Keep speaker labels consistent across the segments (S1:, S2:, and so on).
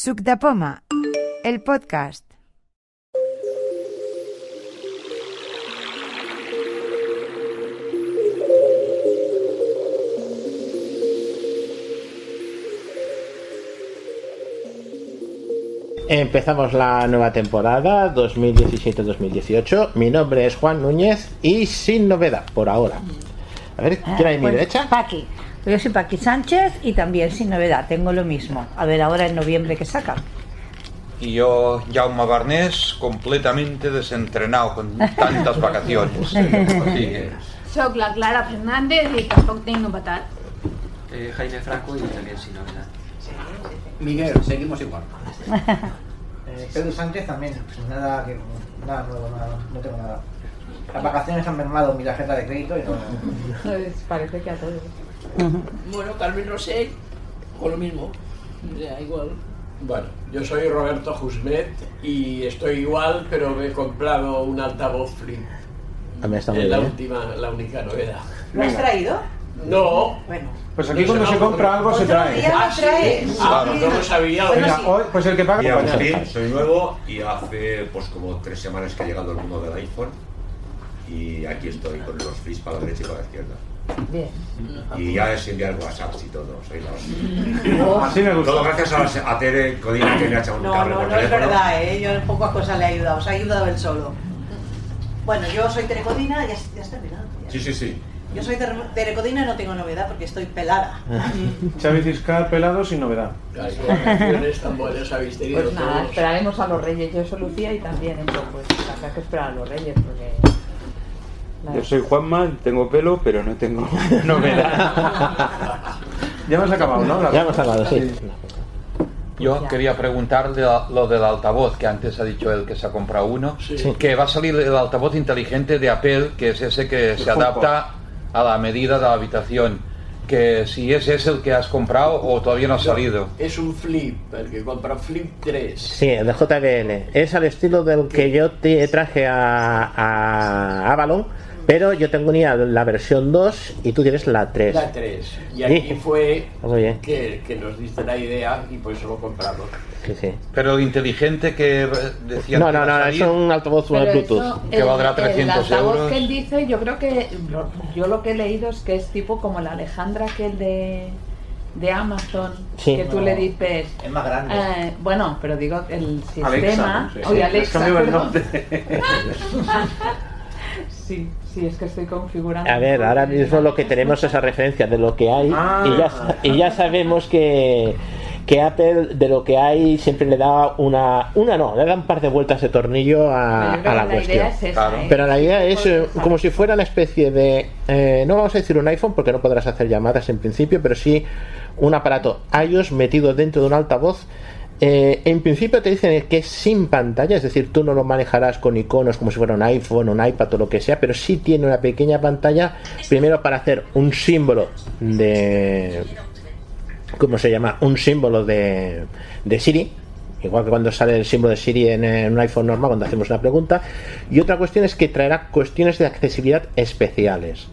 S1: Suc de Poma, el podcast.
S2: Empezamos la nueva temporada 2017-2018. Mi nombre es Juan Núñez y sin novedad por ahora. A ver,
S3: Ah,
S2: ¿quién hay a mi
S4: Pues,
S2: derecha?
S4: Paqui. Yo soy Paqui Sánchez y también sin novedad, tengo lo mismo. A ver ahora en noviembre que saca.
S5: Y yo, Jaume Barnés, completamente desentrenado con tantas vacaciones. Así que,
S3: Soc la Clara Fernández i tampoc tinc novetat.
S6: Eh, Jaime Franco y también sin novedad.
S7: Miguel, seguimos igual.
S8: Eh, Pedro Sánchez también, pues nada, que, nada nuevo, nada, no tengo nada. Las vacaciones han mermado mi tarjeta de crédito y no.
S3: Parece que a todos.
S9: Bueno, Carmen Rosell, con lo mismo. Ya, igual.
S10: Bueno, yo soy Roberto Jusmet y estoy igual, pero me he comprado un altavoz flip.
S2: A mí está muy
S10: Es la
S2: bien.
S10: última, la única novedad.
S4: ¿Lo has traído?
S10: No.
S4: Bueno.
S11: Pues aquí cuando se compra algo se
S9: Pues
S11: trae.
S4: día
S10: Ah,
S4: lo
S10: sí.
S4: traes.
S10: Ah, no lo sabía.
S4: Bueno,
S11: Mira,
S4: sí.
S11: hoy, pues el que paga
S12: Y Agustín,
S11: acompaña.
S12: soy nuevo y hace pues como tres semanas que he llegado al mundo del iPhone y aquí estoy con los flips para la derecha y para la izquierda.
S4: Bien.
S12: Y ya es enviar WhatsApps y todo, soy la hostia.
S11: Así me
S12: Todo
S11: gusta.
S12: gracias a, las- a Tere Codina que me ha echado un
S4: Oh. No,
S12: cable
S4: no,
S12: por
S4: no es
S12: teléfono.
S4: verdad, ¿eh? yo en pocas cosas le he ayudado, os ha ayudado él solo. Bueno, yo soy Terecodina, ya, ya has terminado. ya.
S12: Sí, sí, sí.
S4: Yo soy Tere- Terecodina y no tengo novedad porque estoy pelada.
S11: Xavi Ciscar pelado sin novedad.
S10: Ay, qué vacaciones tan buenas habéis tenido
S9: Pues
S10: todos.
S9: ¿eh?
S3: esperaremos a los Reyes. Yo soy Lucía y también,
S4: pues,
S3: entonces, habrá que esperar a los Reyes porque...
S6: Yo soy Juanma, tengo pelo, pero no tengo
S11: Novedad. ya hemos acabado, ¿no? La-
S2: ¿eh? Ya hemos acabado, sí.
S5: yo quería preguntarle a- lo del altavoz, que antes ha dicho él que se ha comprado uno,
S10: Sí.
S5: que va a salir el altavoz inteligente de Apple, que es ese que se
S11: Hulk.
S5: adapta a la medida de la habitación. Que si ese es el que has comprado o todavía no ha salido.
S10: Es un flip, el que compra flip 3.
S2: Sí, el de JBL. Es al estilo del que yo te traje a, a Avalon, pero yo tengo ni a la versión 2 y tú tienes la 3.
S10: La 3. Y aquí
S2: Sí.
S10: fue
S2: Muy bien.
S10: que, que nos diste la idea y pues lo compramos.
S2: Sí, sí.
S5: Pero el inteligente que eh, decía
S2: No,
S5: que
S2: no,
S5: iba
S2: no,
S5: a
S2: es
S5: salir,
S2: un altavoz
S3: Pero
S2: Bluetooth.
S3: eso, eh,
S5: que valdrá 300
S3: el altavoz
S5: euros.
S3: que él dice, yo creo que lo- yo lo que he leído es que es tipo como la Alejandra que el de, de Amazon,
S2: Sí.
S3: que tú le dices,
S8: Es más grande.
S3: eh, bueno, pero digo el sistema,
S11: Alexa. sí.
S3: oye
S11: Has
S3: Alexa,
S11: cambiado el
S3: perdón.
S11: nombre.
S3: sí, sí, es que estoy configurando.
S2: A ver, ahora mismo lo que tenemos es la referencia de lo que hay
S11: Ah.
S2: y, ya, sa- y ya sabemos que, que Apple de lo que hay siempre le da una... Una no, le da un par de vueltas de tornillo a,
S3: Yo creo
S2: a la,
S3: que
S2: cuestión.
S3: idea es esa,
S5: Claro.
S3: ¿eh?
S2: Pero la idea es eh,
S3: Poder
S2: como si fuera una especie de... eh, no vamos a decir un iPhone porque no podrás hacer llamadas en principio, pero sí un aparato iOS metido dentro de un altavoz. Eh, en principio te dicen que es sin pantalla, es decir, tú no lo manejarás con iconos como si fuera un iPhone, un iPad o lo que sea, pero sí tiene una pequeña pantalla, primero para hacer un símbolo de... ¿Cómo se llama? Un símbolo de, de Siri, Igual que cuando sale el símbolo de Siri en, eh, en un iPhone normal cuando hacemos una pregunta. Y otra cuestión es que traerá cuestiones de accesibilidad especiales.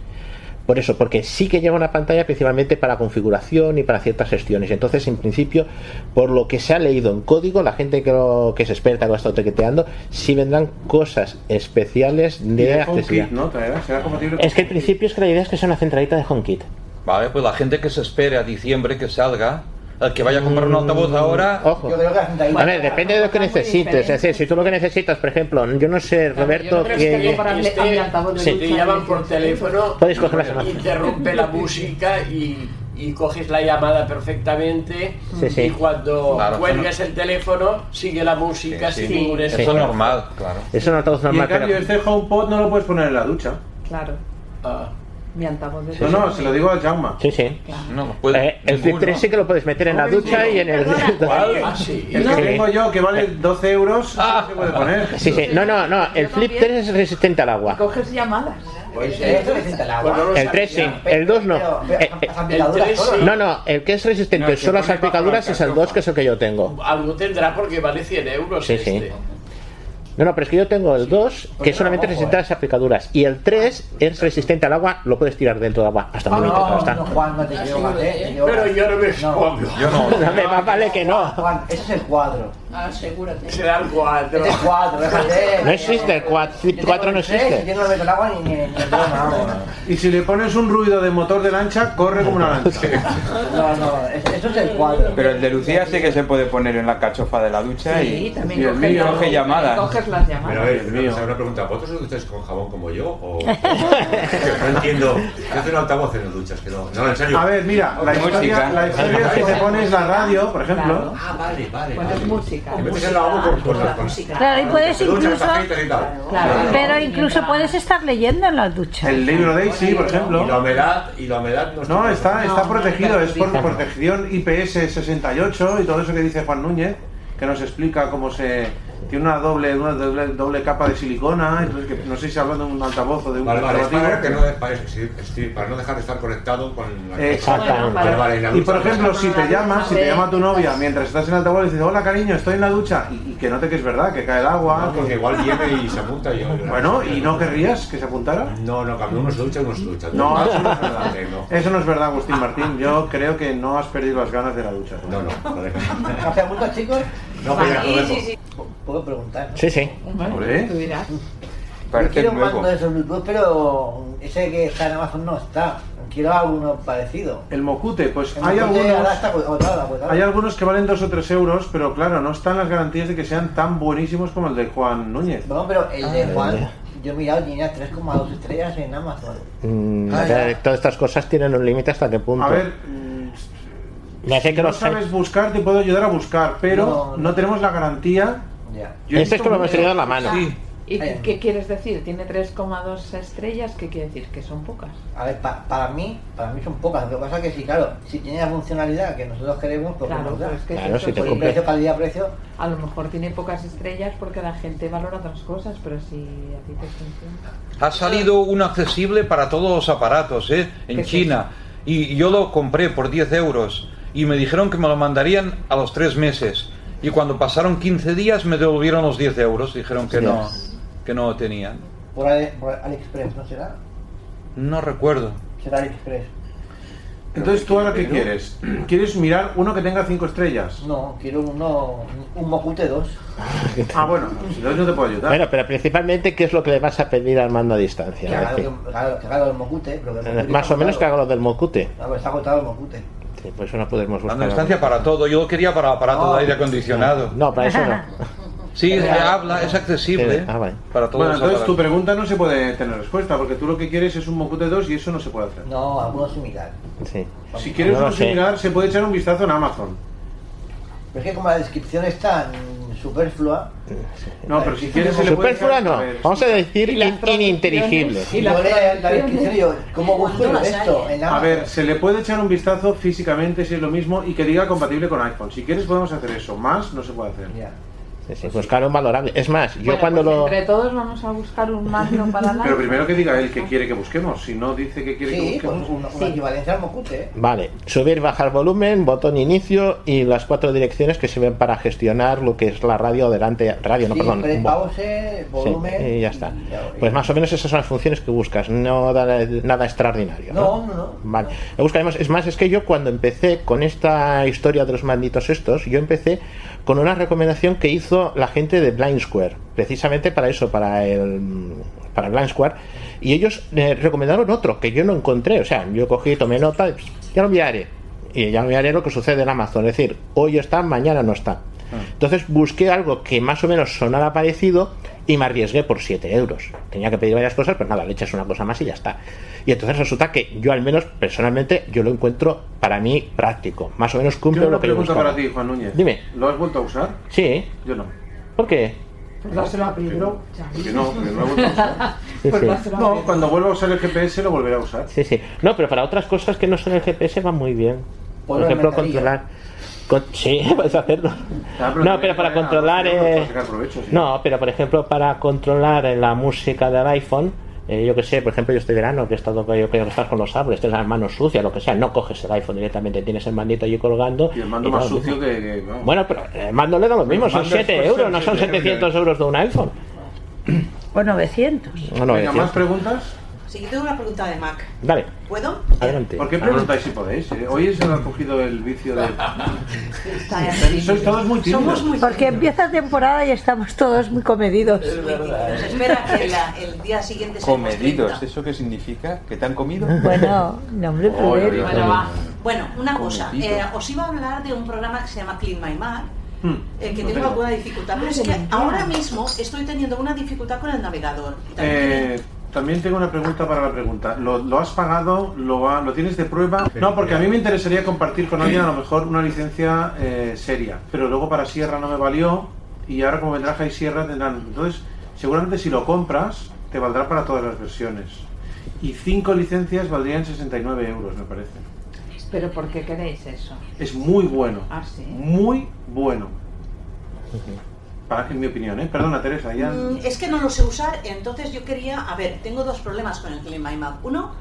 S2: Por eso, porque sí que lleva una pantalla principalmente para configuración y para ciertas gestiones. Entonces, en principio, por lo que se ha leído en código, la gente que, lo, que es experta, que lo ha estado toqueteando, sí vendrán cosas especiales
S11: Y
S2: de
S11: el HomeKit,
S2: accesibilidad.
S11: ¿no? Traerá, será compatible con-
S2: Es que el principio es que la idea es que sea una centralita de HomeKit.
S5: Vale, pues la gente que se espere a diciembre que salga, el que vaya a comprar un altavoz ahora,
S2: Ojo.
S8: Yo creo que la gente ahí.
S2: A ver, depende de lo que
S3: Está muy
S2: necesites. Es
S3: diferente.
S2: decir, si tú lo que necesitas, por ejemplo, yo no sé,
S3: yo no
S2: Roberto,
S3: creo
S2: que...
S3: que Comprarle a mi altavoz de
S10: sí,
S3: ducha,
S10: te llaman
S3: ¿no?
S10: por teléfono,
S2: este Podéis coger las llamadas.
S10: interrumpe la música y, y coges la llamada perfectamente.
S2: Sí, sí.
S10: Y cuando
S5: Claro,
S10: cuelgas el teléfono, sigue la música
S5: Sí, sí.
S10: sin ningún
S5: eso
S2: Sí.
S5: es
S10: esfuerzo.
S5: normal, claro.
S2: Es un altavoz
S11: Y
S2: normal,
S11: en cambio,
S2: pero-
S11: este HomePod no lo puedes poner en la ducha.
S3: Claro,
S10: Ah,
S3: mi altavoz de
S11: No, no, se lo digo al Jauma.
S2: Sí, sí.
S5: No, no puede.
S2: Eh, el Flip
S5: pues, ninguno.
S2: 3 sí que lo puedes meter en la
S11: No,
S2: ducha y en el...
S11: ¿Cuál?
S10: ah, sí.
S11: El que tengo yo, que vale
S2: Eh.
S11: 12 euros,
S5: Ah.
S11: no se puede poner.
S2: Sí, sí. No, no, no. El Flip 3 es resistente al agua.
S3: coges llamadas.
S8: Pues, eh, esto necesita el agua.
S10: Bueno, no lo
S2: El 3 sí.
S10: sabía.
S2: El 2 no.
S8: Pero,
S2: Eh,
S8: pero,
S2: eh,
S8: las aplicadoras
S10: el tres
S8: solo,
S10: sí.
S2: no, no. El que es resistente
S6: No, el que
S2: solo a las
S6: pone bajo la
S2: salpicaduras es el 2, que es el que yo tengo.
S10: Algo tendrá porque vale 100 euros
S2: Sí, sí.
S10: este.
S2: No, no, pero es que yo tengo el 2, que solamente resistente a las aplicaduras. Y el 3 es resistente al agua, lo puedes tirar dentro del agua hasta un
S8: Ah, no,
S2: límite, claro está.
S8: no, Juan, no te equivocas, eh, te equivocas.
S10: Pero yo no me escondo.
S2: Yo no. Dame, más vale que no.
S8: Juan, ese es el cuadro.
S13: Asegúrate.
S10: Será el 4.
S8: El cuadro, déjate.
S2: No existe, el 4 no
S8: Eh,
S2: existe.
S8: Yo no lo meto el agua ni ni- ni en broma, vamos.
S14: Y si le pones un ruido de motor de lancha, corre como una lancha.
S8: No, no, es- eso es el cuadro.
S15: Pero el de Lucía sí que se puede poner en la cachofa de la ducha
S3: Sí,
S15: y,
S3: también
S15: y el
S3: coge
S15: mío
S3: la-
S15: coge llamadas.
S3: coges las
S4: Ah,
S3: llamadas.
S11: Pero a ver, una, cosa, una pregunta. ¿Vosotros os ducháis con jabón como yo? O... no entiendo. Yo hace un altavoz en las duchas, que no. No, en serio.
S14: A ver, mira, la historia, la historia es que te pones la radio, por ejemplo.
S11: Ah, vale, vale.
S4: Pues
S3: Pones música.
S11: En vez de ser la
S14: pues,
S11: hago con, con las con-
S16: Claro, y puedes
S11: te duchas,
S16: incluso-
S11: afeitas y tal.
S16: Pero incluso puedes estar leyendo en las duchas.
S14: El libro de Daisy, por ejemplo.
S11: Y la humedad, y la humedad no,
S14: No, está, está
S11: No,
S14: protegido,
S11: no,
S14: es por
S11: no.
S14: protección IPS 68 y todo eso que dice Juan Núñez, que nos explica cómo se... Tiene una doble, una doble, doble capa de silicona, entonces que no sé si hablando de un altavoz o de un
S11: Vale, vale, es
S14: preservativo.
S11: para, que no, es para, es- es- para no dejar de estar conectado con la
S2: pues-
S14: Exactamente.
S11: Vale, vale, la
S14: y
S11: ducha pues,
S14: por
S11: no
S14: ejemplo,
S11: está-
S14: si te llama, si te llama tu novia mientras estás en el altavoz y dices, hola cariño, estoy en la ducha, y, y que note que es verdad, que cae el agua.
S11: No, porque igual viene y se apunta y yo.
S14: Bueno, ¿y no querrías que se apuntara?
S11: No, no, cuando uno se ducha, uno se ducha.
S14: No,
S11: Ah,
S14: eso no es
S11: vale,
S14: verdad.
S11: no.
S14: Eso no es verdad, Agustín Martín. Yo creo que no has perdido las ganas de la ducha.
S11: No, no,
S8: ¿Más preguntas, chicos?
S14: No, pero ya lo dejo.
S8: Puedo preguntar, ¿no?
S2: Sí, sí.
S14: Hombre.
S3: pues Tú dirás.
S8: Yo quiero un
S14: nuevo.
S8: mando de esos Bluetooth, pero ese que está en Amazon no está. Quiero alguno parecido.
S14: El mocute, pues
S8: El
S14: hay
S8: mocute
S14: algunos,
S8: ahora está agotado, agotado.
S14: hay algunos que valen 2 o 3 euros, pero claro, no están las garantías de que sean tan buenísimos como el de Juan Núñez.
S8: No, pero el
S2: Ah,
S8: de Juan, yo he mirado, tenía 3,2 estrellas en Amazon.
S2: Mm,
S8: Ah,
S2: a ver, todas estas cosas tienen un límite hasta qué punto.
S14: A ver,
S2: me hace
S14: si
S2: que
S14: no
S2: los
S14: sabes buscar, te puedo ayudar a buscar, pero no, tenemos la garantía.
S8: Ya.
S14: Yo he
S2: Este es
S14: visto
S2: que lo hemos
S14: muchos-
S2: tenido en
S5: Ah,
S2: la mano.
S14: Sí.
S3: ¿Y qué- qué quieres decir? Tiene 3,2 estrellas, ¿qué quiere decir? Que son pocas.
S8: A ver, pa- para mí, para mí son pocas. Lo que pasa es que sí, claro, si tiene la funcionalidad que nosotros queremos, pues
S3: Claro,
S8: nos da.
S3: pero es que
S2: Claro, si te
S8: Por el
S2: cumple.
S8: precio, calidad, precio.
S3: A lo mejor tiene pocas estrellas porque la gente valora otras cosas, pero si a ti te funciona.
S5: Ha salido un accesible para todos los aparatos, ¿eh? En
S3: ¿Qué es
S5: China. Y yo lo compré por 10 euros. Y me dijeron que me lo mandarían a los tres meses. Y cuando pasaron 15 días me devolvieron los 10 euros. Dijeron que no, que no lo tenían.
S8: Por, Ale- por AliExpress, ¿no será?
S5: No recuerdo.
S2: Pues
S8: Será AliExpress.
S14: Entonces, ¿tú ahora qué quieres? ¿Quieres mirar uno que tenga 5 estrellas?
S8: No, quiero uno, un Mocute 2.
S14: Ah, bueno, si no, no te puedo ayudar.
S2: Bueno, pero principalmente, ¿qué es lo que le vas a pedir al mando a distancia?
S8: Que
S2: A ver
S8: haga,
S2: qué-
S8: lo que, haga- que haga lo del Mocute. pero que el Mocute
S2: Más
S8: está
S2: o menos que
S8: agotado.
S2: haga lo del mocute.
S8: Claro, está agotado el Mocute.
S2: Sí, Pues eso no podemos buscar.
S5: Dando distancia para todo. Yo lo quería para aparato
S14: Ah, pues
S5: de aire acondicionado.
S2: No, para eso no.
S5: Sí, se habla, es accesible.
S2: Ah, vale.
S5: Para todos
S14: Bueno,
S5: los
S14: entonces tu
S5: aparatos.
S14: pregunta no se puede tener respuesta, porque tú lo que quieres es un Mocute 2 y eso no se puede hacer.
S8: No, alguno similar.
S2: Sí.
S14: Si quieres
S2: No lo
S14: uno
S2: sé.
S14: similar, se puede echar un vistazo en Amazon.
S8: Pero es que como la descripción es tan superflua.
S14: No, pero si quieres se le puede
S2: Superflua
S14: echar-
S2: no. Vamos a decir in- ininteligible.
S8: Y yo leo la descripción y yo, ¿cómo busco yo esto? En
S14: A
S8: Amazon.
S14: ver, Eh, se le puede echar un vistazo físicamente si es lo mismo y que diga compatible con iPhone. Si quieres podemos hacer eso, más no se puede hacer.
S2: Sí, sí, buscar un valorable. Es más, yo
S3: Bueno,
S2: cuando
S3: pues
S2: lo.
S3: Entre todos vamos a buscar un magno para la...
S14: Pero primero que diga él que quiere que busquemos, si no dice que quiere que
S8: Ah. Sí, pues
S14: busquemos.
S8: una, una equivalencia al Mocute. ¿eh?
S2: Vale, subir, bajar volumen, botón inicio y las cuatro direcciones que sirven para gestionar lo que es la radio delante. Radio, no,
S8: Sí,
S2: perdón.
S8: pre-
S2: bo-
S8: pause,
S2: sí,
S8: volumen.
S2: y ya está. Pues más o menos esas son las funciones que buscas, no da- nada extraordinario. ¿no?
S8: No, no, no.
S2: Vale. Lo buscaremos. Es más, es que yo cuando empecé con esta historia de los malditos estos, yo empecé con una recomendación que hizo la gente de Blind Square, precisamente para eso, para el para Blind Square, y ellos eh, recomendaron otro que yo no encontré. O sea, yo cogí, tomé nota, y, pues, ya lo miraré. Y ya miraré lo que sucede en Amazon. Es decir, hoy está, mañana no está. Entonces busqué algo que más o menos sonara parecido y me arriesgué por 7 euros. Tenía que pedir varias cosas, pero nada, le echas una cosa más y ya está. Y entonces resulta que yo al menos personalmente yo lo encuentro para mí práctico. Más o menos cumple
S14: Yo una
S2: lo que yo
S14: pregunta
S2: buscaba.
S14: para ti, Juan Núñez.
S2: Dime.
S14: ¿Lo has vuelto a usar?
S2: Sí. ¿eh?
S14: Yo no.
S2: ¿Por qué?
S3: Pues dáselo a Pedro.
S14: Que no, que no lo he vuelto a usar. No, cuando vuelva a usar el GPS lo volveré a usar.
S2: Sí, sí. No, pero para otras cosas que no son el GPS va muy bien. Por
S14: Ponlo en
S2: ejemplo,
S14: la ventanilla.
S2: controlar. con- sí, puedes hacerlo. No, pero para controlar. eh,
S14: pues, Sacar provecho, sí.
S2: No, pero por ejemplo, para controlar la música del iPhone, Eh, yo que sé, por ejemplo, yo estoy verano, que he estado, yo creo que estás con los árboles, tienes las manos sucias, lo que sea, no coges el iPhone directamente, tienes el mandito allí colgando.
S11: Y el mando
S2: y
S11: más
S2: claro,
S11: sucio que. que- vamos.
S2: Bueno, pero eh, el mando le da lo mismo,
S11: El
S2: son
S11: mando es pues,
S2: 7
S11: por
S2: euros, no son
S11: 7
S2: 700 euros de un iPhone.
S16: O 900.
S2: No, no, es
S11: Venga,
S2: cierto.
S11: ¿más preguntas?
S14: Sí, yo tengo una pregunta de Mac.
S2: Dale,
S14: ¿Puedo?
S2: adelante.
S11: ¿Por qué preguntáis si podéis? Eh, Hoy se nos ha cogido el vicio de. Sois todos muy tímidos.
S16: Porque empieza temporada y estamos todos muy comedidos.
S14: Se espera que la- el día siguiente se
S17: Comedidos, ¿eso qué significa? ¿Que te han comido?
S16: Bueno, no, hombre,
S17: Oh,
S16: pero-
S17: Dios
S14: Bueno,
S17: mío.
S14: va. Bueno, una cosa,
S17: Comedido.
S14: eh, os iba a hablar de un programa que se llama Clean My Mac,
S17: Hmm.
S14: eh, que
S17: Lo
S14: tengo
S17: tengo.
S14: alguna dificultad, pero es que ahora mismo estoy teniendo una dificultad con el navegador.
S11: Eh, también tengo una pregunta para la pregunta. ¿Lo, lo has pagado? ¿Lo, ha- ¿Lo tienes de prueba? No, porque a mí me interesaría compartir con alguien a lo mejor una licencia eh, seria. Pero luego para Sierra no me valió y ahora como vendrá Jai Sierra tendrán... Entonces, seguramente si lo compras, te valdrá para todas las versiones. Y cinco licencias valdrían 69 euros, me parece.
S3: ¿Pero por qué queréis eso?
S11: Es muy bueno.
S3: Ah, sí.
S11: Muy bueno. Para, en mi opinión, ¿eh? Perdona, Teresa, ya...
S14: Mm,
S3: eh,
S14: es que no lo sé usar, entonces yo quería, a ver, tengo dos problemas con el Clean My Mac. Uno,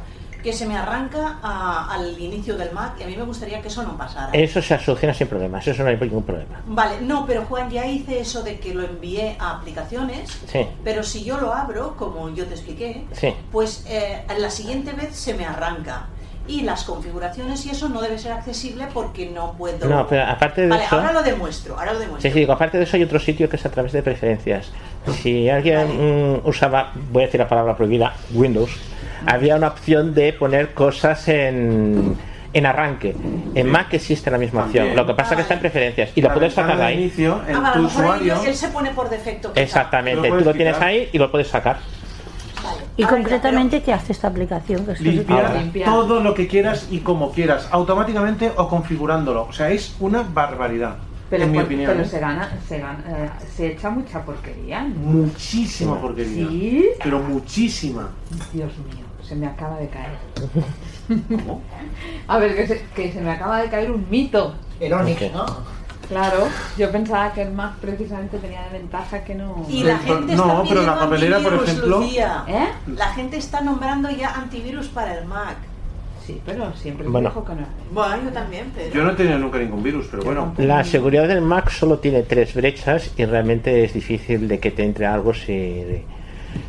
S14: que se me arranca a- al inicio del Mac y a mí me gustaría que eso no pasara.
S2: Eso se soluciona sin problemas, eso no hay ningún problema.
S14: Vale, no, pero Juan, ya hice eso de que lo envié a aplicaciones,
S2: Sí,
S14: pero si yo lo abro, como yo te expliqué,
S2: sí.
S14: pues eh, a la siguiente vez se me arranca. Y las configuraciones y eso no debe ser accesible porque no puedo...
S2: No, pero aparte de
S14: vale,
S2: eso...
S14: ahora lo demuestro, ahora lo
S2: Sí,
S14: demuestro.
S2: sí, digo, aparte de eso hay otro sitio que es a través de preferencias. Si alguien mm, usaba, voy a decir la palabra prohibida, Windows, había una opción de poner cosas en, en arranque. En Mac existe la misma opción,
S11: También.
S2: lo que pasa es que está en preferencias y lo
S11: La
S2: puedes
S11: ventana
S2: sacar de
S11: de
S2: ahí.
S11: inicio,
S14: Ah, vale, a lo mejor él, él se pone por defecto. quizá.
S2: Exactamente,
S11: Lo
S2: tú lo
S11: puedes
S2: tienes
S11: quitar.
S2: ahí y lo puedes sacar.
S16: Y concretamente, ¿qué hace esta aplicación? Que esto es-
S11: Limpiar todo lo que quieras y como quieras, automáticamente o configurándolo. O sea, es una barbaridad,
S3: Pero,
S11: en mi
S3: por-
S11: opinión.
S3: pero
S11: ¿eh?
S3: se gana, se gana, eh, se echa mucha porquería.
S11: Muchísima porquería.
S3: ¿Sí?
S11: Pero muchísima.
S3: Dios mío, se me acaba de caer. A ver, que se, que se me acaba de caer un mito.
S18: El Onix, ¿Qué? ¿no?
S3: Claro, yo pensaba que el Mac precisamente tenía de ventaja que no.
S14: Y la gente está
S11: No, pero la
S14: pidiendo
S11: papelera, por
S14: antivirus,
S11: ejemplo- pues
S14: Lucía.
S3: ¿Eh?
S14: La gente está nombrando ya antivirus para el Mac.
S3: Sí, pero siempre
S2: Bueno.
S3: dijo que no.
S14: Bueno, yo también, pero...
S11: Yo no he tenido nunca ningún virus, pero bueno.
S2: La seguridad del Mac solo tiene tres brechas y realmente es difícil de que te entre algo si,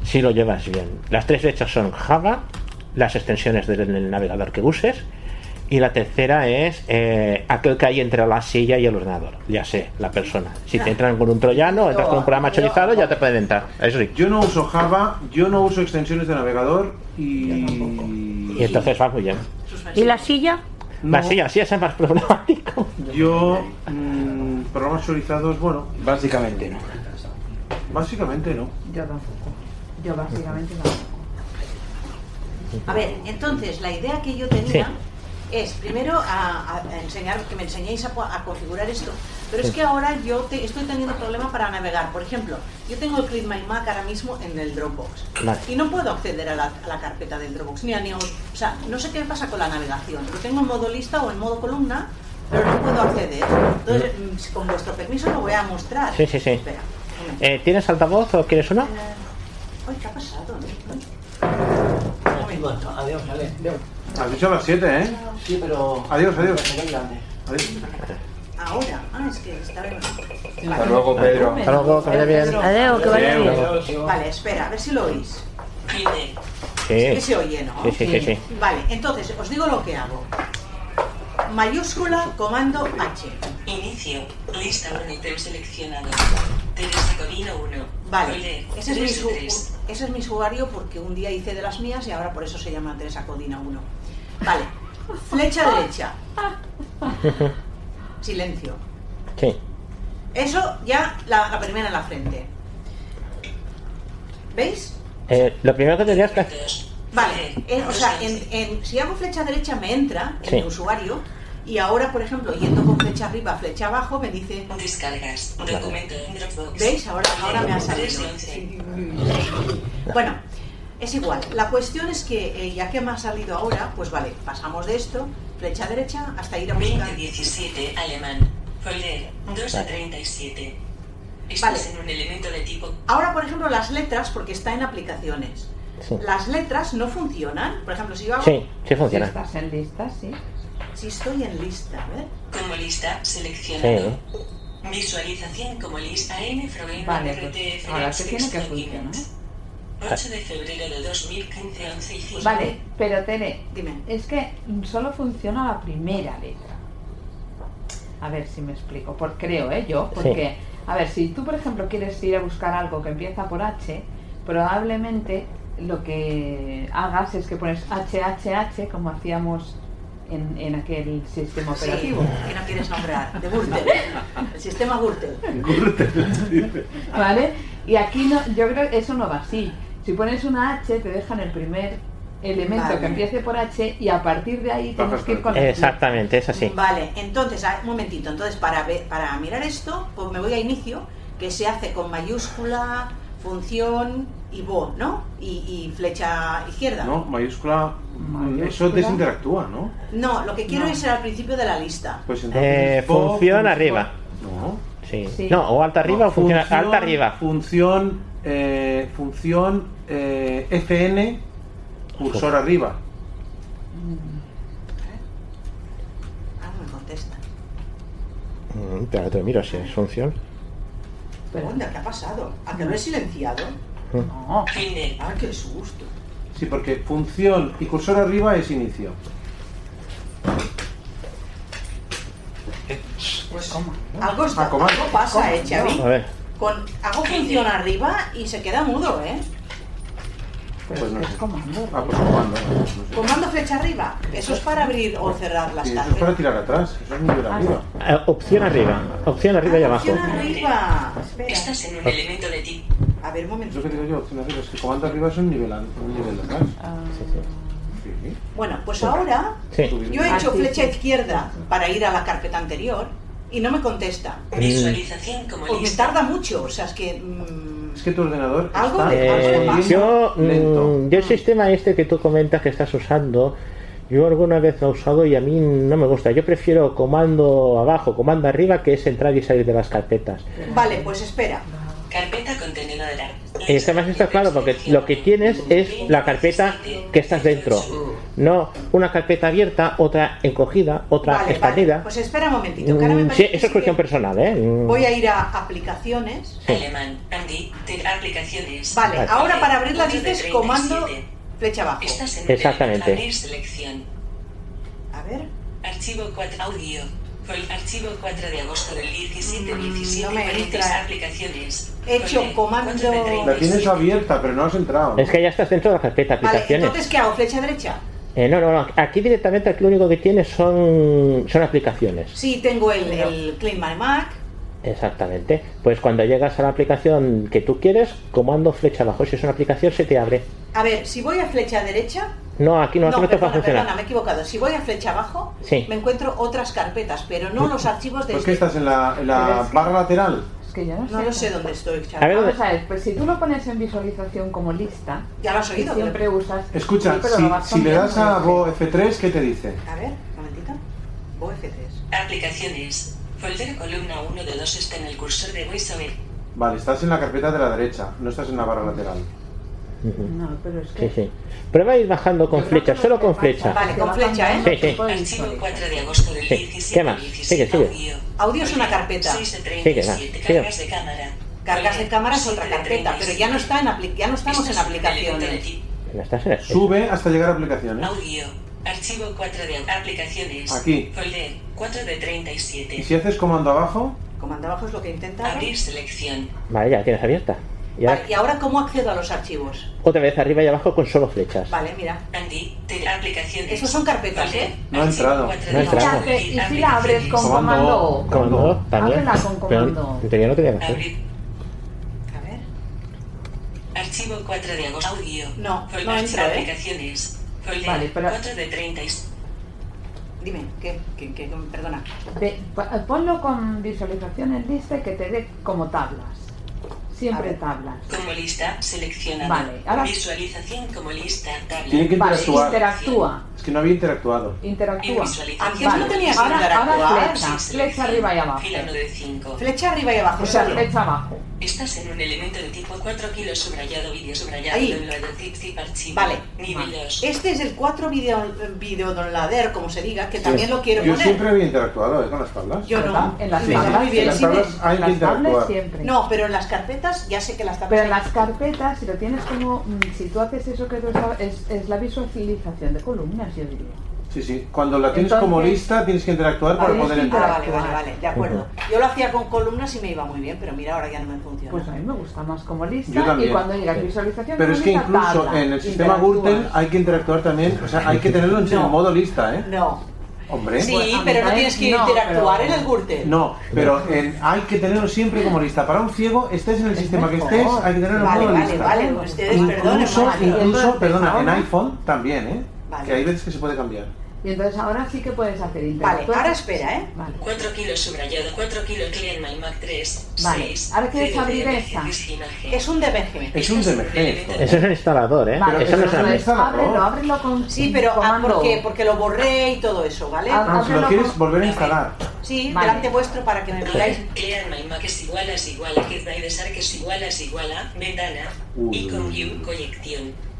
S2: si lo llevas bien. Las tres brechas son Java, las extensiones del, del navegador que uses y la tercera es eh, aquel que hay entre la silla y el ordenador, ya sé, la persona. Si te entran con un troyano, entras con un programa chorizado, ya te pueden entrar. Eso sí.
S11: Yo no uso Java, yo no uso extensiones de navegador y...
S2: Y entonces vas muy bien.
S16: ¿Y la silla?
S2: La silla, sí, esa es más problemática.
S11: Yo, mm, programas chorizados, bueno. Básicamente no. Básicamente no.
S3: Yo tampoco. Yo básicamente no.
S14: A ver, entonces, la idea que yo tenía es primero a, a- a enseñar, que me enseñéis a, po- a configurar esto. Pero es que ahora yo te- estoy teniendo problema para navegar. Por ejemplo, yo tengo el Clip My Mac ahora mismo en el Dropbox.
S19: Vale.
S14: Y no puedo acceder a la, a la carpeta del Dropbox, ni a Neo. O sea, no sé qué me pasa con la navegación. Lo tengo en modo lista o en modo columna, pero no puedo acceder. Entonces, mm, si- con vuestro permiso lo voy a mostrar.
S2: Sí, Eh. sí, sí.
S14: Espera.
S2: Eh, ¿Tienes altavoz o quieres uno?
S14: Ay, ¿qué ha pasado?
S8: Pues Adiós, Ale. Adiós.
S11: Has dicho a las 7, ¿eh?
S8: Sí, pero.
S11: Adiós, adiós. Adiós.
S14: Ahora. Ah, es que está bien.
S11: Hasta luego, Pedro. Hasta luego, que vaya bien.
S16: Adeu, que vaya bien.
S11: Adeu.
S14: Vale, espera, a ver si lo oís.
S2: Sí.
S14: Es que se oye, ¿no?
S2: Sí, sí, sí, sí.
S14: Vale, entonces, os digo lo que hago. Mayúscula, comando H. Inicio, lista con ítem seleccionado. Teresa Codina 1. Vale, ese es, mi su- ese es mi usuario porque un día hice de las mías y ahora por eso se llama Teresa Codina 1. Vale, flecha derecha. Silencio.
S2: Sí.
S14: Eso ya la, la primera en la frente. ¿Veis?
S2: Eh, lo primero que tendrías que hacer...
S14: Vale, eh, o sea, en- en- si hago flecha derecha me entra en
S2: Sí.
S14: el usuario y ahora, por ejemplo, yendo con flecha arriba, flecha abajo, me dice... Descargas,
S2: Vale. documento
S14: ¿Veis? Ahora, ahora me ha salido. Bueno, es igual. La cuestión es que eh, ya que me ha salido ahora, pues vale, pasamos de esto, flecha derecha, hasta ir a buscar...
S19: 17 alemán. Folder 2 a 37. Estás
S14: Vale.
S19: en un elemento de tipo
S14: Ahora, por ejemplo, las letras, porque está en aplicaciones.
S2: Sí.
S14: las letras no funcionan. Por ejemplo, si yo hago.
S2: Sí, sí funciona. Sí,
S3: estás en lista, sí.
S14: Si estoy en lista, ¿eh? a ver.
S16: Como lista, seleccionado.
S2: ¿eh?
S16: Visualización como lista N Froen
S3: Vale,
S16: RTF
S3: pues ahora te tiene que funcionar.
S16: 8 de febrero de 2015, 11 y 5.
S3: Vale, pero Tere, es que solo funciona la primera letra. A ver si me explico, por creo, ¿eh? Yo,
S16: Sí.
S3: porque, a ver, si tú, por ejemplo, quieres ir a buscar algo que empieza por H, probablemente lo que hagas es que pones HHH como hacíamos en, en aquel sistema
S14: Sí,
S3: operativo.
S14: que no quieres nombrar, de Gürtel. El sistema Gürtel.
S3: ¿Vale? Y aquí no, yo creo que eso no va así. Si pones una H, te dejan el primer elemento
S14: Vale.
S3: que empiece por H y a partir de ahí tienes que ir con
S2: Exactamente, es así.
S14: Vale, entonces, a- un momentito. Entonces, para, ver- para mirar esto, pues me voy a inicio, que se hace con mayúscula, función y bo, ¿no? Y, y flecha izquierda.
S11: No, mayúscula. Eso desinteractúa, ¿no?
S14: No, lo que quiero
S11: No.
S14: es ir al principio de la lista.
S11: Pues entonces.
S2: Eh,
S11: bo,
S2: función arriba.
S11: No.
S2: Sí.
S14: Sí.
S2: No, o alta arriba o funciona alta arriba.
S11: Función. eh, función. eh, FN. Cursor arriba.
S14: Ah, me contesta.
S2: Mm, pero ahora te lo miro si es función.
S14: Onda, ¿qué ha pasado? ¿A que lo he
S11: Mm.
S14: silenciado?
S3: No.
S14: Ah, qué susto.
S11: Sí, porque función y cursor arriba es inicio.
S14: Pues, Algo, está-
S11: Ah, comando.
S14: algo pasa, eh, Xavi.
S11: A ver.
S14: Con, hago función arriba y se queda mudo, ¿eh?
S11: Pues no sé. Ah, pues comando. no sé.
S14: Comando flecha arriba. Eso es para abrir o cerrar las
S11: Pues, Sí, eso
S14: tablas.
S11: es para tirar atrás. Eso es muy bien arriba.
S14: Ah,
S2: Eh, opción arriba. Opción arriba y abajo.
S14: arriba.
S16: Estás en un
S2: Ah.
S16: elemento de ti.
S14: A ver, un
S11: Es lo que digo yo, opción arriba. Es que comando arriba es un nivel, an- un nivel atrás.
S14: Ah.
S11: Sí.
S14: Bueno, pues ahora yo he hecho
S2: Ah,
S14: flecha izquierda para ir a la carpeta anterior y no me contesta.
S2: Mm.
S16: Visualización como
S14: Pues me
S16: lista.
S14: tarda mucho, o sea, es que... mm,
S11: Es que tu ordenador
S14: Algo
S11: está
S14: de- algo
S2: Eh,
S14: de paso.
S2: yo, mm, yo el sistema este que tú comentas que estás usando, yo alguna vez lo he usado y a mí no me gusta. Yo prefiero comando abajo, comando arriba, que es entrar y salir de las carpetas.
S14: Vale, pues espera.
S16: Carpeta contenedora.
S2: Y además está claro porque lo que tienes es la carpeta que estás dentro. No una carpeta abierta, otra encogida, otra
S14: Vale,
S2: expandida.
S14: vale. Pues espera un momentito. que ahora me
S2: Mm, sí,
S14: parece
S2: eso es cuestión personal, ¿eh? Mm,
S14: Voy a ir a aplicaciones.
S2: Sí.
S16: Alemán, Andy, te- aplicaciones.
S14: Vale,
S2: Vale.
S14: ahora para abrirla
S16: Ocho de
S14: dices
S16: 37.
S14: comando flecha abajo.
S16: Estás en
S2: Exactamente.
S16: Abrir selección.
S14: A ver.
S16: Archivo 4 audio. Fol- archivo 4 de agosto del 17
S14: Mm,
S16: 17
S14: no me
S16: paréntesis,
S14: entra.
S16: aplicaciones.
S14: He hecho comando...
S11: La tienes abierta, pero no has entrado.
S2: Es que ya estás dentro de la carpeta
S14: Vale,
S2: aplicaciones.
S14: entonces ¿qué hago? ¿Flecha derecha?
S2: Eh, no, no, no. Aquí directamente aquí lo único que tienes son, son aplicaciones.
S14: Sí, tengo el, el Clean My Mac.
S2: Exactamente. Pues cuando llegas a la aplicación que tú quieres, comando flecha abajo. Si es una aplicación, se te abre.
S14: A ver, si voy a flecha derecha,
S2: No, aquí no, aquí no te va a
S14: perdona,
S2: funcionar.
S14: perdona, me he equivocado. Si voy a flecha abajo,
S2: Sí.
S14: me encuentro otras carpetas, pero no los archivos de
S11: ¿Por qué
S14: este.
S11: estás en la, en la barra lateral?
S3: Es que yo no,
S14: No lo sé dónde estoy, Xavi.
S11: A ver,
S3: Vamos a ver, pues si tú lo pones en visualización como lista,
S14: Ya lo has oído,
S3: que siempre usas.
S11: Escucha,
S3: Sí, pero lo vas
S11: si, si le
S3: cambiando.
S11: das a Bo F3, ¿qué te dice?
S14: A ver, un momentito. OF3.
S16: Aplicaciones. Folder columna 1 de 2 está en el cursor de VoiceOver.
S11: Vale, estás en la carpeta de la derecha, no estás en la barra lateral.
S2: Ujú.
S3: No, pero es
S2: Sí, sí. Prueba a ir bajando con flecha, solo con flecha.
S14: Vale, con flecha, ¿eh?
S2: Sí, sí.
S16: Archivo 4 de agosto del
S2: Sí.
S16: 17
S2: ¿Qué más? Sigue, sigue.
S14: Audio es una carpeta.
S16: 6 de
S2: Sigue, va.
S16: 37.
S2: Sigue.
S16: Cargas de cámara.
S14: Cargas de cámara es otra carpeta, pero ya no está en apli- ya no estamos en aplicaciones.
S2: No estás en el-
S11: Sube hasta llegar a aplicaciones.
S16: Audio. Archivo 4 de aplicaciones.
S11: Aquí.
S16: Folder 4 de
S11: Y
S16: 37.
S11: si haces comando abajo,
S14: Comando abajo es lo que intenta.
S16: Abrir selección.
S2: Vale, ya la tienes abierta. Y ahora,
S14: Vale, y ahora cómo accedo a los archivos.
S2: otra vez arriba y abajo con solo flechas.
S14: Vale, mira.
S16: Andy, te- aplicaciones.
S14: Esos son carpetas, ¿eh?
S2: No ha entrado. No ha entrado.
S3: ¿Qué hace? ¿Y si la abres con comando O?
S2: Comando O, también.
S3: Ábrela con
S2: Pero
S3: comando.
S2: en teoría no tenía que hacer.
S16: Archivo 4 de agosto. Audio.
S14: No,
S16: Folder
S14: no entra, ¿eh?
S16: aplicaciones. Folder
S3: Vale, pero-
S16: 4 de 37.
S14: Dime, ¿qué? ¿Qué, qué? Perdona.
S3: Ve, pa- ponlo con visualización en lista y que te dé como tablas.
S16: A
S3: Siempre
S16: ver.
S3: tablas.
S16: Como lista seleccionada.
S3: Vale, ahora-
S16: Visualización como lista tabla.
S11: tiene que
S3: Vale,
S11: interactuar.
S3: interactúa.
S11: Es que no había interactuado.
S3: Interactúa.
S16: Visualización.
S3: Vale.
S16: No tenías que
S3: ahora, ahora
S16: interactuar.
S3: flecha, flecha arriba y abajo.
S16: Fila 9 de 5.
S14: Flecha arriba y abajo.
S3: O sea,
S14: solo.
S3: flecha abajo.
S14: Estás en un elemento de tipo 4 kilos subrayado, vídeo subrayado,
S4: Ahí.
S14: download, zip, zip, archivo.
S4: Vale.
S14: Nivel 2.
S4: Este es el 4 video, video lader, como se diga, que
S11: Sí.
S4: también lo quiero
S11: Yo
S4: poner.
S11: siempre había interactuado eh, con las tablas.
S4: Yo no.
S3: En las
S11: Sí,
S3: tablas,
S11: sí,
S3: muy bien,
S11: en las
S3: sí,
S11: tablas hay que
S3: las tablas
S11: interactuar.
S3: siempre.
S4: No, pero en las carpetas ya sé que las
S3: Pero
S4: tablas.
S3: en las carpetas, si lo tienes como, mm, si tú haces eso que tú estabas- es, es la visualización de columnas, yo diría.
S11: Sí, sí. Cuando la tienes
S3: Entonces-
S11: como lista, tienes que interactuar para
S3: Tienes
S11: poder
S3: que
S11: entrar.
S3: interactuar.
S4: Ah, Vale, vale, de acuerdo. Yo lo hacía con columnas y me iba muy bien, pero mira, ahora ya no me funciona.
S3: Pues a mí me gusta más como lista
S11: Yo también.
S3: y cuando digas visualización
S11: Pero es que
S3: columna,
S11: incluso
S3: tabla,
S11: en el sistema
S3: interactúa.
S11: Gürtel hay que interactuar también. O sea, hay que tenerlo en
S3: No.
S11: modo lista, ¿eh?
S4: No.
S11: Hombre.
S4: Sí, pero no tienes que interactuar en el Gürtel.
S11: No, pero en- hay que tenerlo siempre como lista. Para un ciego, estés en el sistema que estés, hay que tenerlo
S4: Este Vale,
S11: como
S4: vale,
S11: lista.
S4: vale, ustedes
S11: incluso,
S4: perdonen, vale.
S11: incluso, perdona, en
S3: Ahora-
S11: iPhone también, ¿eh?
S4: Vale.
S11: Que hay veces que se puede cambiar.
S3: Y entonces ahora sí que puedes hacer
S4: Vale,
S3: interactuar.
S4: ahora espera, ¿eh?
S14: 4 kilos subrayado, 4 kilos clean my Mac 3.
S3: Vale,
S14: 6,
S3: ahora quieres abrir esta.
S4: Es un DBG.
S11: Es un DMG. esto.
S2: Ese es el instalador, ¿eh?
S11: Vale,
S2: Esa no es la Oh.
S11: pero-
S2: lista.
S3: Ábrelo, ábrelo con
S4: Sí, pero ah,
S3: comando.
S4: ¿por qué? Porque lo borré y todo eso, ¿vale?
S11: Ah, si lo quieres volver a instalar.
S4: Sí,
S3: Vale.
S4: delante vuestro para que me veáis.
S14: Clean my Mac es igual a es igual a Headridesar que es igual a es igual a ventana y con view colección.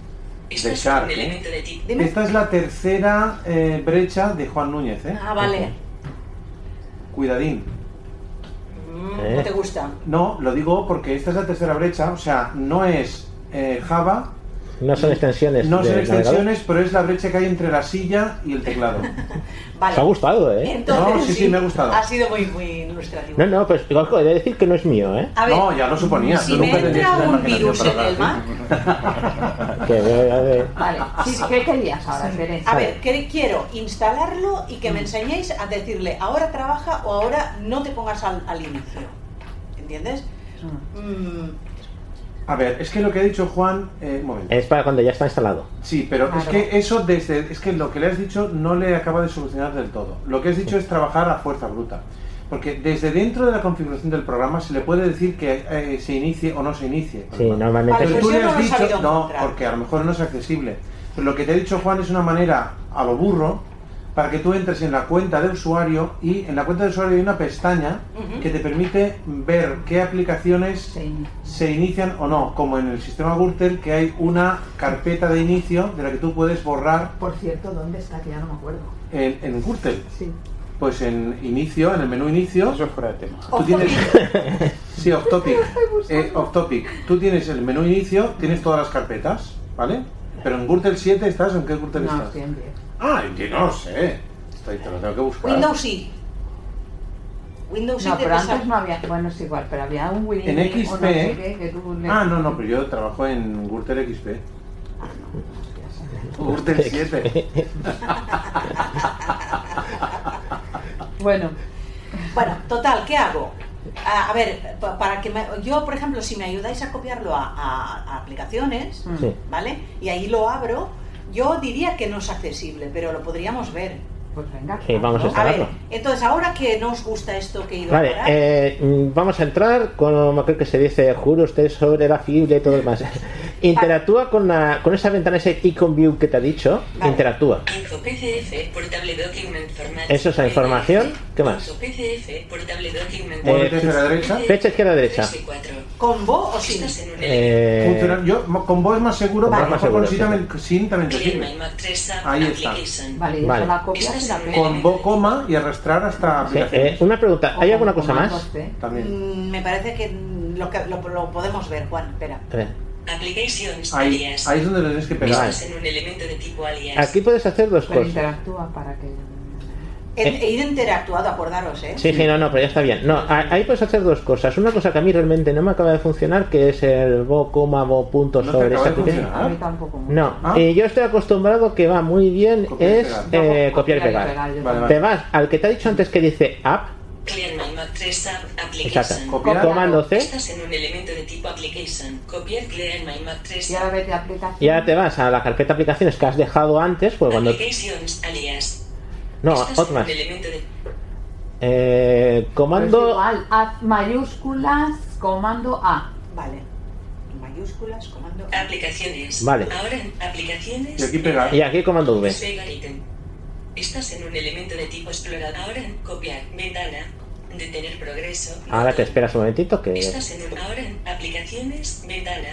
S14: Esto
S11: De
S14: es
S11: Shark,
S14: un
S11: ¿eh?
S14: elemento de tipo.
S11: Esta es la tercera eh, brecha de Juan Núñez, ¿eh?
S4: Ah, vale.
S11: Cuidadín.
S4: Mm,
S11: ¿Eh?
S4: No te gusta.
S11: No, lo digo porque esta es la tercera brecha, o sea, no es eh, Java,
S2: No son extensiones.
S11: no son
S2: del navegador.
S11: extensiones, pero es la brecha que hay entre la silla y el teclado.
S4: Vale.
S2: Te ha gustado, ¿eh?
S4: Entonces,
S11: No, sí, sí, me ha gustado.
S4: Ha sido muy, muy ilustrativo.
S2: No, no, pues igual he de decir que no es mío, ¿eh?
S4: A ver,
S11: No, ya lo suponía,
S4: Si
S11: tú
S4: me
S11: nunca tendrías
S4: entra
S11: esa
S4: un
S11: imaginación
S4: virus
S11: para
S4: en
S11: hablar,
S4: el Mac,
S2: Que eh, voy a ver.
S3: Vale, sí, ¿qué querías ahora, Teresa?
S4: a ver, que quiero instalarlo y que
S2: Mm.
S4: me enseñéis a decirle ahora trabaja o ahora no te pongas al, al inicio. ¿Entiendes? Mm,
S11: A ver, es que lo que ha dicho Juan, eh, un momento.
S2: Es para cuando ya está instalado.
S11: Sí, pero es
S2: Claro.
S11: que eso desde, es que lo que le has dicho no le acaba de solucionar del todo. Lo que has dicho es trabajar a fuerza bruta. Porque desde dentro de la configuración del programa se le puede decir que eh, se inicie o no se inicie.
S2: Sí, normalmente sí.
S11: Pero tú
S4: pues
S2: pues
S11: le
S2: Yo no
S11: has
S2: lo he
S11: dicho,
S2: sabido
S11: no, porque a lo mejor no es accesible. Pero lo que te ha dicho Juan es una manera a lo burro para que tú entres en la cuenta de usuario y en la cuenta de usuario hay una pestaña
S4: Ujú.
S11: que te permite ver qué aplicaciones se inician o no, como en el sistema Gürtel que hay una carpeta de inicio de la que tú puedes borrar
S3: Por cierto, ¿dónde está? Que ya no me acuerdo.
S11: en, en Gürtel.
S3: Sí.
S11: Pues en inicio, en el menú inicio. Eso fuera de tema. Tú
S3: Off
S11: tienes. sí, off topic. Eh, off topic. Tú tienes el menú inicio, tienes todas las carpetas, ¿vale? Pero en Gürtel 7 estás, ¿en qué Gürtel
S3: No,
S11: estás?
S3: estoy en 10.
S11: Ah, en que no lo sé. Estoy, te lo tengo que buscar.
S4: Windows sí. Windows sí
S3: No,
S4: te
S3: pero
S4: pesa-
S3: antes no había, bueno, es igual, pero había un Windows
S11: En
S3: o
S11: XP.
S3: no sé qué, que tú le-
S11: Ah, no, no, pero yo trabajo en Gürtel XP. Gürtel 7.
S3: Bueno.
S4: Bueno, total, ¿qué hago? A, a ver, pa- para que me- yo, por ejemplo, si me ayudáis a copiarlo a, a- a aplicaciones,
S3: Sí.
S4: ¿vale? Y ahí lo abro, yo diría que no es accesible, pero lo podríamos ver.
S3: Pues venga.
S2: Sí, vamos a
S4: A ver,
S2: instalarlo.
S4: entonces, ahora que no os gusta esto que he ido
S2: Vale,
S4: a parar,
S2: eh, mm, vamos a entrar con lo que se dice, juro usted sobre la fibra y todo lo demás. Interactúa con, la, con esa ventana, ese icon view que te ha dicho, interactúa.
S14: Info
S4: eh,
S14: PCF, portable document format.
S2: Eso es la información, ¿qué más?
S14: Info PCF, portable document
S2: Eh, Flecha izquierda derecha.
S4: ¿Con vos o sin?
S2: Eh,
S11: Funciona- Yo mo- con vos es más seguro,
S2: Vale.
S11: pero a lo mejor
S2: Más seguro,
S11: con sin también- sin también te
S14: Clean
S11: sirve.
S14: my Mac 3
S11: Ahí está.
S14: application.
S3: Vale, y
S2: Vale.
S3: eso la copias y la pegas.
S11: Con bo coma y arrastrar hasta
S2: Sí,
S11: aplicación.
S2: eh, una pregunta, ¿hay alguna cosa más?
S11: También.
S4: Mm, me parece que mm, lo, que- lo- lo podemos ver, Juan, espera.
S14: Applications
S11: Ahí,
S14: alias.
S11: ahí es donde lo tienes que pegar.
S14: Estás en un elemento de tipo alias.
S2: Aquí puedes hacer dos cosas.
S3: interactúa para que...
S4: He,
S2: Eh.
S4: he ido interactuado, acordaros, ¿eh?
S2: Sí, sí, no, no, pero ya está bien. No, a- ahí puedes hacer dos cosas. Una cosa que a mí realmente no me acaba de funcionar, que es el bo, coma, bo, punto
S11: No te
S2: sobre
S11: acaba
S2: esa
S11: de
S2: aplicación.
S11: funcionar. A mí
S3: tampoco.
S2: No,
S11: Ah.
S2: eh, yo estoy acostumbrado que va muy bien
S11: Copiar y
S2: es
S11: pegar.
S2: eh,
S11: No,
S2: copiar y pegar.
S11: yo Vale, también.
S2: Te vas al que te ha dicho antes que dice app,
S14: Clean my Mac 3 app
S2: exacto,
S14: application.
S2: comando C,
S14: Estás en un elemento de tipo application. Copiar clear my Mac 3
S3: Y ahora vete a aplicación.
S2: y ahora te vas a la carpeta aplicaciones que has dejado antes, pues cuando...
S14: Applications alias.
S2: No,
S14: Estás
S2: otra
S14: en
S2: más.
S14: un elemento de
S2: Eh,
S3: Pues
S2: comando...
S3: igual, haz mayúsculas, comando A.
S4: Vale. Mayúsculas, comando.
S14: Aplicaciones.
S2: Vale.
S14: Ahora en aplicaciones.
S2: Y aquí pegar. Y aquí comando V.
S14: Sega item. Estás en un elemento de tipo explorador. Ahora en copiar. Ventana. Detener progreso.
S2: Ahora te esperas un momentito que...
S14: Estás en un- ahora en aplicaciones, ventana,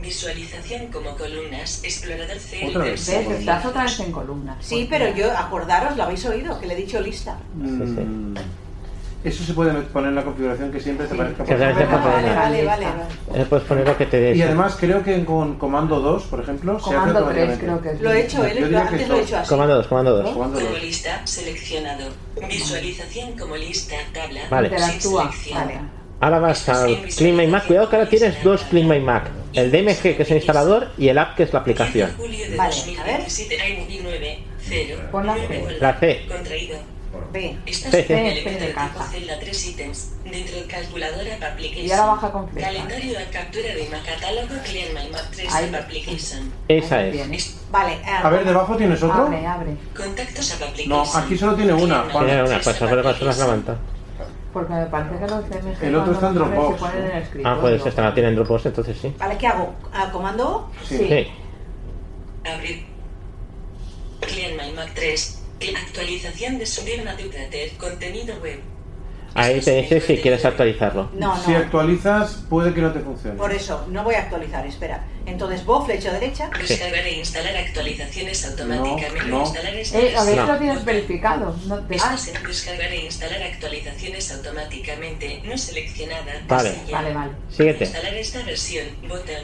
S14: visualización como columnas, explorador CL.
S11: Otra vez.
S3: ¿Ves? Estás otra vez en columna.
S4: Sí, pero yo, acordaros, lo habéis oído, que le he dicho lista.
S11: Mm, Eso se puede poner en la configuración que siempre te parezca
S2: Que te parezca por delante.
S4: Vale, vale, vale.
S2: Eh, puedes poner lo que te dé.
S11: Y además creo que con comando 2, por ejemplo, se hace
S14: Comando tres,
S11: automáticamente.
S14: creo que es. Lo he hecho él,
S11: Yo
S14: yo
S11: diría
S14: antes
S11: que
S14: lo he
S11: dos.
S14: hecho así.
S2: Comando 2, comando 2.
S11: Comando
S14: Como
S11: dos.
S14: lista, seleccionado. Visualización como lista, tabla.
S2: Vale.
S14: Sin
S2: Interactúa,
S14: selección.
S2: Ahora vas al Clean My Mac. Cuidado que ahora tienes dos Clean My Mac. El DMG que es el instalador y el app que es la aplicación.
S14: Julio de 2017 hay 19, 0. Pon la C.
S2: La C.
S14: Contraído.
S3: B.
S14: Estás
S2: C, C.
S14: en el
S3: C, C de
S14: elemento de
S3: caja.
S14: celda 3 ítems. Dentro del calculador App Application.
S3: Y ahora baja con flecha.
S14: Calendario a captura de Mac catálogo Clean My Map 3
S3: Ahí.
S14: App Application.
S2: Esa es.
S4: Vale. eh,
S11: A ver, debajo tienes otro.
S14: Ah,
S3: Abre, abre.
S14: Contactos App Application.
S11: No, aquí solo tiene una, Juan.
S2: Tiene una pues, cosa, pero con las levantas.
S3: Porque me parece que los DMG.
S11: El otro está en
S3: cuando abres
S11: Dropbox,
S3: Se ponen en el
S2: Ah,
S3: escritorio.
S2: pues esta la tiene en Dropbox, entonces sí.
S4: Vale, ¿qué hago? ¿A ¿Comando?
S2: Sí.
S14: Abrir. Clean My Mac 3. Cl- Actualización de subir una Twitter. Contenido web.
S2: Ahí te dice si quieres actualizarlo.
S4: No, no.
S11: Si actualizas, puede que no te funcione.
S4: Por eso, no voy a actualizar, espera. Entonces, vos, flecha derecha.
S14: Descargar e instalar actualizaciones automáticamente.
S11: No, no.
S3: Eh, a
S14: Instalar
S3: ver,
S14: instalaciones-
S3: esto lo tienes verificado. No ah, te...
S14: Estás en descargar e instalar actualizaciones automáticamente. No seleccionada.
S2: Vale.
S14: casilla.
S2: Vale, vale. Siguiente.
S14: Instalar esta versión. Botón.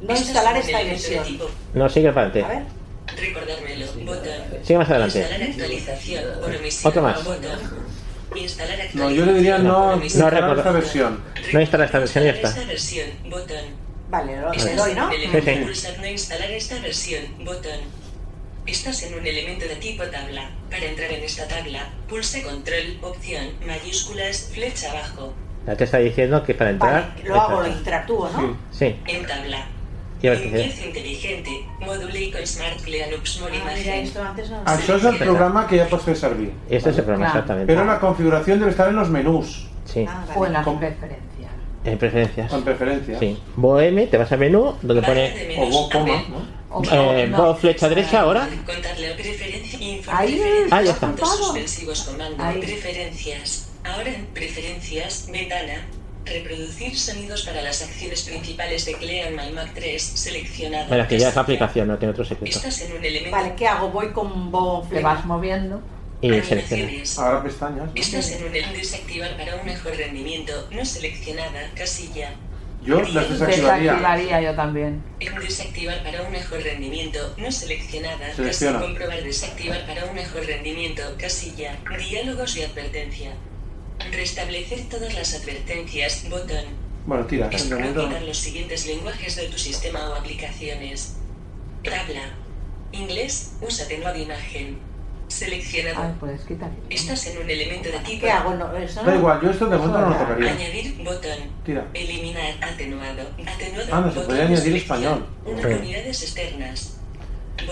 S4: No
S14: Estás
S4: instalar
S14: en
S4: esta
S14: el elemento de
S4: versión.
S14: tipo.
S2: No, sigue para
S14: A
S2: adelante.
S14: ver. Recordármelo. Botón.
S2: Sigue más adelante.
S14: Instalar actualización. Por omisión.
S2: Otro más.
S14: Botón. Instalar actualización.
S11: No, yo le diría no,
S14: por omisión.
S2: No recordar
S11: esta versión.
S2: No instala esta versión y ya está.
S14: Instalar
S2: Ah,
S14: esta versión. Botón.
S4: Vale, lo
S14: Estás
S4: le doy, ¿no?
S14: en el elemento
S2: Sí, sí.
S14: pulsar no instalar esta versión. Botón. Estás en un elemento de tipo tabla. Para entrar en esta tabla, pulsa control, opción, mayúsculas, flecha abajo.
S2: Ya te está diciendo que para entrar.
S14: Vale, lo hago,
S2: esta.
S14: lo interactúo, ¿no?
S2: Sí.
S14: En tabla.
S2: Y a ver qué dice.
S14: Pieza inteligente, módulo y con Smart Cleanux
S3: Ah,
S14: More
S4: Ah, Mira,
S14: Imagen.
S4: esto antes no.
S2: Ah,
S11: Això és el programa que ja pots fer servir.
S2: Este es el programa,
S11: Claro.
S2: exactamente.
S11: Pero la configuración debe estar en los menús.
S2: Sí.
S14: Ah,
S3: O en
S4: Ah,
S3: las referencias.
S2: En preferencias.
S11: En preferencias.
S2: Sí. Boheme, te vas al menú donde pone.
S11: O vos coma, ¿no?
S2: Eh, vos flecha derecha ahora.
S14: Contarle o preferencia, e info,
S3: Ahí,
S14: preferencia,
S2: Ah, ya está.
S14: puntos suspensivos, comando,
S3: Ahí.
S14: preferencias. Ahora en preferencias, ventana. Reproducir sonidos para las acciones principales de Clean My Mac 3 seleccionado.
S2: Bueno, que ya es la aplicación, no tiene otro secreto.
S14: Estás en un elemento.
S4: Vale, ¿qué hago? Voy con vos,
S3: Te vas moviendo.
S2: Y selecciona.
S11: Ahora pestañas.
S14: Estás en un elemento desactivar para un mejor rendimiento. No seleccionada, casilla.
S11: Yo las desactivaría.
S3: Desactivaría yo también.
S14: Desactivar para un mejor rendimiento, no seleccionada.
S11: Selecciona.
S14: Casilla. Comprobar desactivar para un mejor rendimiento, casilla. Diálogos y advertencia. Restablecer todas las advertencias, botón.
S11: Bueno, tira. simplemente.
S14: Quitar los siguientes lenguajes de tu sistema o aplicaciones. Tabla. Inglés, usa de nueva imagen. Seleccionado.
S3: Ah, puedes quitar. Ah, pues
S14: Estás en un elemento de
S4: pues.
S14: tipo.
S4: ¿Qué hago? No, eso no.
S11: Da igual, yo esto de momento no lo tocaría.
S14: Añadir botón.
S11: Tira.
S14: Eliminar atenuado. Atenuado.
S11: Anda, Ah, se
S14: botón
S11: podría
S14: de
S11: añadir
S14: selección.
S11: español.
S14: Unas
S2: Sí.
S14: unidades externas.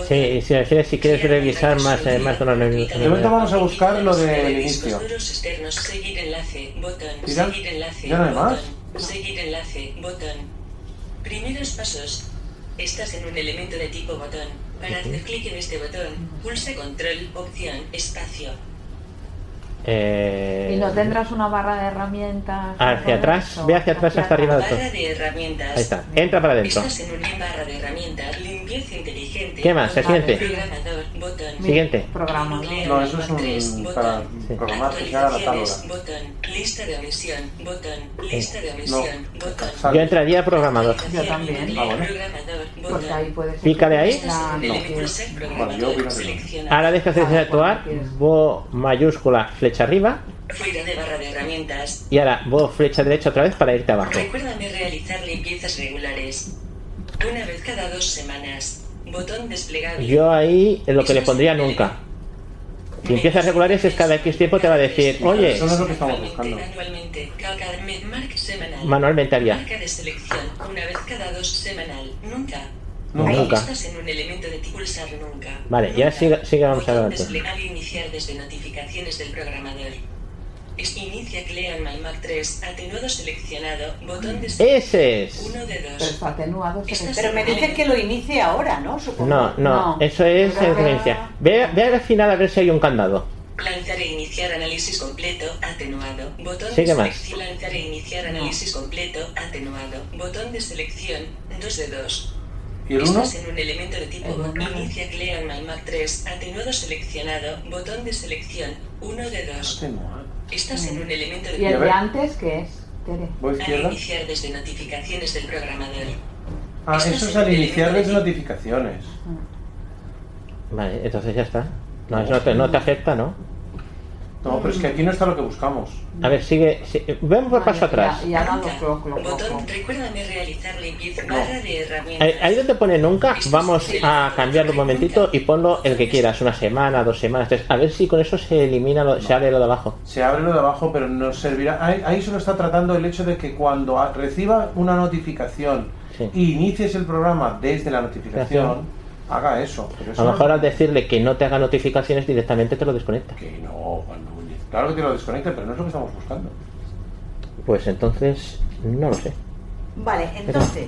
S2: Sí, y si, quieres- si quieres revisar más, eh, más de una
S11: De momento
S2: unidad.
S11: vamos a buscar lo del inicio.
S14: Discos duros externos. Seguir enlace. Botón.
S11: Mira,
S14: Seguir enlace.
S11: ya no hay
S14: botón.
S11: más.
S14: Seguir enlace. Botón. Primeros pasos. Estás en un elemento de tipo botón. Para hacer clic en este botón, pulsa control, opción, espacio.
S2: Eh,
S3: Y no tendrás una barra de herramientas.
S2: Hacia atrás, ve hacia atrás hasta arriba del todo.
S14: Barra de herramientas.
S2: Ahí está, entra para adentro.
S14: Estás en una barra de herramientas. Limpieza inteligente.
S2: ¿Qué más? El siguiente.
S14: Programador, botón.
S2: Siguiente.
S3: Programa.
S11: No, eso es un para programar que se haga la tabla.
S14: Actualizaciones, botón. Lista de omisión, botón.
S2: Sí.
S14: Lista de omisión, botón.
S2: Yo entraría a programador.
S3: Yo también.
S2: Ah, bueno.
S14: Programador,
S3: Porque ahí puedes.
S2: Pícale ahí.
S3: La-
S14: No.
S11: Vale, yo opino que no.
S2: Ahora dejas de actuar. Bo mayúscula, flecha arriba.
S14: fuera de barra de herramientas.
S2: Y ahora bo flecha derecha otra vez para irte abajo.
S14: Recuérdame realizar limpiezas regulares. Una vez cada dos semanas. Botón desplegable.
S2: Yo ahí eh, lo que le pondría nunca. Limpiezas regulares es cada X tiempo te va a decir, oye,
S11: Eso no es lo que estamos buscando.
S14: Anualmente, cada mes, marca semanal.
S2: manualmente haría.
S14: Marca de selección, una vez cada dos semanal. Nunca.
S2: No,
S14: Ahí
S2: nunca.
S14: Estás en un elemento de pulsar nunca.
S2: Vale, ya sigue, sigue vamos adelante.
S14: Desplegar e iniciar desde notificaciones del programador. Es inicia Clean My Mac 3, atenuado seleccionado, botón de
S2: Ese es.
S14: Uno de dos.
S3: Pero está atenuado. se le-
S4: Pero me dice que lo inicie ahora, ¿no? Supongo.
S2: No, no, eso es
S4: Pero-
S2: referencia. Ve, ve al final a ver si hay un candado.
S14: Lanzar e iniciar análisis completo atenuado. Botón
S2: Sigue
S14: de
S2: más.
S14: selección. Lanzar e iniciar análisis completo atenuado. Botón de selección 2 de 2.
S11: ¿Y el uno?
S14: Estás en un elemento de tipo inicia Clear My Mac 3 atenuado seleccionado. Botón de selección 1 de 2. Estás en un elemento de
S3: ¿Y el de antes qué es? Tere.
S11: ¿Voy
S14: Al
S11: izquierda?
S14: iniciar desde notificaciones del programador.
S11: Ah, eso es al iniciar las notificaciones.
S2: Vale, entonces ya está. No, eso no, te, no te afecta, ¿no?
S11: No, pero es que aquí no está lo que buscamos.
S2: A ver, sigue. si- Ven por paso atrás.
S3: Y ahora lo coloco. lo
S14: Botón recuérdame realizar limpieza
S2: No.
S14: barra de herramientas.
S2: Ahí Eh, ahí donde pone nunca, vamos a cambiarlo un momentito y ponlo el que quieras, una semana, dos semanas, tres. A ver si con eso se elimina, lo- se abre lo de abajo.
S11: Se abre lo de abajo, pero no servirá. Ahí, ahí solo está tratando el hecho de que cuando a- reciba una notificación
S2: Sí.
S11: y inicies el programa desde la notificación, haga eso. Pero
S2: A
S11: eso
S2: lo
S11: no-
S2: mejor al decirle que no te haga notificaciones directamente te lo desconecta.
S11: Que no, Juan Núñez. Claro que te lo desconecta, pero no es lo que estamos buscando.
S2: Pues entonces, no lo sé.
S16: Vale, entonces,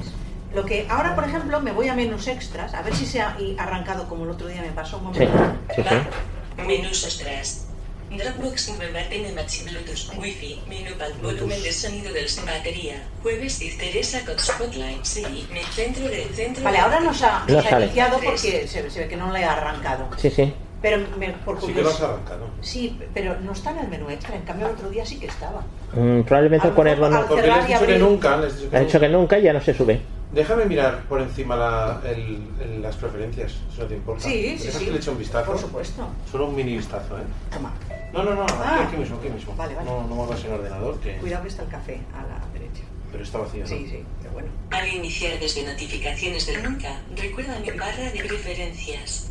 S16: lo que ahora, por ejemplo, me voy a menús extras, a ver si se ha y arrancado como el otro día me pasó un
S2: Sí,
S16: momento.
S2: sí, sí.
S14: Menús extras. Dropbox Overbutton Maxi Bluetooth Wi-Fi Menú pad Volumen de sonido del batería Jueves y Teresa con Spotlight Sí Me centro de centro
S16: Vale, ahora nos ha,
S2: No
S16: nos ha
S2: sale.
S16: iniciado porque se, se ve que no le ha arrancado.
S2: Sí, sí.
S16: Pero me, por
S2: Sí que
S16: curiosidad-
S2: lo has arrancado.
S16: Sí, pero no está en el menú extra, en cambio el otro día sí que estaba.
S2: Mm, probablemente al ponerlo no.
S11: Porque le has dicho que nunca. le has dicho que
S2: Ha dicho que nunca y ya no se sube.
S11: Déjame mirar por encima la- el- el- las preferencias, si no te importa.
S16: Sí,
S11: ¿Me
S16: sí,
S11: dejas
S16: sí.
S11: que le eche un vistazo?
S16: Por supuesto.
S11: Solo un mini vistazo, ¿eh?
S16: Toma.
S11: No, no, no, aquí,
S16: Ah.
S11: aquí mismo, aquí mismo.
S16: Vale, vale.
S11: No, no muevas el ordenador, que...
S16: Cuidado que está el café a la derecha.
S11: pero está vacío. ¿no?
S16: Sí, sí, pero bueno.
S14: Al iniciar desde notificaciones del nunca, recuerda mi barra de preferencias.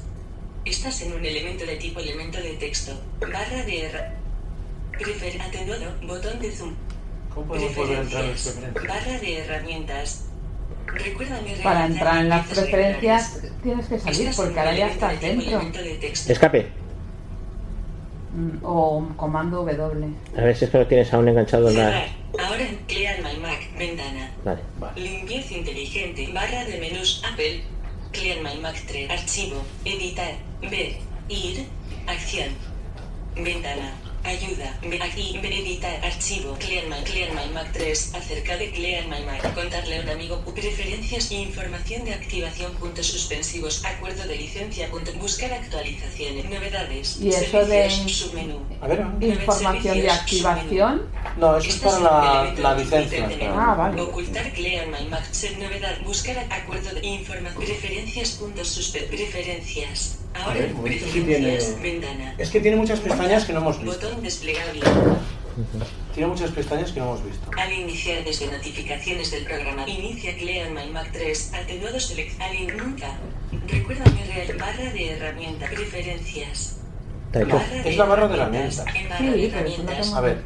S14: Estás en un elemento de tipo elemento de texto. Barra de erra- Prefer atenuado, botón de zoom.
S11: ¿Cómo
S3: podemos volver a entrar en las
S14: Preferencias. Barra de herramientas. Recuerda mi
S3: Para entrar en las preferencias tienes que salir
S14: Estás
S3: porque
S14: en un
S3: ahora ya
S14: elemento
S3: estás
S14: de tipo
S3: dentro.
S14: elemento de texto.
S2: Escape.
S3: Mm, O un comando W.
S2: A ver si es que lo tienes aún enganchado en la.
S14: Cerrar. Ahora Clear My Mac, ventana.
S2: Vale.
S14: Limpieza inteligente, barra de menús Apple, Clear My Mac 3, archivo, editar, ver, ir, acción, ventana, ayuda, ver, aquí, ver, editar, archivo, Clear My, Clear My Mac 3, acerca de Clear My Mac, contarle a un amigo, preferencias e información de activación, puntos suspensivos, acuerdo de licencia, punto, buscar actualizaciones, novedades,
S3: Y eso de
S14: servicios, submenú.
S11: A ver,
S3: información de activación.
S11: No, eso es
S16: Este
S11: para la, la licencia.
S3: Ah, vale.
S14: Ocultar Clear My Mac, set novedad, buscar acuerdo de información, preferencias, puntos suspe, preferencias.
S7: A
S14: Ahora,
S7: ver, un momento, es que
S14: preferencias,
S7: tiene.
S14: ventana,
S11: Es que tiene muchas pestañas que no hemos visto.
S14: botón desplegable.
S11: Tiene muchas pestañas que no hemos visto.
S14: Al iniciar desde notificaciones del programa, inicia Clear My Mac 3, atenuado select, al in- nunca. Recuerda mi real barra de herramienta, preferencias.
S11: No, es la barra de herramientas.
S14: En barra de
S11: Sí, pero eso no
S14: herramientas,
S11: tengo- A ver,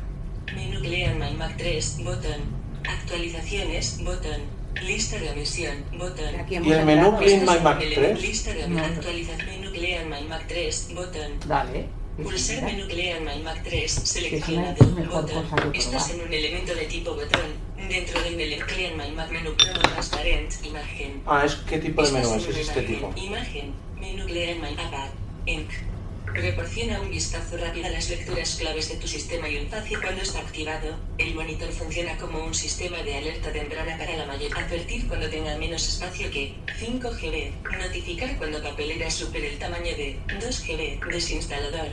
S14: Menú Clear My Mac 3, botón. Actualizaciones, botón. Lista de omisión, botón.
S11: ¿Y el menú Clean My Mac
S14: Menú
S11: 3?
S14: Lista de omisión, actualización, menú Clear My Mac 3, botón.
S3: Dale.
S14: Pulsar menú Clear My Mac 3,
S3: es
S14: seleccionado,
S3: la mejor
S14: botón.
S3: cosa que
S14: Estás
S3: probar.
S14: en un elemento de tipo botón. Dentro del menú Clear My Mac menú promo transparent, imagen.
S11: Ah, es qué tipo de menú es, es este
S14: Imagen,
S11: tipo.
S14: Imagen, menú Clear My Mac, Inc. Proporciona un vistazo rápido a las lecturas claves de tu sistema y un fácil cuando está activado. El monitor funciona como un sistema de alerta temprana para la mayor. Advertir cuando tenga menos espacio que 5 GB. Notificar cuando papelera supere el tamaño de 2 GB. Desinstalador.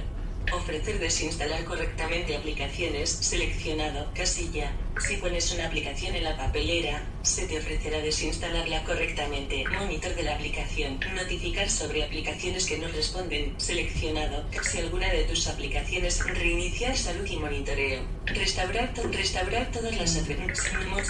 S14: Ofrecer desinstalar correctamente aplicaciones. Seleccionado. Casilla. Si pones una aplicación en la papelera, se te ofrecerá desinstalarla correctamente. Monitor de la aplicación. Notificar sobre aplicaciones que no responden. Seleccionado. Si alguna de tus aplicaciones. Reiniciar salud y monitoreo. Restaurar, to- restaurar todas las
S11: Otra.
S14: aplicaciones.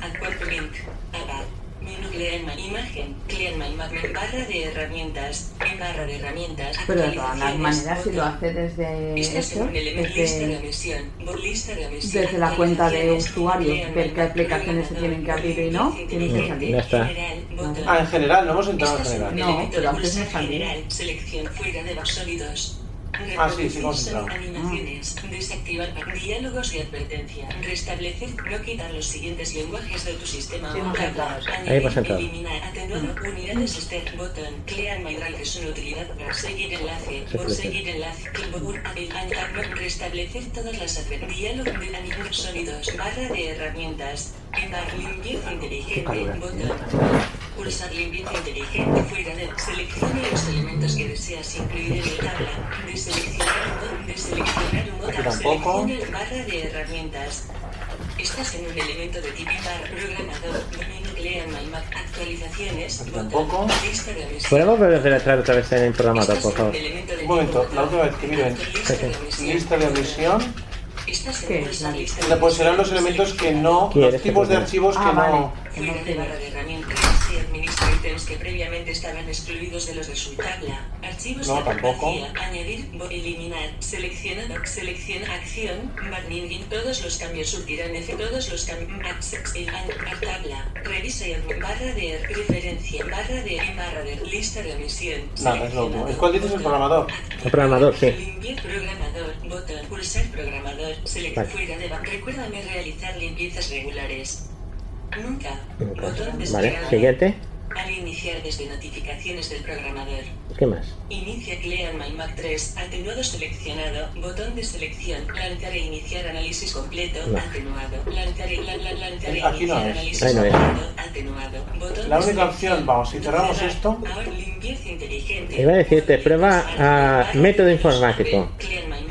S14: Adcuerpo link. Abar. Menú Clear My Imagen. Clear My Mac. Barra de herramientas. En barra de herramientas.
S3: Pero de todas las
S14: actualizaciones,
S3: maneras, si lo
S14: botón.
S3: hace desde
S14: Estás en
S3: eso,
S14: un este elemento lista de
S3: desde,
S14: omisión. Bo- Lista de omisión.
S3: desde la cuenta de
S14: Actualizaciones.
S3: usuario, ver qué aplicaciones se tienen que abrir y no, tienes que salir.
S11: Ya está. Ah,
S16: Este
S11: en general, no hemos entrado en
S14: Estás en
S11: general.
S14: un elemento de pulsar general, selección fuera de los sólidos.
S6: Ah, sí, sí, hemos
S14: Reproducir
S6: entrado.
S14: son animaciones, desactivar pa- diálogos y advertencia, restablecer, no quitar los siguientes lenguajes de tu sistema.
S16: Sí, hemos entrado, sí.
S2: Ahí hemos
S14: añadir,
S2: entrado.
S14: eliminar, atenuado, unidades step, botón, clear my drive es una utilidad, para seguir enlace,
S2: Sí,
S14: por
S2: sí.
S14: seguir enlace, clipboard, abil- añadir, restablecer todas las adver- diálogos de animar sonidos, barra de herramientas, barra limpieza
S2: Qué calor
S14: inteligente,
S2: hace,
S14: botón, Pulsar limpieza inteligente fuera de seleccione los elementos que deseas incluir en el tabla. Deseleccionar un deseleccionar un
S6: Aquí
S14: botón.
S6: tampoco.
S14: Selecciona el barra de herramientas. Estás en un elemento de tipo par programador. Menú crea My Mac actualizaciones. Botón. Lista de mis-
S2: ¿Podemos volver a entrar otra vez en el programador,
S14: Estás
S2: por
S14: en un
S2: favor?
S14: elemento de
S6: Un
S14: tipo
S6: momento,
S14: botón.
S6: la última vez que miren,
S14: Lista de mis-
S6: lista de admisión,
S14: Estás en
S6: ¿Qué?
S14: pulsar lista de
S6: la- pues serán los elementos que no,
S2: ¿Quieres
S6: los
S2: que
S6: tipos de
S2: ponga?
S11: Ah,
S6: archivos que no.
S14: Fuera de barra de herramientas se administra ítems que previamente estaban excluidos de los de su tabla. Archivos
S6: No,
S14: de
S6: tampoco.
S14: fotografía, añadir, bo- eliminar, seleccionar, selección, acción, barninging, todos los cambios surtirán efe, todos los cambios, tabla, revisa y admi- barra de er- referencia, barra de barra de lista de omisión.
S6: Nada, es lo último. ¿Es cuál dices el programador?
S2: El programador, sí.
S14: Limpiar programador, botón, pulsar programador, select
S2: Vale.
S14: fuera de ba- Recuérdame realizar limpiezas regulares. Nunca. Botón
S2: Vale,
S14: desplegable.
S2: siguiente.
S14: Al iniciar desde notificaciones del programador.
S2: ¿Qué más?
S14: Inicia Clean My Mac 3, atenuado seleccionado, botón de selección, lanzar e iniciar análisis completo,
S2: No.
S14: atenuado, lanzar e, la- la- lanzar e
S6: Aquí no
S14: iniciar
S6: es.
S14: análisis
S2: Ahí no es.
S14: completo, atenuado, botón
S6: La
S14: de
S6: única
S14: selección.
S6: opción, vamos, si cerramos
S14: Cerrar.
S6: esto,
S14: Ahora limpieza inteligente.
S2: Iba a decirte, prueba a método informático.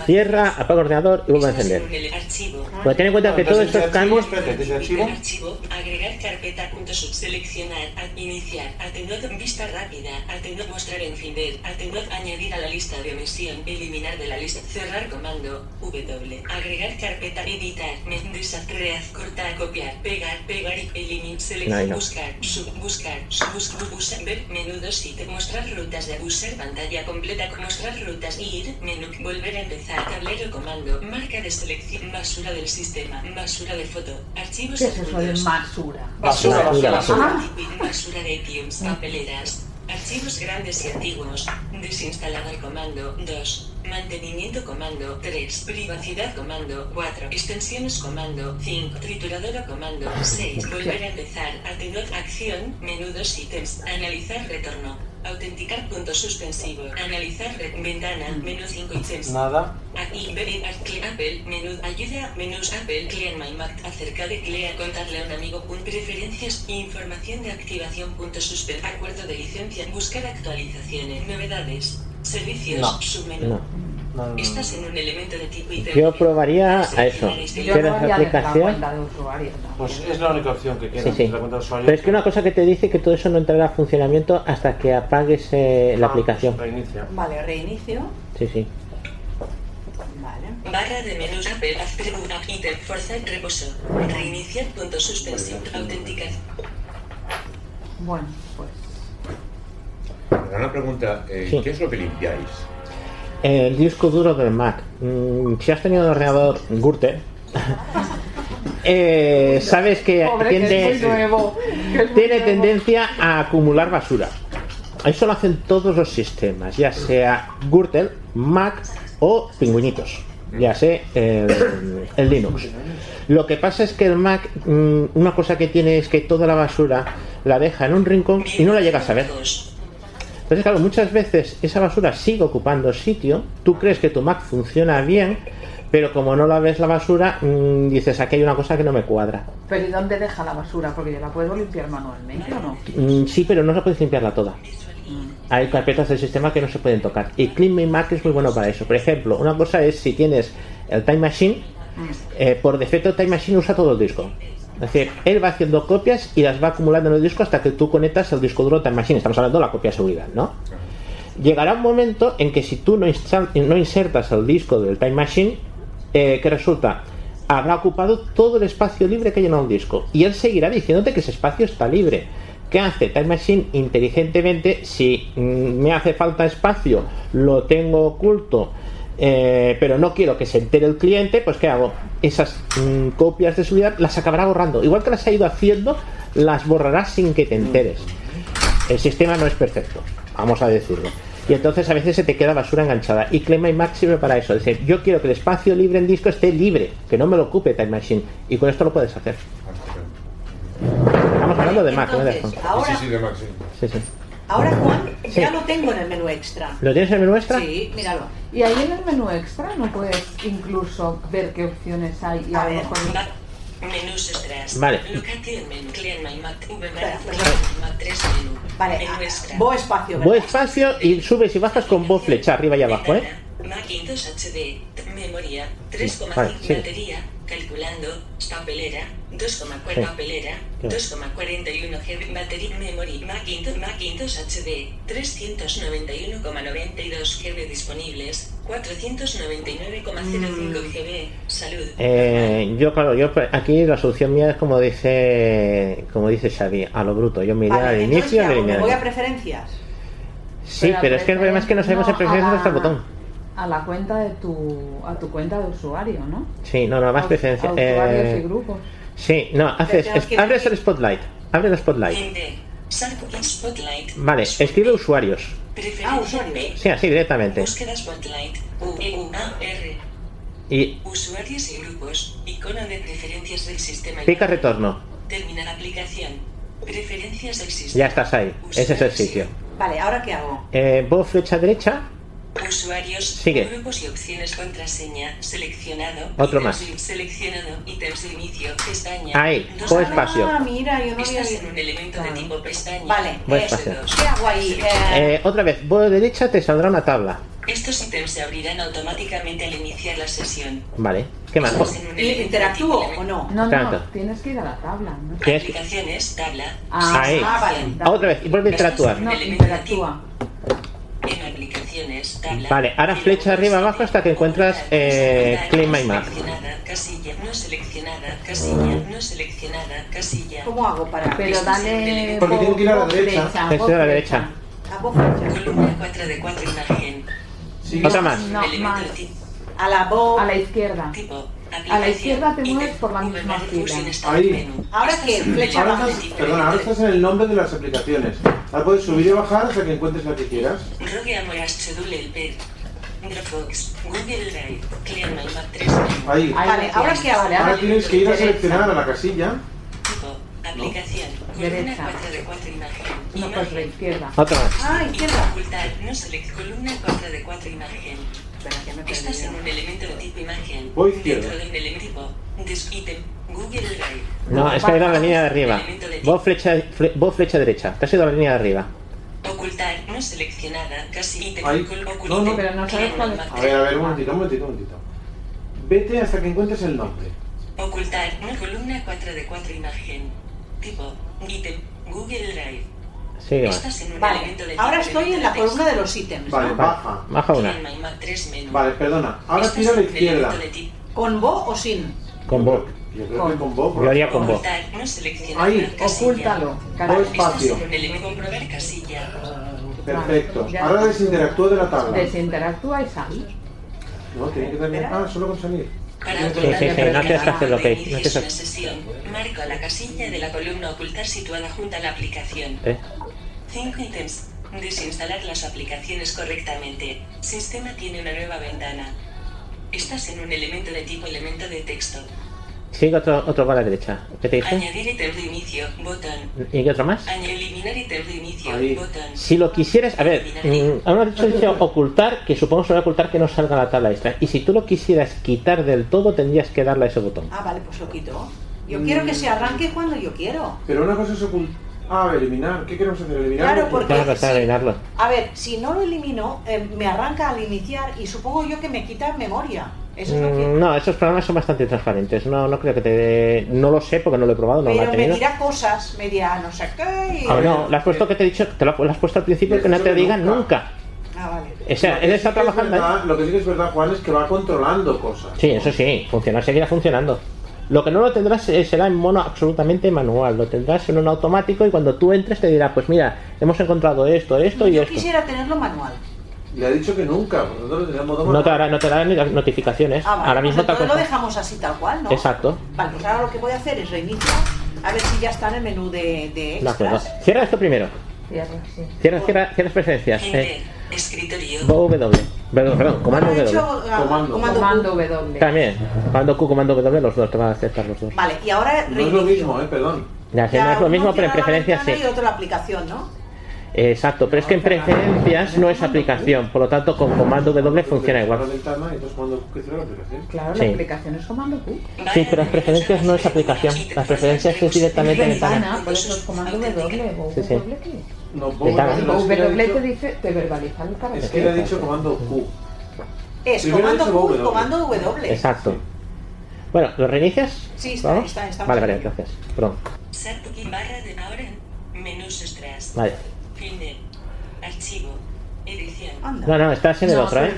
S2: Cierra, apaga ordenador y vuelve a encender.
S14: El archivo.
S2: Pues ten en cuenta que todos estos cambios...
S14: Archivo, agregar carpeta, punto subseleccionar, a- iniciar, atenuado en vista rápida, atenuado mostrar en Finder, atenuado añadir a la lista de omisión, eliminar de la lista, cerrar comando, W, agregar carpeta, editar, me- desastrear, cortar, copiar, pegar, pegar y eliminar, seleccionar,
S2: Ahí no.
S14: buscar, sub, buscar, sub, bus- bus- bus- ver, menú 2 y mostrar rutas de usar pantalla completa, mostrar rutas, ir, menú, volver a empezar, tablero comando, marca de selección, basura del sistema, basura de foto, archivos
S3: ¿Qué es eso de
S14: adjuntos.
S3: basura?
S2: Basura, basura, basura.
S14: Basura de ítems, papeleras, archivos grandes y antiguos. Desinstalar el comando. 2. Mantenimiento comando. 3. Privacidad comando. 4. Extensiones comando. 5. Trituradora comando. 6. Volver a empezar. Atenuar acción. Menú 2 ítems. Analizar retorno. Autenticar punto suspensivo. Analizar re- ventana. Menú 5 ítems.
S6: nada.
S14: Aquí, Berry, Arcle, Apple, menú, ayuda, menús Apple, Clean My Mac, acerca de Clear, contarle a un amigo, un, preferencias, información de activación, punto suspen, acuerdo de licencia, buscar actualizaciones, novedades, servicios,
S2: No.
S14: submenú.
S2: No.
S14: Estás en un elemento de tipo ítem.
S2: Yo probaría a eso.
S14: Yo
S3: Yo no
S2: Cierras
S3: había dejado la
S2: aplicación.
S3: cuenta de usuario.
S6: Pues es la única opción que
S2: Sí,
S6: queda,
S2: sí.
S6: la cuenta de usuario.
S2: Pero es que una cosa que te dice que todo eso no entrará a funcionamiento hasta que apagues eh, la
S6: Ah,
S2: aplicación.
S6: Reinicia.
S16: Vale, reinicio.
S2: Sí, sí.
S14: Barra de menús Apple, atributo, ítem, fuerza, reposo, reiniciar, punto suspensivo, autenticar.
S3: Bueno, pues.
S12: Pero Una pregunta, eh,
S2: Sí.
S12: ¿qué es lo que limpiáis?
S2: El disco duro del Mac. Mm, si has tenido un ordenador Gürtel, eh, sabes que
S3: Pobre, que es muy
S2: tiende,
S3: nuevo. que es muy
S2: tiene
S3: nuevo.
S2: tendencia a acumular basura. Eso lo hacen todos los sistemas, ya sea Gürtel, Mac o pingüinitos, ya sea el, el Linux. Lo que pasa es que el Mac, mm, una cosa que tiene es que toda la basura la deja en un rincón y no la llegas a ver. Entonces, claro, muchas veces esa basura sigue ocupando sitio, tú crees que tu Mac funciona bien, pero como no la ves la basura, mm, dices, aquí hay una cosa que no me cuadra.
S3: Pero ¿y dónde deja la basura? Porque yo la puedo limpiar manualmente o no. Mm,
S2: Mm, sí, pero no se puede limpiarla toda. Hay carpetas del sistema que no se pueden tocar. Y Clean My Mac es muy bueno para eso. Por ejemplo, una cosa es si tienes el Time Machine,
S3: mm.
S2: eh, por defecto Time Machine usa todo el disco. Es decir, él va haciendo copias y las va acumulando en el disco hasta que tú conectas el disco duro Time Machine. Estamos hablando de la copia de seguridad, ¿no? Llegará un momento en que si tú no, instal- no insertas el disco del Time Machine, eh, ¿qué resulta? Habrá ocupado todo el espacio libre que llena un disco. Y él seguirá diciéndote que ese espacio está libre. ¿Qué hace Time Machine inteligentemente? Si mm, me hace falta espacio, lo tengo oculto, eh, pero no quiero que se entere el cliente, pues ¿qué hago? Esas mm, copias de seguridad las acabará borrando. Igual que las ha ido haciendo, las borrará sin que te enteres. El sistema no es perfecto, vamos a decirlo. Y entonces a veces se te queda basura enganchada. Y Clema y Max sirve para eso. Es decir, yo quiero que el espacio libre en disco esté libre, que no me lo ocupe Time Machine. Y con esto lo puedes hacer. Estamos hablando de Mac, no de iPhone.
S16: Entonces, ahora,
S12: de Maxi.
S2: Sí, sí.
S16: ahora Juan,
S2: Sí.
S16: ya lo tengo en el menú extra.
S2: ¿Lo tienes en el menú extra?
S16: Sí, míralo.
S3: Y ahí en el menú extra no puedes incluso ver qué opciones hay y a, lo mejor...
S14: Menús extras.
S2: Vale.
S14: Location menú. Clean my map. V barra forma, map 3 menú.
S16: ah,
S14: Menú extra.
S16: Bo espacio,
S2: Voy espacio y subes y bajas con voz flecha arriba y abajo, ¿eh?
S14: Macintosh HD, memoria,
S2: vale,
S14: 3,5
S2: sigue.
S14: batería, calculando, papelera, 2,4
S2: Sí.
S14: papelera,
S2: Qué bueno.
S14: 2,41 GB batería, memory, Macintosh, Macintosh HD, 391,92 GB disponibles, 499,05 GB, salud.
S2: Eh, yo, claro, yo pues, aquí la solución mía es como dice como dice Xavi, a lo bruto. Yo me iré
S16: Vale,
S2: al
S16: entonces, ¿qué
S2: inicio
S16: hago?
S2: me iré
S16: me
S2: al-
S16: voy a preferencias.
S2: Sí, pero es que el problema es que no sabemos el precio de
S3: a la-
S2: nuestro botón.
S3: A la cuenta de tu... a tu cuenta de usuario, ¿no?
S2: Sí, no, no, más
S3: A-
S2: preferencia.
S3: a usuarios
S2: eh,
S3: y grupos.
S2: sí, no, haces,
S14: Pero tenemos
S2: es-
S14: que-
S2: abres el spotlight. Abre el spotlight.
S14: Gente, Sarco Spotlight,
S2: Vale, escribe usuarios.
S14: preferencia B,
S2: Sí, así directamente.
S14: búsqueda Spotlight, U, E, U, A, R,
S2: Y
S14: Usuarios y grupos. Icono de preferencias del sistema.
S2: pica retorno.
S14: Terminar aplicación. Preferencias del sistema.
S2: Ya estás ahí. Ese es el sitio.
S16: Vale, ¿ahora qué hago?
S2: Eh, vos flecha derecha.
S14: Usuarios,
S2: Sigue.
S14: grupos y opciones contraseña. Seleccionado.
S2: Otro
S14: Ítems
S2: más.
S14: de- Seleccionado. Ítems de inicio. Pestaña.
S2: Ahí,
S14: Dos-
S2: pon espacio.
S16: Ah, mira, yo no había
S14: Estás en
S16: visto.
S14: un elemento de tipo pestaña. Este
S16: Vale,
S2: Buen
S16: eh,
S2: espacio.
S16: ¿qué hago ahí? Eh,
S2: Eh, otra vez, vos derecha te saldrá una tabla.
S14: Estos ítems se abrirán automáticamente al iniciar la sesión.
S2: Vale. ¿Qué más?
S14: Estás en un elemento de
S16: ¿Interactúo
S14: tipo
S16: o no?
S3: Eh, No,
S2: Tanto.
S3: no, tienes que ir a la tabla, ¿no?
S2: Tienes que-
S14: Aplicaciones, tabla.
S2: Ahí. Otra vez, y vuelve a interactuar.
S14: No, interactúa. En aplicaciones, tabla.
S2: Vale, ahora flecha arriba abajo hasta que encuentras eh, Claim My Map. Ah.
S14: Seleccionada, casilla, no seleccionada, casilla, no seleccionada, casilla.
S16: ¿Cómo hago para...?
S3: Pero dale...
S11: Porque tengo que ir a la derecha.
S2: Eso de la derecha.
S14: Columna 4 de 4 imagen.
S2: Otra más.
S3: No, más.
S16: A la
S3: A la izquierda. A la izquierda te mueves por la misma fila.
S11: Ahí.
S16: ¿Ahora qué? Flecha
S11: Ahora
S16: abajo.
S11: estás, perdona, ahora estás en el nombre de las aplicaciones. Ahora puedes subir y bajar hasta que encuentres la que quieras.
S14: Rogue Amoras Schedule el PER. Dropbox, Google Drive, Clear My Map 3.
S11: Ahí.
S16: Vale, ¿ahora qué hago?
S11: Ahora tienes que ir a seleccionar a la casilla.
S14: Aplicación, columna 4 de 4 imagen.
S3: No, pues la izquierda.
S2: Otra más.
S16: Ah, izquierda.
S14: Ocultar, no select, columna 4 de 4 imagen. Estás en un elemento de tipo imagen.
S2: Voy izquierda.
S14: Dentro de un elemento tipo, des- ítem, Google Drive.
S2: No, es que era la línea de arriba. Vos flecha, fle- vos flecha derecha. Te has ido a la línea de arriba.
S14: Ocultar, no seleccionada, casi ítem,
S11: Ahí.
S14: col- ocultar.
S11: No, no,
S14: Clear My Map
S11: A ver, a ver, un momentito, un momentito, un momentito. Vete hasta que encuentres el nombre.
S14: Ocultar una columna 4 de 4 imagen. Tipo, ítem, Google Drive.
S2: Sigue más.
S14: Estás en un
S16: Vale,
S14: elemento de
S16: ahora
S14: tipo
S16: estoy en la
S14: elemento de
S16: columna de los ítems.
S11: Vale,
S16: ¿no?
S11: baja.
S2: Baja una.
S14: texto. My Map 3 menú.
S11: Vale, perdona. Ahora tira a la izquierda.
S16: ¿Con bo o sin?
S2: Con vos.
S11: Yo creo que con vos.
S2: Yo haría con vos.
S14: Ocultar, no seleccionar
S11: Ahí,
S14: casilla.
S11: Todo
S14: Estás
S11: espacio.
S14: en un elemento comprobar casilla.
S11: Perfecto. Ahora desinteractúa de la tabla.
S3: Desinteractúa y sal.
S11: No, tiene que tener. Ah, solo con salir.
S14: Para
S2: Sí, sí, sí, no tienes que hacer lo que no tienes
S14: Inicio
S2: que-
S14: una sesión. Marco la casilla de la columna ocultar situada junto a la aplicación.
S2: ¿Eh?
S14: 5 ítems. Desinstalar las aplicaciones correctamente. Sistema tiene una nueva ventana. Estás en un elemento de tipo elemento de texto.
S2: Sigue otro, otro para la derecha. ¿Qué te dije?
S14: Añadir ítem de inicio, botón.
S2: ¿Y qué otro más?
S14: Añ- eliminar ítem de inicio, botón.
S2: Si lo quisieras, a ver, mm, ahora has dicho, has dicho ocultar, que supongo que será ocultar que no salga la tabla extra. Y si tú lo quisieras quitar del todo, tendrías que darle a ese botón.
S16: Ah, vale, pues lo quito. Yo quiero que se arranque cuando yo quiero.
S11: Pero una cosa es ocultar. Ah, eliminar. ¿Qué queremos hacer? Eliminar.
S16: Claro, porque-
S2: Claro, para eliminarlo.
S16: A ver, si no lo elimino, eh, me arranca al iniciar y supongo yo que me quita memoria. Eso es lo que...
S2: Mm, No, esos programas son bastante transparentes. No, no creo que te dé- No lo sé porque no lo he probado, no lo
S16: Pero
S2: he
S16: me
S2: tenido.
S16: dirá cosas, me dirá no sé qué. y-
S2: Ah, no, le has puesto que te he dicho, te lo lo has puesto al principio
S11: Le
S2: que
S11: he
S2: no
S11: dicho
S2: te
S11: que
S2: digan nunca.
S16: Ah, vale.
S2: O sea, él está trabajando.
S11: Es
S2: ¿eh?
S11: verdad- lo que sí que es verdad, Juan, es que va controlando cosas.
S2: Sí, eso sí, funciona, seguirá funcionando. Lo que no lo tendrás eh, será en mono absolutamente manual, lo tendrás en un automático y cuando tú entres te dirá, pues mira, hemos encontrado esto, esto y
S16: Yo
S2: esto.
S16: quisiera tenerlo manual.
S11: Le ha dicho que nunca, por lo tanto lo tenemos dos
S2: No te hará, no te dará ni las notificaciones.
S16: Ah, vale,
S2: Ahora
S16: pues
S2: mismo te
S16: entonces lo
S2: acuerdas.
S16: dejamos así tal cual, ¿no?
S2: Exacto.
S16: Vale, pues ahora lo que voy a hacer es reiniciar, a ver si ya está en el menú de, de
S2: De acuerdo.
S16: extras.
S2: Cierra esto primero.
S16: Cierra, sí.
S2: Cierra, cierra, cierra las preferencias. Eh,
S14: Escritorio.
S2: W. Perdón, perdón, comando
S16: Ahora he
S2: W.
S16: hecho, ah, comando, comando
S3: W.
S2: También, comando Q, comando W, los dos, te van a aceptar los dos.
S16: Vale, y ahora
S11: No es lo mismo, eh, perdón.
S2: Ya, sé, no es lo mismo, pero en preferencias sí.
S16: y otro la aplicación, ¿no?
S2: Exacto, pero es que en preferencias no es aplicación, por lo tanto con comando W funciona igual.
S3: Claro,
S2: Sí.
S3: la aplicación es comando Q.
S2: Sí, pero las preferencias no es aplicación, las preferencias es directamente
S3: Es
S2: ventana.
S3: ventana, por eso es comando W o
S2: Sí, sí.
S3: W qué.
S11: No,
S2: Ventana.
S11: W,
S3: O
S11: es que le ha
S3: W te
S11: dicho-
S3: dice, te verbaliza el carácter.
S11: es que le ha dicho comando Q.
S16: Es
S11: Primero
S16: comando
S11: he
S16: Q,
S11: hecho W.
S16: comando W.
S2: Exacto. Bueno, ¿lo reinicias?
S16: Sí, está,
S2: ¿Vamos?
S16: está, está.
S2: Vale, vale, gracias. Perdón.
S14: Sartuki barra de ahora en menús extras.
S2: Vale.
S14: Fin de archivo. Edición.
S2: No, no, estás en el otro, ¿eh?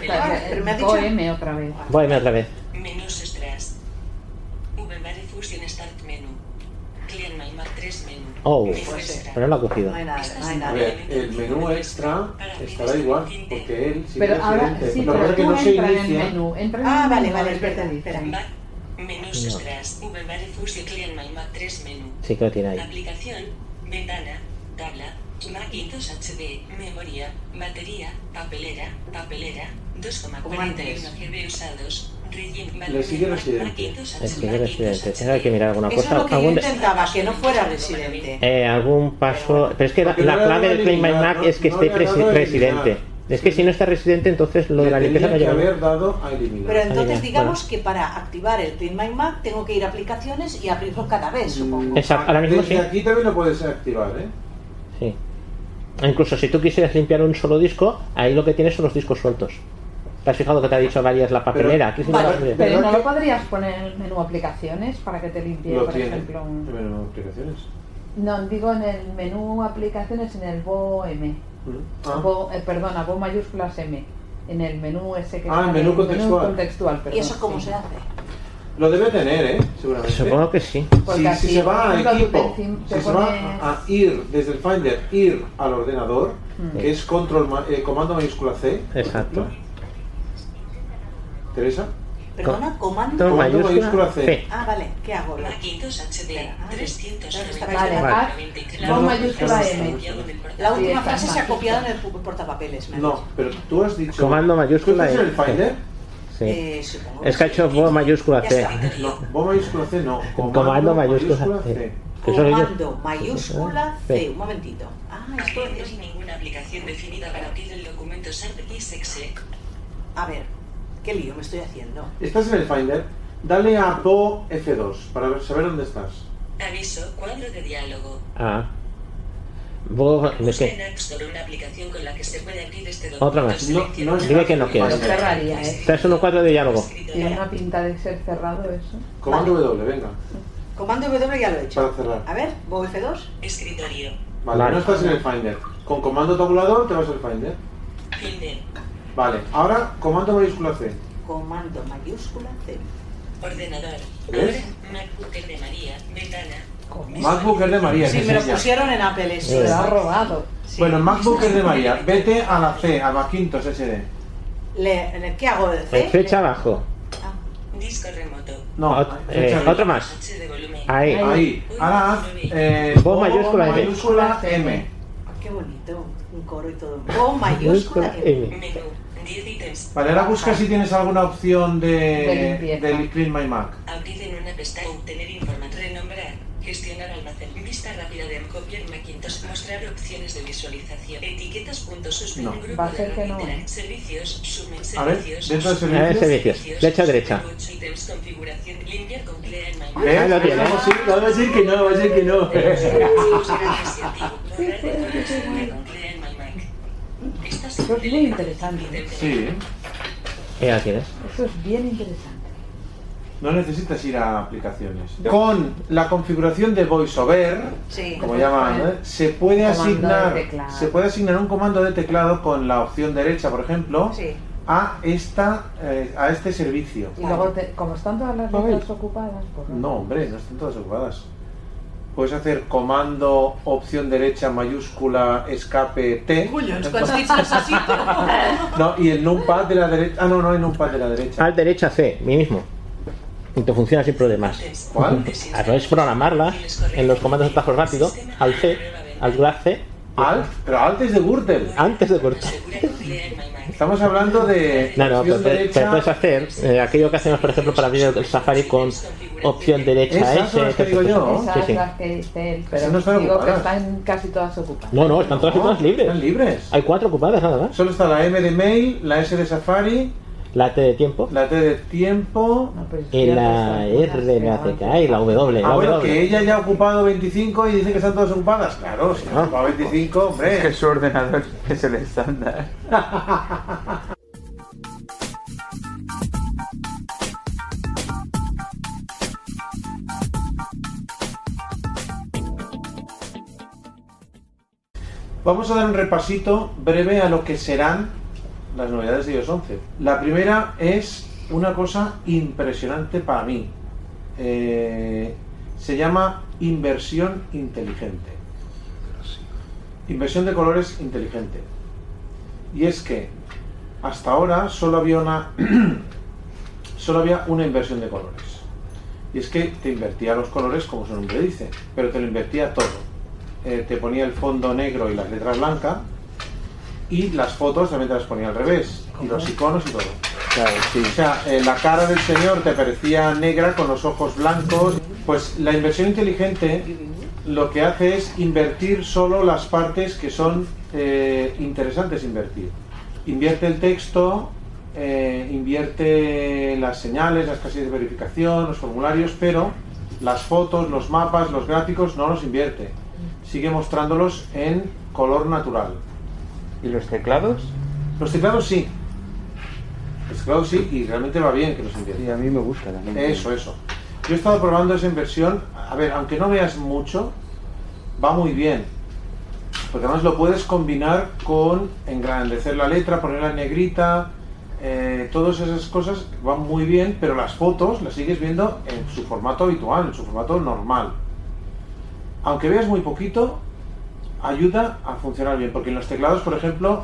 S14: Pero me ha
S3: O
S14: dicho-
S3: M otra vez.
S11: Ah,
S2: Voy a irme otra vez.
S14: Menús extras. VMware Fusion Start Menu. Clean My Mac 3 Menú.
S2: Oh,
S14: Menú
S3: Pues,
S2: pero no lo ha cogido.
S11: A ver, el menú extra estará igual, porque él sí
S3: Pero
S11: que es
S3: ahora
S11: gerente.
S3: sí,
S11: Lo que pasa
S3: pero
S11: es que
S3: tú
S11: no se
S3: entra en el
S11: inicia.
S3: menú. Entra en
S16: Ah,
S3: el
S16: vale,
S3: menú, a
S16: vale,
S3: ver qué
S16: espera,
S3: te dice.
S14: Menús extras. VMware Fusion Clean My Mac 3 Menú.
S2: Sí que lo tiene ahí.
S14: Aplicación. Ventana. Tabla. Macintosh HD. Memoria. Batería. Papelera. Papelera. 2,41 GB usados. Relleno.
S11: Le sigue residente.
S2: Es que yo eres estudiante. Tengo que mirar alguna
S16: Eso es
S2: cosa.
S16: lo que yo
S2: algún,
S16: intentaba, que no fuera residente.
S2: eh, algún paso. Pero es que la,
S11: Porque no
S2: la
S11: le ha
S2: clave
S11: dado
S2: del Claim My
S11: eliminar,
S2: Mac
S11: no-
S2: es que
S11: no
S2: esté
S11: le ha dado
S2: presi-
S11: eliminar.
S2: residente. Es que si no está residente, entonces lo de la limpieza no
S11: Tenía que
S2: lleva.
S11: haber dado a eliminar.
S16: Pero entonces
S2: Bueno.
S16: digamos que para activar el Clean My Mac tengo que ir a aplicaciones y abrirlo cada vez, supongo.
S2: Exacto, ahora mismo
S11: Desde
S2: sí.
S11: aquí también lo puedes activar, ¿eh?
S2: Sí. Incluso si tú quisieras limpiar un solo disco, ahí lo que tienes son los discos sueltos. ¿Te has fijado que te ha dicho varias la papelera? Aquí sí me la
S3: Vale,
S2: papelera.
S3: pero no lo podrías poner en el menú aplicaciones para que te limpie,
S11: Lo
S3: por
S11: tiene.
S3: ejemplo. un-
S11: En menú aplicaciones.
S3: No, digo en el menú aplicaciones en el bo M.
S11: Ah.
S3: Bo- eh, perdona, bo mayúsculas M. En el menú ese que
S11: Ah, el
S3: está-
S11: menú contextual.
S3: contextual, perdón,
S16: ¿Y eso cómo
S3: sí.
S16: se hace?
S11: Lo debe tener, ¿eh? Seguramente.
S2: Pues Supongo que sí.
S3: Porque
S11: Si,
S3: así,
S11: si se
S3: por
S11: va a
S3: ejemplo, tú te
S11: equipo,
S3: encim-
S11: si
S3: te
S11: se va
S3: pones-
S11: a ir desde el Finder, ir al ordenador,
S3: Mm.
S11: que es control ma- eh, comando mayúscula C.
S2: Exacto.
S11: ¿Teresa?
S16: Perdona, comando.
S11: Comando mayúscula C.
S16: Ah, vale, ¿qué hago?
S14: Macintosh HD.
S16: Ah,
S14: 390.
S3: Vale, haz
S16: ¿eh?
S3: bo mayúscula M.
S16: La
S3: Sí,
S16: última
S3: está
S16: frase se ha
S3: mágico.
S16: copiado en el pu- portaportapapeles. me ha
S11: No,
S16: dicho.
S11: pero tú has dicho.
S2: Comando mayúscula E.
S11: ¿Tú estás en el
S2: M.
S11: Finder?
S2: Sí.
S16: Eh, supongo.
S2: Es que ha hecho bo mayúscula
S16: Ya
S2: C.
S16: está.
S11: No, vos mayúscula C no.
S2: Comando mayúscula C. Que eso es-
S16: Comando mayúscula C. Un momentito.
S14: Ah, esto no es ninguna aplicación definida para abrir el documento SARP XXE.
S16: A ver, qué lío me estoy haciendo.
S11: Estás en el Finder, dale a Bo F2 para ver- saber dónde estás.
S14: Aviso, cuadro de diálogo.
S2: Ah. Bo, ¿de
S14: Busca
S2: qué?
S14: en App Store una aplicación con la que se puede abrir este documento.
S2: Otra más. Dime que no quieres.
S3: Lo cerraría, ¿eh?
S2: Estás en un cuadro de diálogo.
S3: Tiene una pinta de ser cerrado eso.
S11: Comando W, venga,
S16: Comando W ya lo he hecho.
S11: para cerrar.
S16: A ver, bf 2
S14: Escritorio.
S11: Vale,
S2: Vale.
S11: no estás en el Finder. Con comando tabulador te vas al Finder.
S14: Finder.
S11: Vale, ahora comando mayúscula C.
S16: Comando mayúscula C.
S14: Ordenador.
S11: ¿Ves?
S14: Ahora, MacBooker de María. Ventana.
S11: MacBook es de María.
S16: Sí,
S11: que
S16: me lo
S11: es ella.
S16: pusieron en Apple.
S11: Sí.
S16: lo
S2: Eh,
S11: Ha
S3: robado.
S11: Bueno, MacBook es de María. Vete a la C, a Macintosh SD.
S16: Le, le- ¿Qué hago? ¿El
S2: En
S16: C?
S2: fecha eh, abajo.
S14: Disco remoto.
S11: No,
S2: Ot- eh,
S11: fecha-
S2: otro más. Ahí.
S11: Ahí. Ahora haz eh,
S2: Bo mayúscula M.
S11: mayúscula M.
S16: Ah, Qué bonito. Un coro y todo. O mayúscula E. M.
S14: Menú. 10 ítems.
S11: Vale, ahora busca si tienes alguna opción de,
S14: De limpieza.
S11: de Clean My Mac.
S14: Abrir en una pestaña. Obtener información. Renombrar. Gestionar almacén. Vista rápida de copiar Macintosh. Mostrar opciones de visualización. Etiquetas. Puntos. Suspend.
S11: No.
S14: Grupo
S3: Va a
S14: de
S3: ser que no,
S14: Interact. Servicios. Sumen.
S11: A ver,
S14: Servicios.
S11: dentro de
S2: A ver, servicios. Derecha, derecha.
S14: Ocho ítems. Configuración. Limpiar con Clear en My
S3: Eh.
S2: Ahí lo tienes.
S10: Vamos a decir- vamos a decir que no, vamos a decir que no.
S3: Eso es muy interesante.
S11: Sí,
S2: Ahí la tienes.
S3: Eso es bien interesante.
S11: no necesitas ir a aplicaciones. Con la configuración de VoiceOver,
S3: Sí.
S11: como llaman, ¿eh? se puede
S3: Comando de
S11: asignar
S3: teclado.
S11: se puede asignar un comando de teclado con la opción derecha, por ejemplo, a esta eh, a este servicio.
S3: Y luego, te- como están todas las
S11: Mabel.
S3: letras ocupadas, pues
S11: No, hombre, no están todas ocupadas. Puedes hacer comando, opción derecha, mayúscula, escape, T. No, y el numpad de la derecha. Ah, no, no hay numpad de la derecha.
S2: Al derecha C, mi mismo. Y te funciona sin problemas.
S11: ¿Cuál?
S2: A través programarla en los comandos de trabajo rápido, al C, al grab C.
S11: Alt, pero antes de Gürtel.
S2: Antes de cortar.
S11: Estamos hablando de.
S2: No, no,
S11: opción
S2: pero te, te
S11: derecha.
S2: puedes hacer eh, aquello que hacemos, por ejemplo, para abrir el Safari con opción derecha
S11: Esas
S2: S,
S11: son las que digo yo, ¿no?
S2: Sí,
S3: Esas
S2: sí.
S3: las que dice él, pero
S11: Esas no están
S3: digo que
S11: ocupadas.
S3: están casi todas ocupadas.
S2: No, no, están todas
S11: No,
S2: ocupadas libres.
S11: están libres.
S2: Hay cuatro ocupadas nada más.
S11: Solo está la M de mail, la S de Safari,
S2: La T de tiempo
S11: la T de tiempo.
S2: y la R, la TK y la W.
S11: Ah,
S2: la
S11: bueno,
S2: Eh, W.
S11: que ella ya ha ocupado 25 y dice que están todas ocupadas. Claro, si ha ocupado 25, hombre. Es que su ordenador es el estándar. Vamos a dar un repasito breve a lo que serán las novedades de iOS 11. La primera es una cosa impresionante para mí. Eh, se llama inversión inteligente. Inversión de colores inteligente. Y es que hasta ahora solo había una solo había una inversión de colores. Y es que te invertía los colores como su nombre dice, pero te lo invertía todo. Eh, te ponía el fondo negro y las letras blancas y las fotos también te las ponía al revés y los iconos y todo. O sea, eh, la cara del señor te parecía negra con los ojos blancos. Pues la inversión inteligente lo que hace es invertir solo las partes que son eh, interesantes invertir. Invierte el texto, eh, invierte las señales, las casillas de verificación, los formularios, pero las fotos, los mapas, los gráficos no los invierte. Sigue mostrándolos en color natural. ¿Y los teclados? Los teclados sí. Los teclados sí y realmente va bien que los invierta.
S20: a mí me gusta también.
S11: Eso, eso. Yo he estado probando esa inversión. A ver, aunque no veas mucho, va muy bien. Porque además lo puedes combinar con engrandecer la letra, ponerla en negrita, eh, todas esas cosas van muy bien, pero las fotos las sigues viendo en su formato habitual, en su formato normal. Aunque veas muy poquito, ayuda a funcionar bien, porque en los teclados, por ejemplo,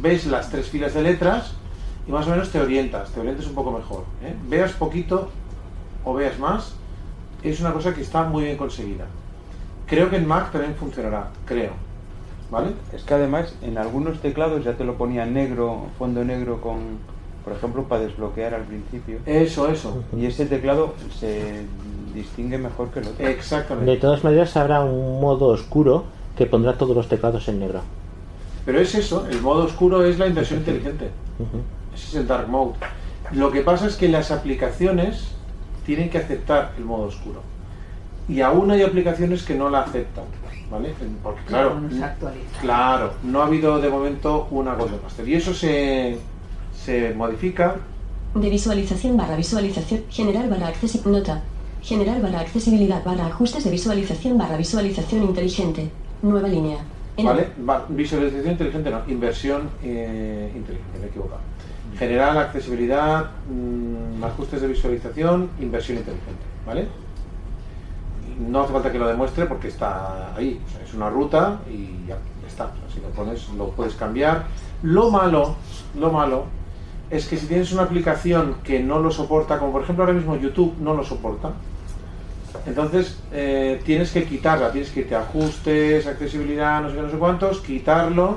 S11: ves las tres filas de letras y más o menos te orientas, te orientas un poco mejor. ¿eh? Veas poquito o veas más, es una cosa que está muy bien conseguida. Creo que en Mac también funcionará, creo. ¿Vale?
S20: Es que además en algunos teclados ya te lo ponía negro, fondo negro con, por ejemplo, para desbloquear al principio.
S11: Eso, eso.
S20: Y ese teclado se distingue mejor que el otro.
S11: Exactamente.
S2: De todas maneras, habrá un modo oscuro que pondrá todos los teclados en negro.
S11: Pero es eso, el modo oscuro es la inversión inteligente. Ese es el dark mode. Lo que pasa es que las aplicaciones tienen que aceptar el modo oscuro. Y aún hay aplicaciones que no la aceptan, ¿vale? Porque claro,
S3: No se actualiza.
S11: Claro, no ha habido de momento una Golden Master. Y eso se, se modifica.
S21: De visualización barra visualización, generar barra accesi- nota, generar barra accesibilidad barra ajustes de visualización barra visualización inteligente, nueva línea. En-
S11: ¿Vale? Va- Visualización inteligente, no, inversión eh, inteligente, me he equivocado. General, accesibilidad, mm, ajustes de visualización, inversión inteligente, ¿vale? No hace falta que lo demuestre porque está ahí, o sea, es una ruta y ya está. O sea, si lo pones, lo puedes cambiar. Lo malo, lo malo es que si tienes una aplicación que no lo soporta, como por ejemplo ahora mismo YouTube no lo soporta, entonces eh, tienes que quitarla, tienes que irte a ajustes, accesibilidad, no sé qué, no sé cuántos, quitarlo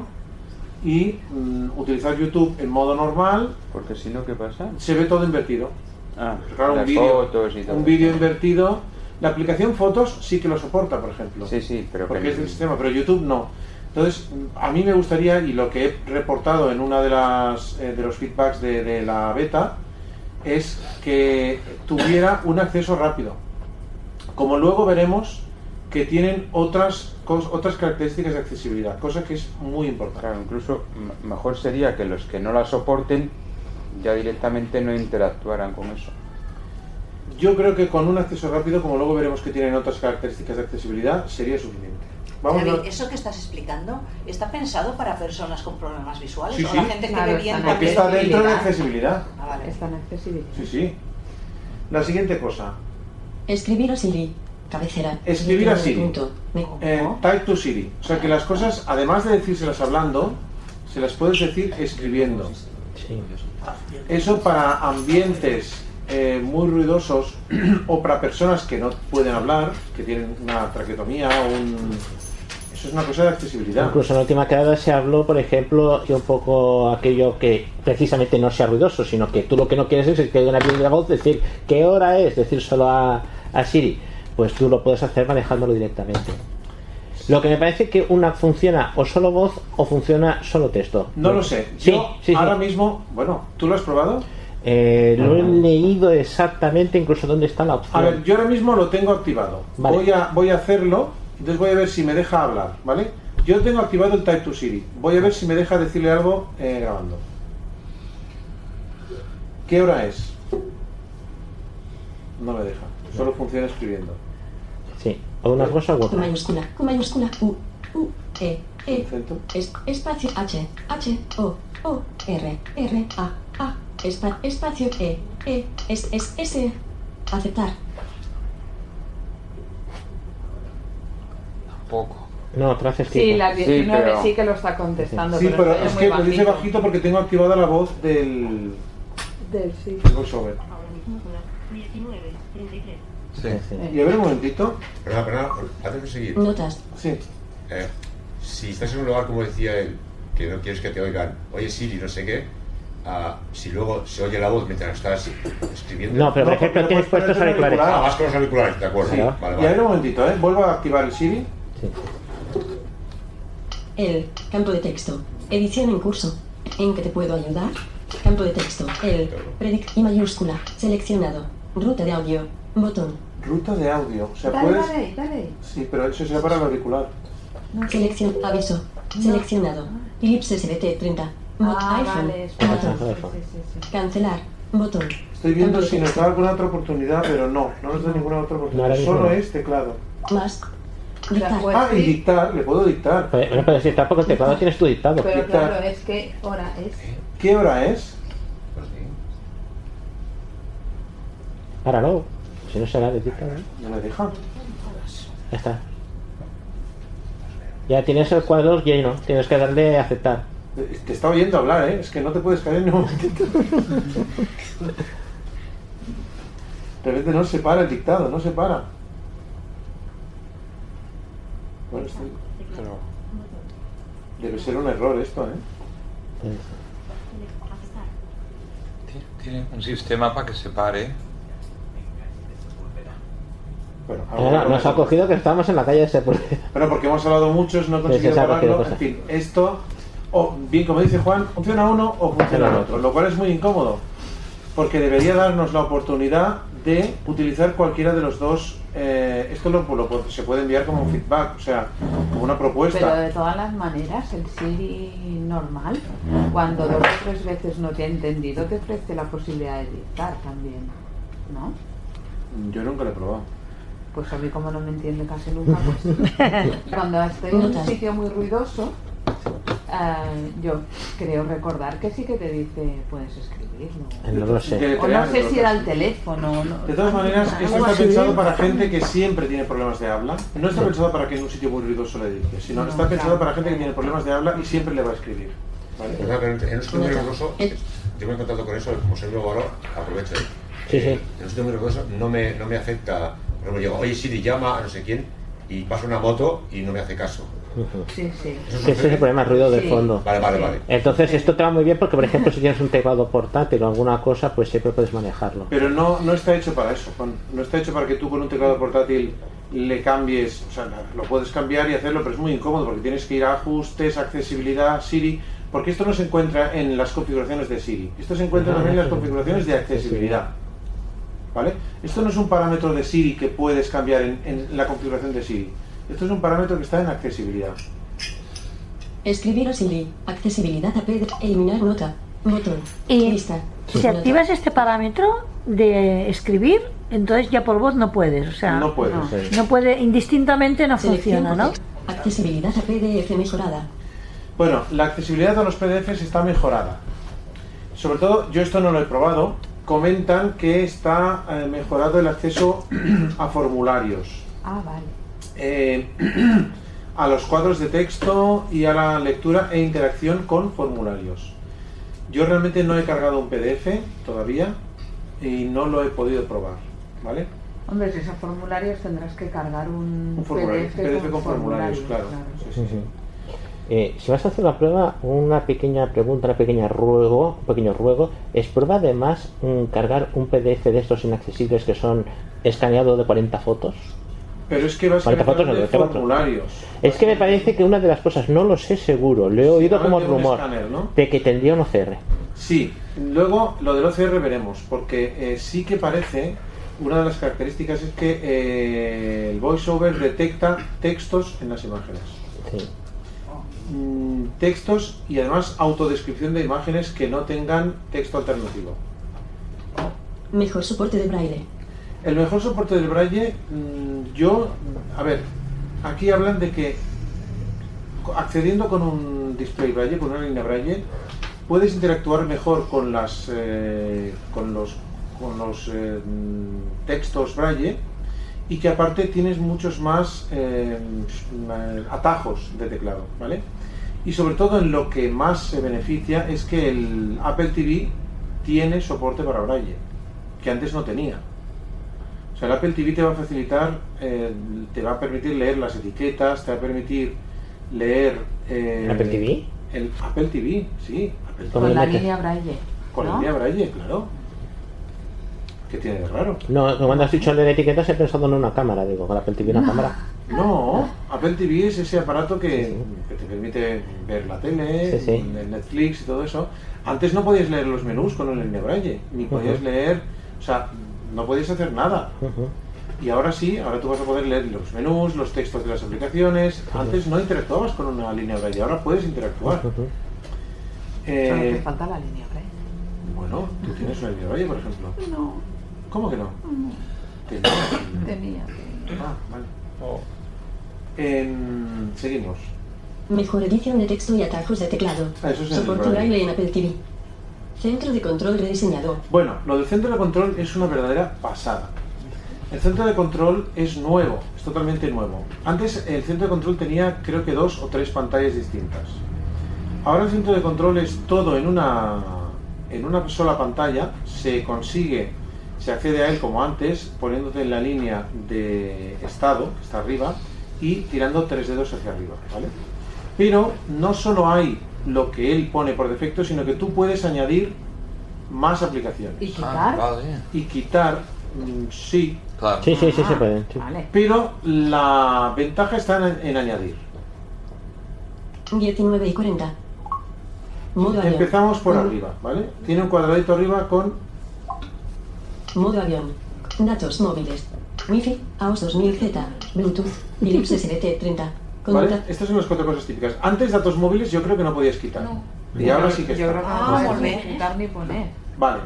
S11: y mm, utilizar YouTube en modo normal.
S20: Porque si no, ¿qué pasa?
S11: Se ve todo invertido.
S20: Ah,
S11: Claro, un
S20: las
S11: vídeo,
S20: fotos y todo.
S11: un vídeo invertido. La aplicación Fotos sí que lo soporta, por ejemplo.
S20: Sí, sí, pero que-
S11: porque es del sistema, pero YouTube no. Entonces, mm, a mí me gustaría, y lo que he reportado en una de las eh, de los feedbacks de, de la beta, es que tuviera un acceso rápido. Como luego veremos que tienen otras cos- otras características de accesibilidad, cosa que es muy importante.
S20: Claro, incluso m- mejor sería que los que no la soporten ya directamente no interactuaran con eso.
S11: Yo creo que con un acceso rápido, como luego veremos que tienen otras características de accesibilidad, sería suficiente. Vamos
S16: David,
S11: a-
S16: eso que estás explicando está pensado para personas con problemas visuales
S11: Sí,
S16: o
S11: sí.
S16: la gente que
S3: Claro,
S16: ve bien
S3: están
S11: Porque
S16: también.
S11: está dentro de accesibilidad.
S16: Ah, vale.
S3: Está en accesibilidad.
S11: Sí, sí. La siguiente cosa.
S21: Escribir a Siri, cabecera.
S11: Escribir a Siri.
S21: Punto. Me-
S11: Eh, type to Siri. O sea que las cosas, además de decírselas hablando, se las puedes decir escribiendo. Eso para ambientes eh, muy ruidosos o para personas que no pueden hablar, que tienen una traquetomía o un, Eso es una cosa de accesibilidad.
S2: Incluso en la última quedada se habló, por ejemplo, de un poco aquello que precisamente no sea ruidoso, sino que tú lo que no quieres es que haya una de voz, decir qué hora es, decir solo a, a Siri. Pues tú lo puedes hacer manejándolo directamente. Lo que me parece que una funciona o solo voz o funciona solo texto.
S11: No lo sé.
S2: Sí,
S11: Yo
S2: sí, sí.
S11: ahora mismo, bueno, ¿tú lo has probado?
S2: Eh, lo he leído exactamente, incluso dónde está la opción.
S11: A ver, yo ahora mismo lo tengo activado.
S2: Vale.
S11: Voy, a, voy a hacerlo, entonces voy a ver si me deja hablar, ¿vale? Yo tengo activado el Type to Siri. Voy a ver si me deja decirle algo eh, grabando. ¿Qué hora es? No me deja. Solo funciona escribiendo.
S2: Sí, o una cosa u
S21: Con
S2: otra.
S21: mayúscula, con mayúscula, U, U, E, E, es, espacio H, H, O, O, R, E.
S2: E.
S21: R, A, A, espa- espacio E, E, es, es, S, aceptar.
S5: Poco.
S2: No, otra vez
S3: Sí, la 19 sí,
S11: pero-
S3: que lo está contestando.
S11: Sí, pero
S3: está
S11: es
S3: muy
S11: que lo dice
S3: bajito.
S11: bajito porque tengo activada la voz del,
S3: Del sí.
S11: del voiceover. Y a ver un momentito.
S12: Perdona, perdona, antes de seguir.
S21: Notas.
S11: Sí.
S12: Eh, si estás en un lugar, como decía él, que no quieres que te oigan, oye Siri, no sé qué, ah, si luego se oye la voz mientras estás escribiendo.
S2: No, pero por ejemplo
S11: pues,
S2: tienes puestos auriculares.
S12: Ah, vas con los auriculares, de acuerdo.
S11: Sí.
S12: Vale, vale.
S11: Y a ver un momentito, ¿eh? Vuelvo a activar el Siri.
S21: El campo de texto. Edición en curso. ¿En qué te puedo ayudar? Campo de texto. El predict y mayúscula. Seleccionado. Ruta de audio. Botón.
S11: Ruta de audio. O sea,
S21: Dale,
S11: puedes.
S21: dale,
S11: Sí, pero eso será para el auricular.
S21: Selección. Aviso. Seleccionado. Philips SBT 30. Mod
S11: Ah,
S21: iPhone. Botón. Cancelar. Botón.
S11: Estoy viendo si nos da alguna otra oportunidad, pero no, no nos da ninguna otra
S2: No,
S11: oportunidad.
S2: ahora mismo
S11: Solo
S2: no.
S11: es teclado.
S21: Más. Pues
S11: Ah, y dictar, le puedo dictar.
S2: Pues, Bueno, pero si tampoco el teclado tienes tu dictado.
S3: Pero claro, es que hora es.
S11: ¿Qué hora es?
S2: Ahora no. Si no será de dictado.
S11: No me deja.
S2: Ya está. Ya tienes el cuadro lleno. Tienes que darle a aceptar.
S11: Eh, Te está oyendo hablar, ¿eh? Es que no te puedes caer en ningún momentito. De repente no se para el dictado, no se para. Bueno, sí. Debe ser un error esto, ¿eh?
S2: Eh,
S5: Tiene un sistema para que se pare.
S11: Bueno,
S2: Ahora Ah, nos ha cogido que estábamos en la calle de Sepúlveda.
S11: Bueno, porque hemos hablado muchos, no he
S2: Sí,
S11: conseguido
S2: sí, se ha cogido
S11: pararlo.
S2: cosas.
S11: En fin, esto, o bien como dice Juan, funciona uno o funciona el otro, lo cual es muy incómodo, porque debería darnos la oportunidad de utilizar cualquiera de los dos. eh, esto lo, lo- se puede enviar como un feedback, o sea, como una
S3: Pero
S11: propuesta.
S3: de todas las maneras, el Siri normal,
S12: Mm.
S3: cuando dos o tres veces no te ha entendido, te ofrece la posibilidad de dictar también, ¿no? eh,
S11: Yo nunca lo he probado.
S3: Pues a mí como no me entiende casi nunca, pues cuando estoy en un sitio muy ruidoso, ah, yo creo recordar que sí que te dice, puedes escribirlo.
S2: No lo sé.
S3: O no sé si era el teléfono. o No.
S11: De todas maneras, esto
S3: Algo
S11: está
S3: así. ¿eh?
S11: pensado para gente que siempre tiene problemas de habla. No está pensado para que en un sitio muy ruidoso le dicte, sino
S12: No,
S11: está pensado
S12: claro.
S11: para gente que tiene problemas de habla y siempre le va a escribir. ¿vale?
S12: Perdona, pero en un sitio muy ruidoso, tengo en contacto con eso, como soy nuevo valor, aprovecho.
S2: Sí, sí.
S12: En un sitio muy ruidoso no me, no me afecta. Por ejemplo, llego, oye Siri, llama a no sé quién, y pasa una moto y no me hace caso.
S3: Sí, sí.
S2: Sí, ese es el problema, el ruido de fondo.
S12: Vale, vale, vale.
S2: Entonces esto te va muy bien porque, por ejemplo, si tienes un teclado portátil o alguna cosa, pues siempre puedes manejarlo.
S11: Pero no, no está hecho para eso, Juan. no está hecho para que tú con un teclado portátil le cambies, o sea, la- lo puedes cambiar y hacerlo, pero es muy incómodo porque tienes que ir a ajustes, accesibilidad, Siri, porque esto no se encuentra en las configuraciones de Siri, esto se encuentra también en las configuraciones de accesibilidad. ¿Vale? Esto no es un parámetro de Siri que puedes cambiar en, en la configuración de Siri, esto es un parámetro que está en accesibilidad.
S21: Escribir a Siri. Accesibilidad a PDF. Eliminar nota. Botón.
S22: Y
S21: Lista.
S22: si activas este parámetro de escribir, entonces ya por voz no puedes. O sea,
S21: No puedes, sí.
S22: no puede, indistintamente no
S21: Selección
S22: funciona, ¿no?
S21: por- Accesibilidad a PDF mejorada.
S11: Bueno, la accesibilidad a los PDFs está mejorada. Sobre todo, yo esto no lo he probado. Comentan que está eh, mejorado el acceso a formularios,
S3: Ah, vale.
S11: eh, a los cuadros de texto y a la lectura e interacción con formularios. Yo realmente no he cargado un PDF todavía y no lo he podido probar, ¿vale?
S3: Hombre, si esos formularios tendrás que cargar un,
S20: Un formulario, PDF con formularios, claro.
S2: Sí, sí. Eh, si vas a hacer la prueba, una pequeña pregunta, una pequeña ruego, un pequeño ruego, es prueba además mm, cargar un PDF de estos inaccesibles que son escaneado de 40 fotos.
S11: Pero es que vas a
S2: Falta fotos en el
S11: de
S2: teatro.
S11: formularios.
S2: Es que me parece que una de las cosas, no lo sé seguro, lo he oído como
S11: Seguramente un
S2: rumor,
S11: escáner, ¿no?
S2: de que tendría un OCR.
S11: Sí, luego lo del OCR veremos, porque eh, sí que parece, una de las características es que eh, el voiceover detecta textos en las imágenes.
S2: Sí.
S11: Mm, textos y además autodescripción de imágenes que no tengan texto alternativo.
S21: Mejor soporte de braille.
S11: El mejor soporte del braille, mm, yo, a ver, aquí hablan de que accediendo con un display braille, con una línea braille, puedes interactuar mejor con las eh, con los con los eh, mm, textos braille y que aparte tienes muchos más eh, mm, atajos de teclado, ¿vale? Y sobre todo en lo que más se beneficia es que el Apple TV tiene soporte para braille, que antes no tenía. O sea, el Apple TV te va a facilitar, eh, te va a permitir leer las etiquetas, te va a permitir leer... eh,
S2: ¿Apple TV?
S11: El Apple TV, sí. Apple TV.
S3: Con la línea Braille.
S11: Con la
S3: ¿no?
S11: línea Braille, claro. ¿Qué tiene de raro?
S2: No, cuando has dicho leer etiquetas he pensado en una cámara, digo, con la Apple TV una cámara.
S11: No, Apple TV es ese aparato que, que te permite ver la tele,
S2: Sí, sí.
S11: el Netflix y todo eso. Antes no podías leer los menús con el línea Braille, ni podías
S2: Ujú.
S11: leer, o sea, no podías hacer nada.
S2: Ujú.
S11: Y ahora sí, ahora tú vas a poder leer los menús, los textos de las aplicaciones. Antes no interactuabas con una línea Braille, ahora puedes interactuar.
S3: Solo te
S11: Eh,
S3: falta la línea Braille.
S11: bueno, tú tienes una línea Braille, por ejemplo.
S3: No,
S11: ¿Cómo que no?
S3: no,
S11: Tenía.
S3: tenía.
S11: Ah, vale.
S12: Oh.
S11: Em, seguimos.
S21: Mejor edición de texto y atajos de teclado.
S11: Ah, eso es en el
S21: soporte
S11: braille.
S21: braille en Apple TV. Centro de control rediseñado.
S11: Bueno, lo del centro de control es una verdadera pasada. El centro de control es nuevo, es totalmente nuevo. Antes el centro de control tenía creo que dos o tres pantallas distintas. Ahora el centro de control es todo en una, en una sola pantalla, se consigue, se accede a él como antes, poniéndote en la línea de estado, que está arriba, y tirando tres dedos hacia arriba, ¿vale? Pero no solo hay lo que él pone por defecto, sino que tú puedes añadir más aplicaciones.
S3: ¿Y quitar?
S11: Y quitar, mm, sí.
S2: Sí, sí,
S11: Ah,
S2: sí, se pueden.
S3: Ah,
S2: sí.
S11: Pero la ventaja está en, en añadir.
S21: 19 y 40. Modo avión.
S11: Empezamos por
S21: Modo-
S11: arriba, ¿vale? Tiene un cuadradito arriba con
S21: Modo avión. Datos móviles. Wi-Fi, AOS 2000Z, Bluetooth, Philips SDT30. Conecta.
S11: ¿Vale? Estas son las cuatro cosas típicas. Antes datos móviles yo creo que no podías quitar. Y ahora sí que
S3: Yo
S11: está.
S3: creo que no puedes quitar ni poner.
S11: Vale.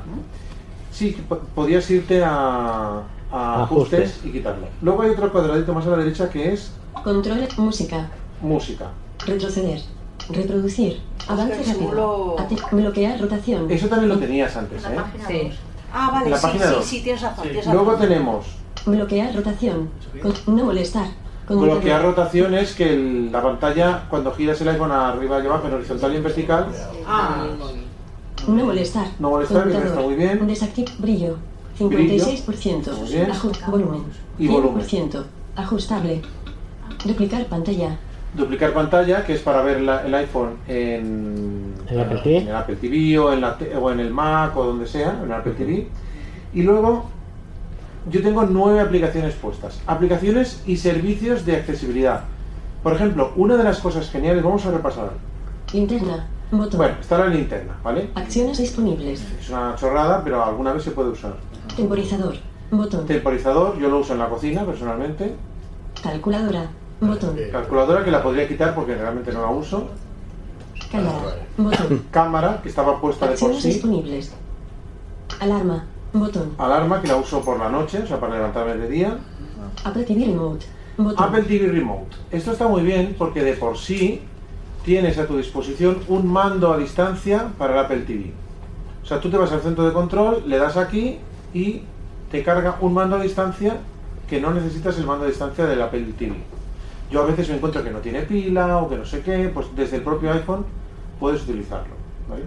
S11: Sí, que po- podías irte a, a
S2: Ajustes.
S11: ajustes, y quitarlo. Luego hay otro cuadradito más a la derecha que es
S21: Control, música.
S11: música.
S21: Retroceder. Reproducir. Avance
S16: Qué chulo.
S21: rápido. Ate- bloquear rotación.
S11: Eso también lo tenías antes, ¿eh?
S21: Sí.
S16: Ah, vale,
S11: La
S16: sí,
S11: página
S16: sí,
S11: dos.
S16: sí, tienes razón. Tienes razón.
S11: Luego tenemos
S21: Bloquear rotación. Con- no molestar. Conmutador.
S11: bloquear rotación es que el- la pantalla cuando giras el iPhone arriba y abajo en horizontal y en vertical
S16: Ah,
S21: No molestar.
S11: No molestar, que
S21: Conmutador.
S11: está muy bien.
S21: Desactiv brillo. 56%.
S11: Muy bien.
S21: Aju- volumen.
S11: Y volumen.
S21: 100%. Ajustable. Duplicar pantalla.
S11: duplicar pantalla, que es para ver la- el iPhone en,
S2: ¿El Apple TV?
S11: en el Apple TV o en, la te- o en el Mac o donde sea, en el Apple TV. Y luego yo tengo nueve aplicaciones puestas. Aplicaciones y servicios de accesibilidad. Por ejemplo, una de las cosas geniales, vamos a repasar.
S21: Linterna. Botón.
S11: Bueno, está la linterna, ¿vale?
S21: Acciones disponibles.
S11: Es una chorrada, pero alguna vez se puede usar.
S21: Temporizador. Botón.
S11: Temporizador, yo lo uso en la cocina personalmente.
S21: Calculadora. Botón.
S11: Eh, Calculadora que la podría quitar porque realmente no la uso.
S21: Cámara. Botón.
S11: Cámara, que estaba puesta de por
S21: Acciones
S11: sí.
S21: disponibles. Alarma. Botón.
S11: Alarma que la uso por la noche, o sea, para levantarme de día.
S21: Apple TV Remote. Botón.
S11: Apple TV Remote. Esto está muy bien porque de por sí tienes a tu disposición un mando a distancia para el Apple TV. O sea, tú te vas al centro de control, le das aquí y te carga un mando a distancia que no necesitas el mando a distancia del Apple TV. Yo a veces me encuentro que no tiene pila o que no sé
S3: Ah.
S11: qué, pues desde el propio iPhone puedes utilizarlo. ¿vale?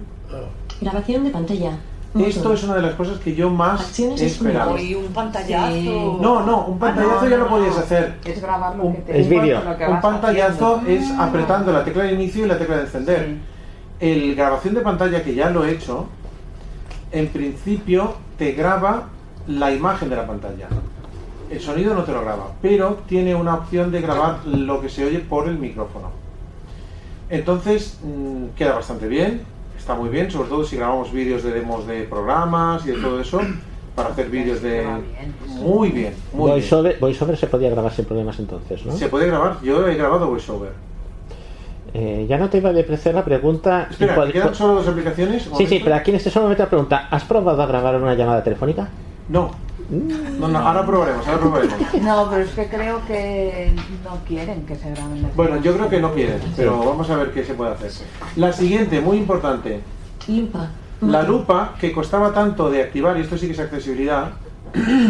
S21: Grabación de pantalla.
S11: Esto es una de las cosas que yo más
S16: Acciones
S11: esperaba.
S16: Y un pantallazo.
S11: No, no, un pantallazo ya lo podías hacer.
S3: Es grabar lo que te
S11: Es vídeo.
S3: lo que
S11: Un
S3: vas
S11: pantallazo
S3: haciendo.
S11: es apretando la tecla de inicio y la tecla de encender. El grabación de pantalla que ya lo he hecho, en principio te graba la imagen de la pantalla. El sonido no te lo graba, pero tiene una opción de grabar lo que se oye por el micrófono. Entonces mm, queda bastante bien, está muy bien, sobre todo si grabamos vídeos de demos de programas y de todo eso, para hacer
S3: Pues
S11: vídeos de... Muy bien, muy bien.
S2: VoiceOver, VoiceOver se podía grabar sin problemas entonces, ¿no?
S11: Se puede grabar, yo he grabado VoiceOver.
S2: Eh, ya no te iba a depreciar la pregunta.
S11: Espera,
S2: ¿Cuál-
S11: ¿te quedan
S2: cuál-
S11: solo dos aplicaciones?
S2: Sí, sí, pero aquí en este solo momento la pregunta, ¿has probado a grabar una llamada telefónica?
S11: No. No, no, ahora probaremos, ahora probaremos.
S3: No, pero es que creo que no quieren que se graben las
S11: Bueno, yo creo que no quieren, pero vamos a ver qué se puede hacer. La siguiente, muy importante.
S21: Limpa.
S11: La lupa que costaba tanto de activar, y esto sí que es accesibilidad,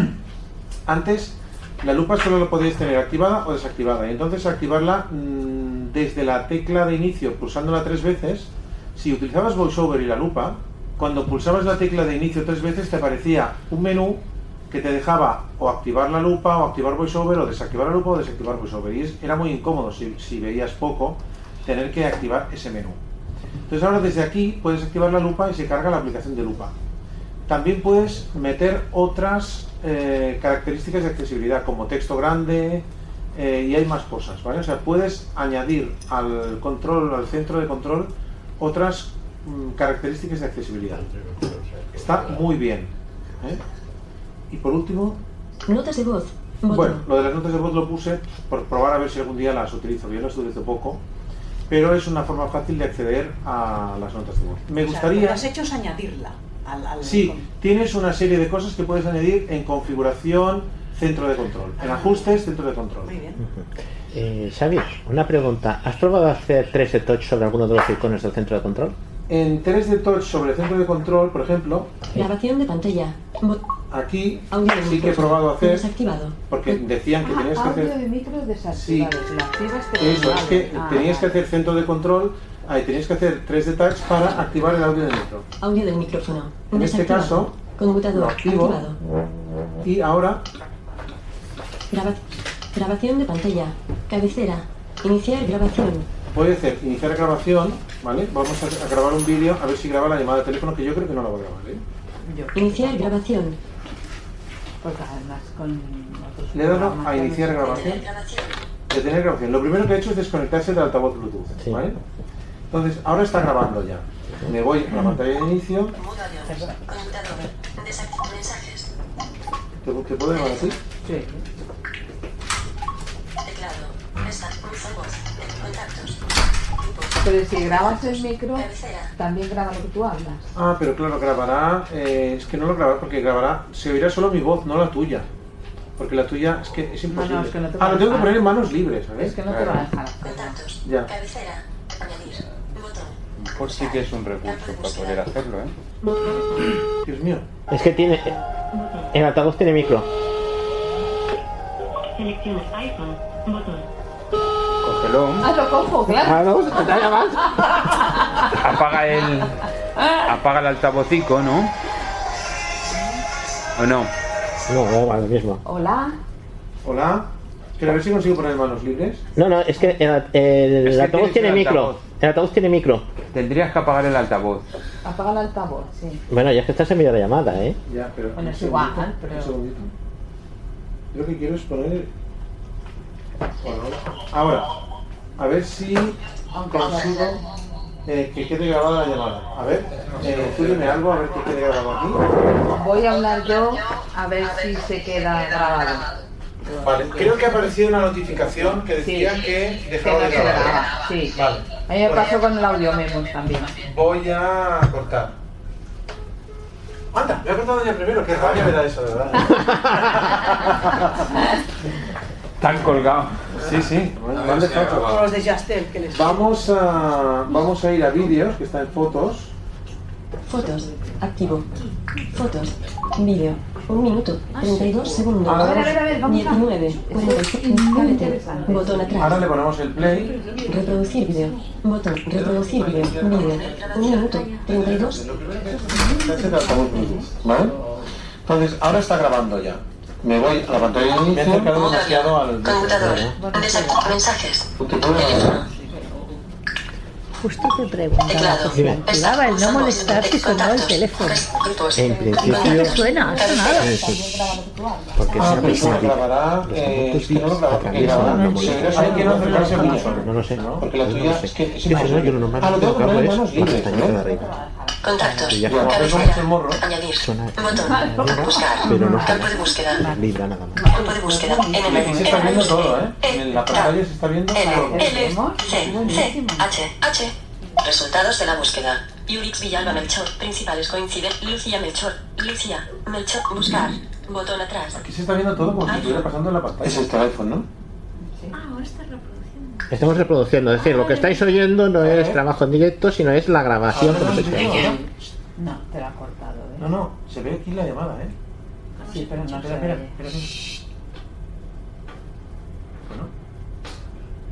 S11: antes la lupa solo la podías tener activada o desactivada. Y entonces activarla mm, desde la tecla de inicio, pulsándola tres veces, si utilizabas VoiceOver y la lupa, cuando pulsabas la tecla de inicio tres veces te aparecía un menú que te dejaba o activar la lupa o activar VoiceOver o desactivar la lupa o desactivar VoiceOver. Y es- era muy incómodo si, si veías poco tener que activar ese menú. Entonces ahora desde aquí puedes activar la lupa y se carga la aplicación de lupa. También puedes meter otras eh, características de accesibilidad como texto grande eh, y hay más cosas, ¿vale? O sea, puedes añadir al control, al centro de control, otras mm, características de accesibilidad. Está muy bien. ¿eh? Y por último,
S21: Notas de voz. Botón.
S11: bueno, lo de las notas de voz lo puse por probar a ver si algún día las utilizo. Yo las utilizo poco, pero es una forma fácil de acceder a las notas de voz.
S16: O sea, lo
S11: Me
S16: que
S11: gustaría...
S16: has hecho es añadirla al. al-
S11: Sí, tienes una serie de cosas que puedes añadir en configuración, centro de control.
S21: Ah.
S11: En ajustes, centro de control.
S2: Eh, Xavi, una pregunta, ¿has probado a hacer 3D touch sobre alguno de los iconos del centro de control?
S11: En 3D Touch sobre centro de control, por ejemplo,
S21: Grabación de pantalla. Bo-
S11: aquí
S21: Audio de
S11: sí que he
S21: micros.
S11: probado hacer,
S21: Desactivado.
S11: porque decían
S21: Ah,
S11: que tenías que
S3: Audio
S11: hacer
S3: de micros desactivados. Lo activas, te
S11: Eso, es
S3: desactivas.
S11: que
S3: Ah,
S11: tenías
S3: vale.
S11: que hacer centro de control, ahí tenías que hacer 3D tags para activar el audio del micro.
S21: Ah. Audio del micrófono.
S11: En este
S21: Desactivado.
S11: caso,
S21: Conmutador.
S11: lo activo.
S21: Activado.
S11: Y ahora,
S21: Graba- grabación de pantalla. Cabecera. Iniciar grabación.
S11: voy a hacer iniciar grabación, ¿vale? Vamos a, a grabar un vídeo, a ver si graba la llamada de teléfono, que yo creo que no la va a grabar, ¿eh?
S21: Iniciar grabación.
S3: Porque Pues además con otros
S11: Le he
S21: Ah,
S11: dado
S3: programas
S11: a
S3: ya no
S11: iniciar
S3: se puede.
S11: grabación. Detener grabación. Lo primero que he hecho es desconectarse del altavoz Bluetooth, ¿vale? Entonces, ahora está grabando ya. Me voy a la pantalla de inicio.
S14: Mensajes.
S11: ¿Te, te puedo llamar así? Sí.
S14: Teclado. Mesa. Buzón voz. Contactos.
S3: Pero si grabas el micro, también graba lo que tú hablas.
S11: Ah, pero claro, grabará. eh, es que no lo grabará porque grabará. Se oirá solo mi voz, no la tuya. Porque la tuya es que es imposible.
S3: es que no te va
S11: ah,
S3: a
S11: lo tengo que
S3: dejar.
S11: poner en manos libres, ¿sabes?
S3: Es que no te va a dejar hacerlo.
S11: Ya.
S14: Cabecera. Añadir. Botón.
S20: Por sí que es un recurso para poder hacerlo, ¿eh?
S11: Dios mío.
S2: Es que tiene... eh, El altavoz tiene micro.
S21: Selecciona iPhone. Botón.
S20: Cógelo.
S3: Ah, lo cojo,
S20: Ah,
S3: claro.
S20: no, se te está
S3: llamando.
S20: Apaga el. Apaga el altavocico, ¿no? ¿O no?
S2: No, no, lo mismo.
S3: Hola.
S11: Hola. Que a ver si consigo poner en manos libres.
S2: No, no, es que el, el altavoz
S20: tienes
S2: tiene
S20: el
S2: micro.
S20: altavoz.
S2: El altavoz tiene micro.
S20: Tendrías que apagar el altavoz.
S3: Apaga el altavoz, sí.
S2: Bueno, ya es que estás en medio de llamada, ¿eh?
S11: Ya, pero.
S3: Bueno,
S11: un
S3: es igual, ¿eh?
S11: segundito,
S3: pero-
S11: Un segundito. Yo lo que quiero es poner. Bueno, ahora. A ver si consigo eh, que quede grabada la llamada. A ver, eh, tú dime algo, a ver que quede grabado aquí.
S3: Voy a hablar yo a ver si se queda grabado.
S11: Vale, creo que ha aparecido una notificación que decía que dejaba de
S3: Que no se
S11: grabar.
S3: graba, sí.
S11: Vale,
S3: A mí me pasó con el audio memos también.
S11: voy a cortar. Anda, me ha cortado ya primero, qué rabia me da eso, de ¿verdad?
S20: Tan colgado.
S11: Sí, sí.
S20: Bueno,
S11: me han dejado
S16: Como
S11: colgado.
S16: los de Yastel que les.
S11: Vamos a, vamos a ir a vídeos, que está en fotos.
S21: Fotos. Activo. Fotos. Vídeo. Un minuto,
S14: Ah,
S21: 32 segundos.
S3: A ver, a ver, a ver, vamos a-
S21: 19, 46,
S3: muy
S21: cállate.
S3: interesante.
S21: Botón atrás.
S11: Ahora le ponemos el play.
S21: Reproducir video. Botón. Reproducir video. Video. Un minuto, 32.
S11: Este altavoz mismo, ¿vale? Entonces, ahora está grabando ya. Me voy a la pantalla de inicio. Me he acercado demasiado al...
S14: Computador.
S21: Desactivar mensajes.
S22: Justo te preguntaba
S14: Teclado.
S22: que si activaba el no molestar si sonaba el teléfono.
S2: En
S22: ¿Qué
S2: principio.
S22: suena? ¿Ha sonado?
S2: Sí, sí. Porque
S11: Ah,
S2: se
S11: persona
S2: grabará.
S11: eh,
S2: si no lo
S11: Hay que no acercarse mucho.
S2: No lo sé. Porque
S11: la tuya
S2: es
S11: que es
S2: Eso no, yo lo normal
S11: Ah,
S2: que
S11: lo tengo que
S2: hago
S11: poner en
S2: es
S11: manos
S2: la
S11: libres,
S2: pestañita
S11: ¿no?
S2: de arriba.
S14: Contactos.
S2: Y ya está.
S11: este
S14: Añadir.
S2: Suena
S14: Botón. Buscar.
S2: Pero no
S14: Campo de
S2: suena.
S14: búsqueda.
S2: Libra nada más.
S14: Campo de búsqueda.
S11: Aquí se está viendo todo, ¿eh? En la pantalla se está viendo todo.
S14: L, C, C, H, H. Resultados de la búsqueda. Yurix Villalba Melchor. Principales coinciden. Lucía Melchor. Lucía. Melchor. Buscar. Botón atrás.
S11: Aquí se está viendo todo como si estuviera pasando en la pantalla. Ah. Es este. el
S5: este
S11: teléfono, ¿no?
S2: Estamos reproduciendo, es decir, lo que estáis oyendo no es trabajo en directo, sino es la
S11: Ah,
S2: grabación profesional.
S3: No, te la ha cortado, ¿eh?
S11: No, no, se ve aquí la llamada, ¿eh?
S3: Sí, pero no se
S11: Espera, espera,
S3: oye.
S11: espera. Bueno,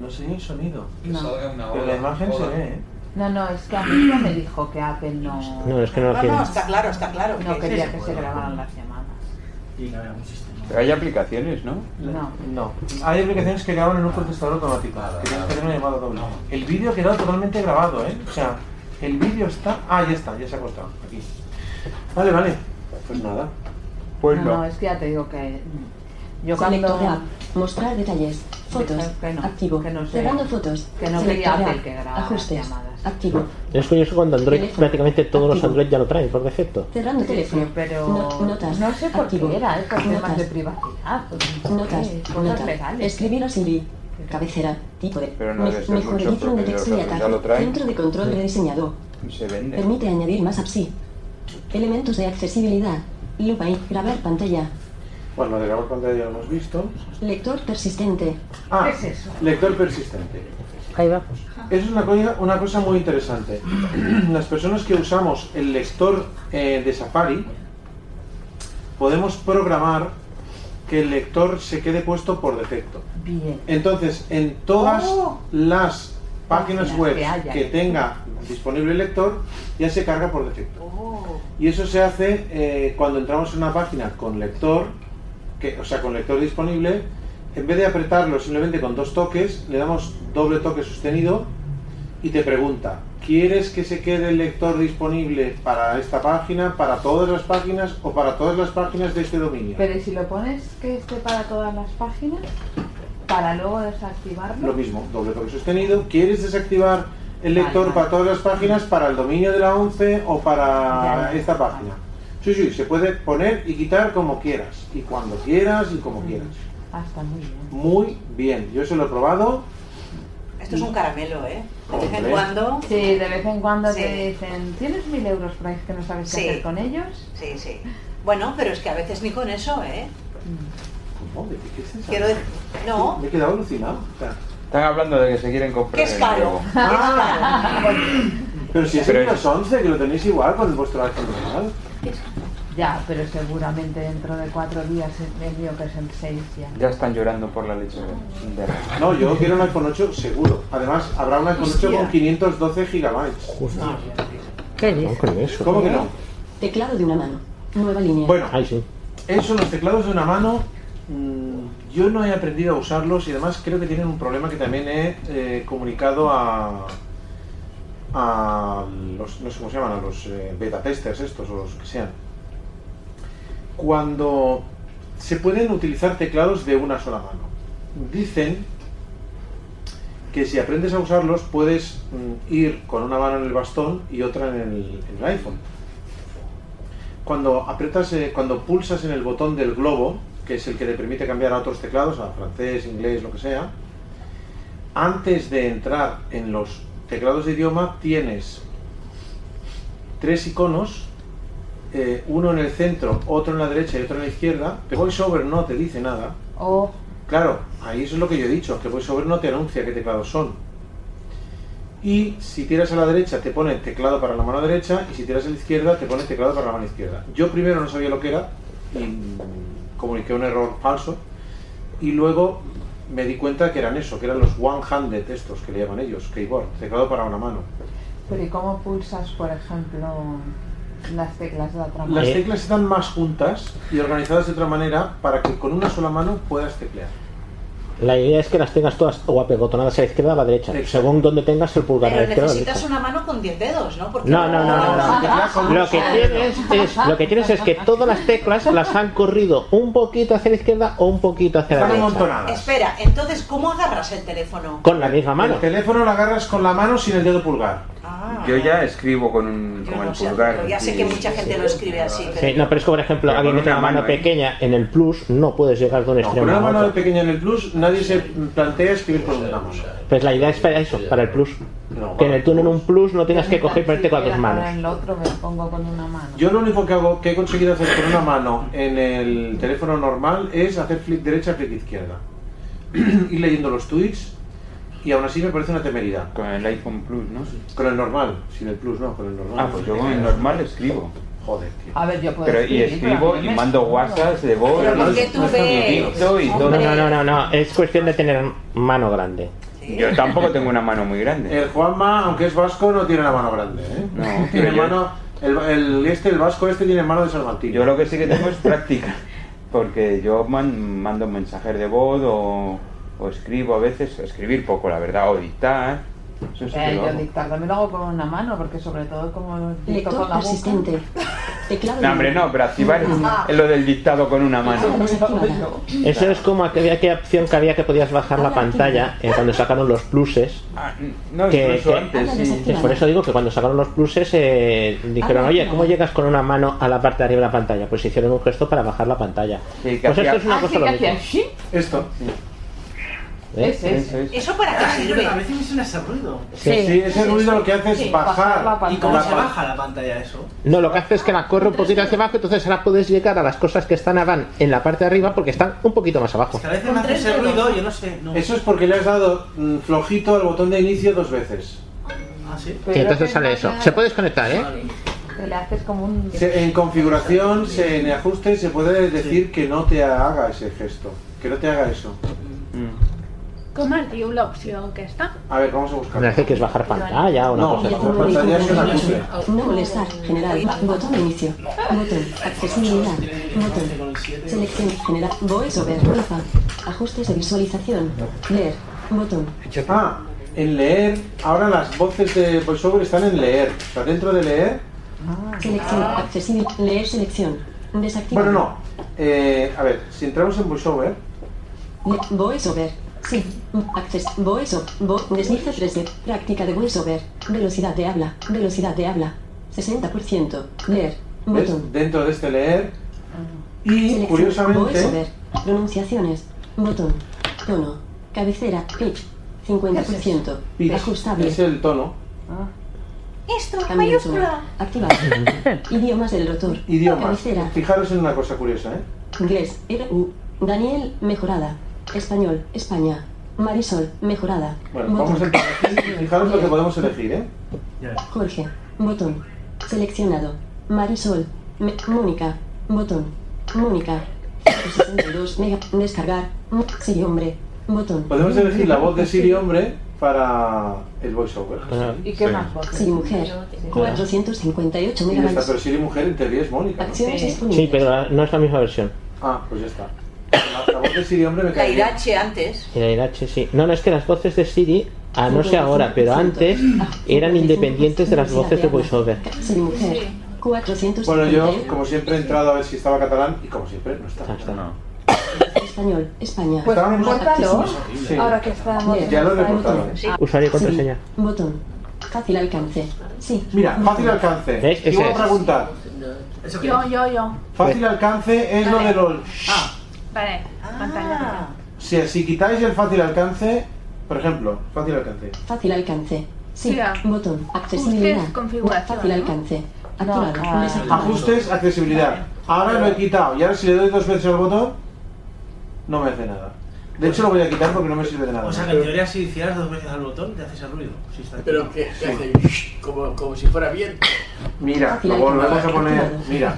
S11: no se oye el sonido.
S3: No. salga una
S11: Pero
S3: ola.
S11: la imagen se
S3: Ola.
S11: ve, ¿eh?
S3: No, no, es que a mí no me dijo que Apple no...
S2: No, es que no lo quieren.
S16: está claro, está claro.
S3: No
S16: que-
S3: quería
S16: sí,
S3: que
S16: sí.
S3: se grabaran las llamadas.
S20: Pero hay aplicaciones, ¿no?
S3: No.
S11: No. Hay aplicaciones que graban en un contestador automático. Que tienes que tener una llamada doble. El vídeo ha quedado totalmente grabado, ¿eh? O sea, el vídeo está. Ah, ya está, ya se ha cortado. Aquí. Vale, vale. Pues nada. Pues
S3: No, no, es que ya te digo que... Yo
S21: Selector
S3: cuando...
S21: app. Mostrar detalles. Fotos. Activo. Cerrando fotos.
S3: Que no
S21: Selector
S3: quería Apple
S21: app.
S3: que grabara
S21: Ajustes. Activo.
S2: Es curioso cuando Android, prácticamente todos los Android ya lo traen por defecto.
S21: Cerrando
S3: Sí,
S21: teléfono.
S3: sí, pero
S21: No- notas.
S3: no sé por
S21: Activo.
S3: qué era, ¿eh? por temas
S21: Notas.
S3: de privacidad. pues no sé,
S21: Notas,
S3: cosas
S21: notas.
S3: legales.
S21: Escribir a Siri. Cabecera, tipo de.
S20: Pero no debe ser
S21: mejor
S20: mucho,
S21: edición de
S20: porque
S21: texto
S20: los
S21: y
S20: otros ya
S21: ataque.
S20: lo traen.
S21: Centro de control
S20: Sí.
S21: rediseñado.
S20: Se vende.
S21: Permite añadir más apps. sí. Elementos de accesibilidad. Lupa y grabar pantalla.
S11: Bueno, lo de grabar pantalla ya lo hemos visto.
S21: Lector persistente.
S11: Ah, Lector persistente.
S22: Ahí va.
S11: Eso es una cosa, una cosa muy interesante. Las personas que usamos el lector eh, de Safari, podemos programar que el lector se quede puesto por defecto.
S3: Bien.
S11: Entonces, en todas
S3: Oh.
S11: las páginas
S3: Páginas
S11: web
S3: que haya.
S11: que tenga disponible el lector, ya se carga por defecto. Y eso se hace eh, cuando entramos en una página con lector, que, o sea, con lector disponible, en vez de apretarlo simplemente con dos toques, le damos doble toque sostenido y te pregunta, ¿quieres que se quede el lector disponible para esta página, para todas las páginas o para todas las páginas de este dominio?
S3: Pero ¿y si lo pones que esté para todas las páginas, para luego desactivarlo.
S11: Lo mismo, doble toque sostenido. ¿Quieres desactivar el lector para todas las páginas, para el dominio de la 11 o para esta página? Sí, sí, se puede poner y quitar como quieras, y cuando quieras y
S21: Mm.
S11: como quieras.
S3: Ah, está muy bien.
S11: Muy bien, yo se lo he probado.
S16: Esto es un caramelo, ¿eh? De vez en
S11: Hombre.
S16: cuando.
S3: Sí, de vez en cuando
S16: Sí.
S3: te dicen, ¿tienes mil euros por ahí que no sabes qué
S16: Sí.
S3: hacer con ellos?
S16: Sí, sí. Bueno, pero es que a veces ni con eso, ¿eh?
S11: ¿Cómo? ¿De qué- qué es eso?
S16: Quiero decir. No,
S11: Me he quedado alucinado. O sea,
S20: Están hablando de que se quieren comprar.
S16: que es
S20: el
S16: caro.
S20: nuevo.
S16: que es caro.
S11: Pero si es
S20: Pero
S11: el
S20: es-
S11: iOS 11, que lo tenéis igual con el vuestro iPhone normal.
S3: Ya, pero seguramente dentro de cuatro días el mío que es el seis ya.
S20: Ya están llorando por la leche. de- de-
S11: No, yo quiero un iPhone 8 seguro. Además, habrá un iPhone 8 con
S21: Hostia.
S11: 512 gigabytes.
S22: ¿Qué dices?
S11: Ah, ¿Cómo que no?
S21: Teclado de una mano. Nueva línea.
S11: Bueno,
S2: ahí sí.
S11: Eso, los teclados de una mano, mm, yo no he aprendido a usarlos y además creo que tienen un problema que también he eh, comunicado a, a los, no sé cómo se llaman, a los eh, beta testers estos o los que sean. Cuando se pueden utilizar teclados de una sola mano, dicen que si aprendes a usarlos puedes mm, ir con una mano en el bastón y otra en el- en el iPhone cuando aprietas, eh, cuando pulsas en el botón del globo, que es el que te permite cambiar a otros teclados, a francés, inglés, lo que sea, antes de entrar en los teclados de idioma tienes tres iconos, eh, uno en el centro, otro en la derecha y otro en la izquierda, pero VoiceOver no te dice nada.
S3: O
S11: Claro, ahí eso es lo que yo he dicho, que VoiceOver no te anuncia qué teclados son. Y si tiras a la derecha te pone teclado para la mano derecha y si tiras a la izquierda te pone teclado para la mano izquierda. Yo primero no sabía lo que era y comuniqué un error falso. Y luego me di cuenta que eran eso, que eran los one-handed estos que le llaman ellos, keyboard, teclado para una mano.
S3: Pero ¿y cómo pulsas, por ejemplo, las teclas de la otra mano?
S11: Las teclas están más juntas y organizadas de otra manera para que con una sola mano puedas teclear.
S2: La idea es que las tengas todas o apegotonadas a la izquierda o a la derecha, según donde tengas el pulgar a la
S5: Pero
S2: izquierda o a la
S5: necesitas una mano con 10 dedos, ¿no? Porque
S2: No, no, no, no, no. Lo que tienes es, lo que tienes es que todas las teclas las han corrido un poquito hacia la izquierda o un poquito hacia la
S11: Están
S2: derecha.
S11: amontonadas.
S5: Espera, entonces, ¿cómo agarras el teléfono?
S2: Con la misma mano.
S11: El teléfono lo agarras con la mano sin el dedo pulgar.
S10: Yo ya escribo con, un- con el pulgar.
S5: Pero ya Ah, sé
S10: y-
S5: que mucha gente lo escribe así.
S2: Sí, no, pero es que, por ejemplo,
S10: Pero
S2: alguien
S10: con
S2: que tenga
S10: una
S2: mano
S10: mano, ¿eh?
S2: pequeña en el plus no puedes llegar de un
S11: Con
S2: extremo
S11: una
S2: a
S11: mano de
S2: otro.
S11: pequeña en el plus nadie se plantea escribir con una mano.
S2: Pues la idea es para eso, para el plus.
S11: No,
S2: Que en el tú en un plus no tengas que coger y ponerte con las dos
S3: Ahora
S2: manos.
S3: en lo otro me lo pongo con una mano.
S11: Yo lo único que hago, que he conseguido hacer con una mano en el teléfono normal es hacer flip derecha, flip izquierda. Ir leyendo los tweets y aún así me parece una temeridad.
S10: Con el iPhone Plus, ¿no?
S11: Con el normal, sin el plus, no, con el normal.
S10: Ah, pues yo con el normal escribo.
S11: Joder, tío.
S3: A ver, yo puedo
S10: Pero y
S3: escribir, pero
S10: escribo
S3: a mí
S10: y
S3: me- Eh,
S10: mando WhatsApp de voz.
S3: Ah, Pero ¿por qué tú
S10: no
S3: ves?
S10: y
S2: No,
S10: todo.
S2: no, no, no, no, es cuestión de tener mano grande.
S10: Yo tampoco tengo una mano muy grande.
S11: El Eh, Juanma, aunque es vasco, no tiene la mano grande, ¿eh?
S10: No,
S11: Tiene
S10: pero yo-
S11: mano. El, el este, el vasco este, tiene mano de salmantino.
S10: Yo lo que sí que tengo es práctica, porque yo man- mando mensajes de voz o, o escribo a veces, escribir poco, la verdad, o dictar. Eso sí que
S3: Eh,
S10: lo
S3: yo
S10: hago.
S3: dictar también lo hago con una mano, porque sobre todo como dicto
S14: Lector
S3: con la boca.
S14: persistente. Teclado.
S10: No, hombre, no, pero activar
S3: Ah.
S10: es lo del dictado con una mano.
S2: Eso es como aquella, aquella opción que había que podías bajar la pantalla eh, cuando sacaron los pluses.
S10: Ah, No,
S2: que-
S10: incluso
S2: que-
S10: antes, sí.
S2: es por eso digo que cuando sacaron los pluses eh, dijeron,
S10: Ah,
S2: oye,
S10: claro.
S2: ¿cómo llegas con una mano a la parte de arriba de la pantalla? Pues hicieron un gesto para bajar la pantalla.
S10: Sí,
S2: Pues esto es una
S3: Ah,
S2: cosa
S3: sí,
S2: lo
S3: que
S2: mismo. ¿Eh?
S3: hacía shit.
S11: Esto.
S2: ¿Ves?
S5: ¿Eso para qué sirve?
S8: A veces me suena ese ruido.
S2: Sí. Sí, ese ruido lo que hace es Sí, bajar bajar la pantalla.
S8: ¿Y cómo se
S2: la-
S8: baja la pantalla eso?
S2: No, lo que hace es que la corre un poquito hacia abajo, entonces ahora puedes llegar a las cosas que están van en la parte de arriba porque están un poquito más abajo.
S8: A veces me hace ese ruido, yo no sé. No.
S11: Eso es porque le has dado mm, flojito al botón de inicio dos veces.
S8: Ah, sí.
S2: Y entonces sale eso. Se puede desconectar, ¿eh?
S3: Te le haces como un...
S11: Se- en configuración, se- en ajuste, se puede decir que no te haga ese gesto, que no te haga eso.
S23: Com es diu l'opció aquesta?
S11: A ver, vamos a buscar.
S2: No sé que es bajar pantalla o una
S11: No,
S2: cosa
S11: bajar
S2: así.
S11: pantalla es una cumbre.
S14: No molestar. General. Botón de inicio. Botón. Accesibilidad. Botón. Selección. General. Voice over. Alfa. Ajustes de visualización. Leer. Botón.
S11: Ah, en leer, ahora las voces de voiceover están en leer. O sea, dentro de leer,
S14: Selección. Accesible. Leer selección. Desactivar.
S11: bueno, no. Eh, a ver, si entramos en voiceover,
S14: Le- Voiceover. Sí. Access. Voiceover. Vo deslice 13. Práctica de voiceover. Velocidad de habla. Velocidad de habla. 60%. Leer.
S11: ¿ves?
S14: Botón. Ah,
S11: Dentro de este leer,
S14: Y
S11: curiosamente-
S14: Voiceover. Pronunciaciones. Botón. Tono. Cabecera. Pitch. 50%.
S11: pitch
S14: Ajustable.
S11: es el tono.
S3: Ah,
S14: Esto. Mayúscula. Activar. Idiomas del rotor.
S11: Idiomas.
S14: Cabecera.
S11: Fijaros en una cosa curiosa, ¿eh?
S14: Inglés,
S11: Uh,
S14: RU. Daniel, mejorada. Español, España. Marisol, mejorada.
S11: Bueno, vamos a
S14: Botón.
S11: entrar aquí. Fijaros lo que podemos elegir, ¿eh?
S14: Jorge, botón. Seleccionado. Marisol, Me- Mónica, botón. Mónica, 162 mega. Descargar. Mm, Sí, hombre, botón.
S11: Podemos elegir la voz de Siri hombre para el voiceover.
S3: ¿Y qué más voces?
S14: Sí, mujer, 458
S11: Y ya está, pero
S14: megabytes.
S11: Siri mujer en teoría es Mónica. ¿no?
S14: Acciones disponibles.
S2: Sí, pero la- no es la misma versión.
S11: Ah, pues ya está. La, la voz de Siri hombre me
S5: La
S11: cae bien.
S5: irache antes.
S2: Y la Irache, sí. No, no, es que las voces de Siri, a no sé ahora, pero antes eran independientes de las voces de VoiceOver.
S14: Sí, mujer, 458
S11: Bueno, yo como siempre he entrado a ver si estaba catalán y como siempre no está.
S2: Ah,
S14: Español, España.
S3: Pues
S11: Estábamos-
S3: repórtalo,
S11: Sí.
S3: ahora que estamos...
S11: Ya lo he reportado.
S2: Usuario y contraseña.
S14: Sí, Botón. Fácil alcance. Sí.
S11: Mira, fácil alcance.
S2: ¿Ves?
S11: Te
S2: Ese
S11: iba a
S2: es.
S11: preguntar.
S23: Jo, jo, jo.
S11: Fácil alcance es lo de los...
S23: Vale, pantalla.
S3: Ah.
S11: Si, si quitáis el fácil alcance, por ejemplo, fácil alcance.
S14: Fácil alcance. Sí.
S23: Sí, ah.
S14: Botón. Accesibilidad.
S23: Ajustes, configuración,
S14: Fácil
S23: ¿no?
S14: alcance. Activado.
S23: ah.
S14: Desactivado.
S11: Ajustes, accesibilidad. Ahora lo he quitado y ahora si le doy dos veces al botón, no me hace nada. De hecho lo voy a quitar porque no me sirve de nada.
S8: O sea que en teoría si hicieras dos veces al botón te haces el ruido. Si está
S24: Pero que que hace como, como si fuera bien.
S11: Mira, lo volvemos a poner. Mira,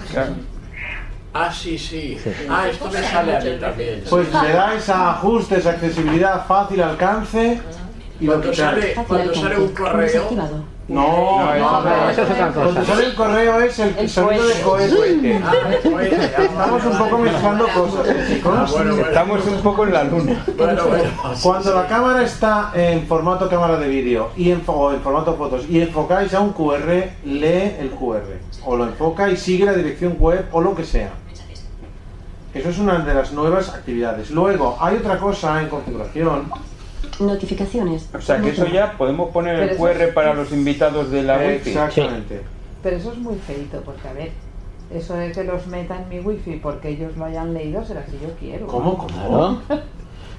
S10: Ah, sí, sí. Ah, esto me sale a mí también.
S11: Pues le dais a ajustes, accesibilidad, fácil alcance y lo
S10: Cuando
S11: que
S10: sale, cuando sale un correo.
S11: No, no, no, eso es otra cosa. Cuando sale el correo es el, sonido de cohete.
S10: ah, pues,
S11: Estamos un poco mezclando cosas, ¿eh, chicos.
S20: Ah, Estamos un poco en la luna.
S11: Cuando la cámara está en formato cámara de vídeo y en, fo- o en formato fotos y enfocáis a un QR, lee el QR. O lo enfoca y sigue la dirección web o lo que sea. Eso es una de las nuevas actividades. Luego, hay otra cosa en configuración.
S21: Notificaciones.
S20: O sea, que eso ya podemos poner el
S3: Pero eso-
S20: QR para los invitados de la wifi.
S11: Exactamente.
S3: Pero eso es muy feito, porque a ver, eso de que los meta en mi wifi porque ellos lo hayan leído será si yo quiero.
S11: ¿Cómo?
S2: ¿no? Pero es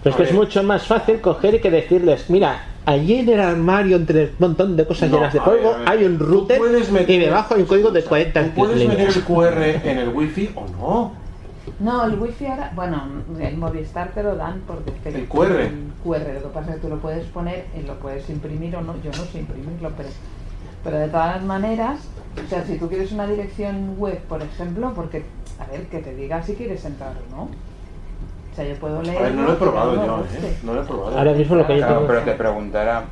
S2: Pues que es mucho más fácil coger y que decirles, mira, allí en el armario entre el montón de cosas
S11: No,
S2: llenas de
S11: a ver,
S2: polvo
S11: a ver.
S2: hay un router y debajo hay un código de 40
S11: Puedes meter
S2: líneas.
S11: el QR en el wifi o no.
S3: No, el wifi ahora, bueno, el Movistar te lo dan por defecto.
S11: El QR.
S3: El QR, lo que pasa es que tú lo puedes poner, eh, lo puedes imprimir o no, yo no sé imprimirlo, pero, pero de todas las maneras, o sea, si tú quieres una dirección web, por ejemplo, porque, a ver, que te diga si quieres entrar o no. O sea, yo puedo leer.
S11: A ver, no lo he probado
S3: pero
S11: yo,
S3: lo pues, sé.
S11: ¿eh? No lo he probado.
S2: Ahora mismo lo que yo
S20: Claro,
S2: tengo-
S20: pero te preguntará.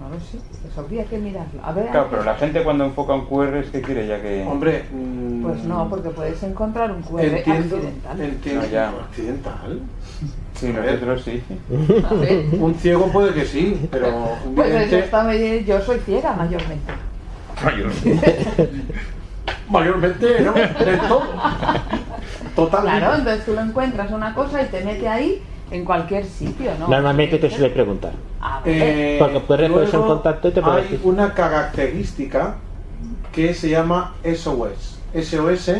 S3: No lo sé, pues habría que mirarlo. A ver,
S20: Claro, pero la gente cuando enfoca un QR es que quiere ya que.
S11: Hombre, mm,
S3: pues no, porque puedes encontrar un QR
S11: Entiendo,
S3: accidental.
S11: entiendo.
S20: No, ya.
S11: ¿Accidental?
S20: Sí, nosotros sí.
S3: A ver.
S11: Un ciego puede que sí, pero un
S3: Pues eso
S11: vidente
S3: está muy bien, yo soy ciega mayormente.
S11: mayormente no, de todo. Totalmente.
S3: Claro, entonces tú lo encuentras una cosa y te mete ahí en cualquier sitio, ¿no?
S2: Normalmente te suele preguntar.
S11: Eh,
S2: Porque puedes ponerse en
S11: luego
S2: contacto y te puede
S11: Hay
S2: decir.
S11: una característica que se llama SOS. SOS,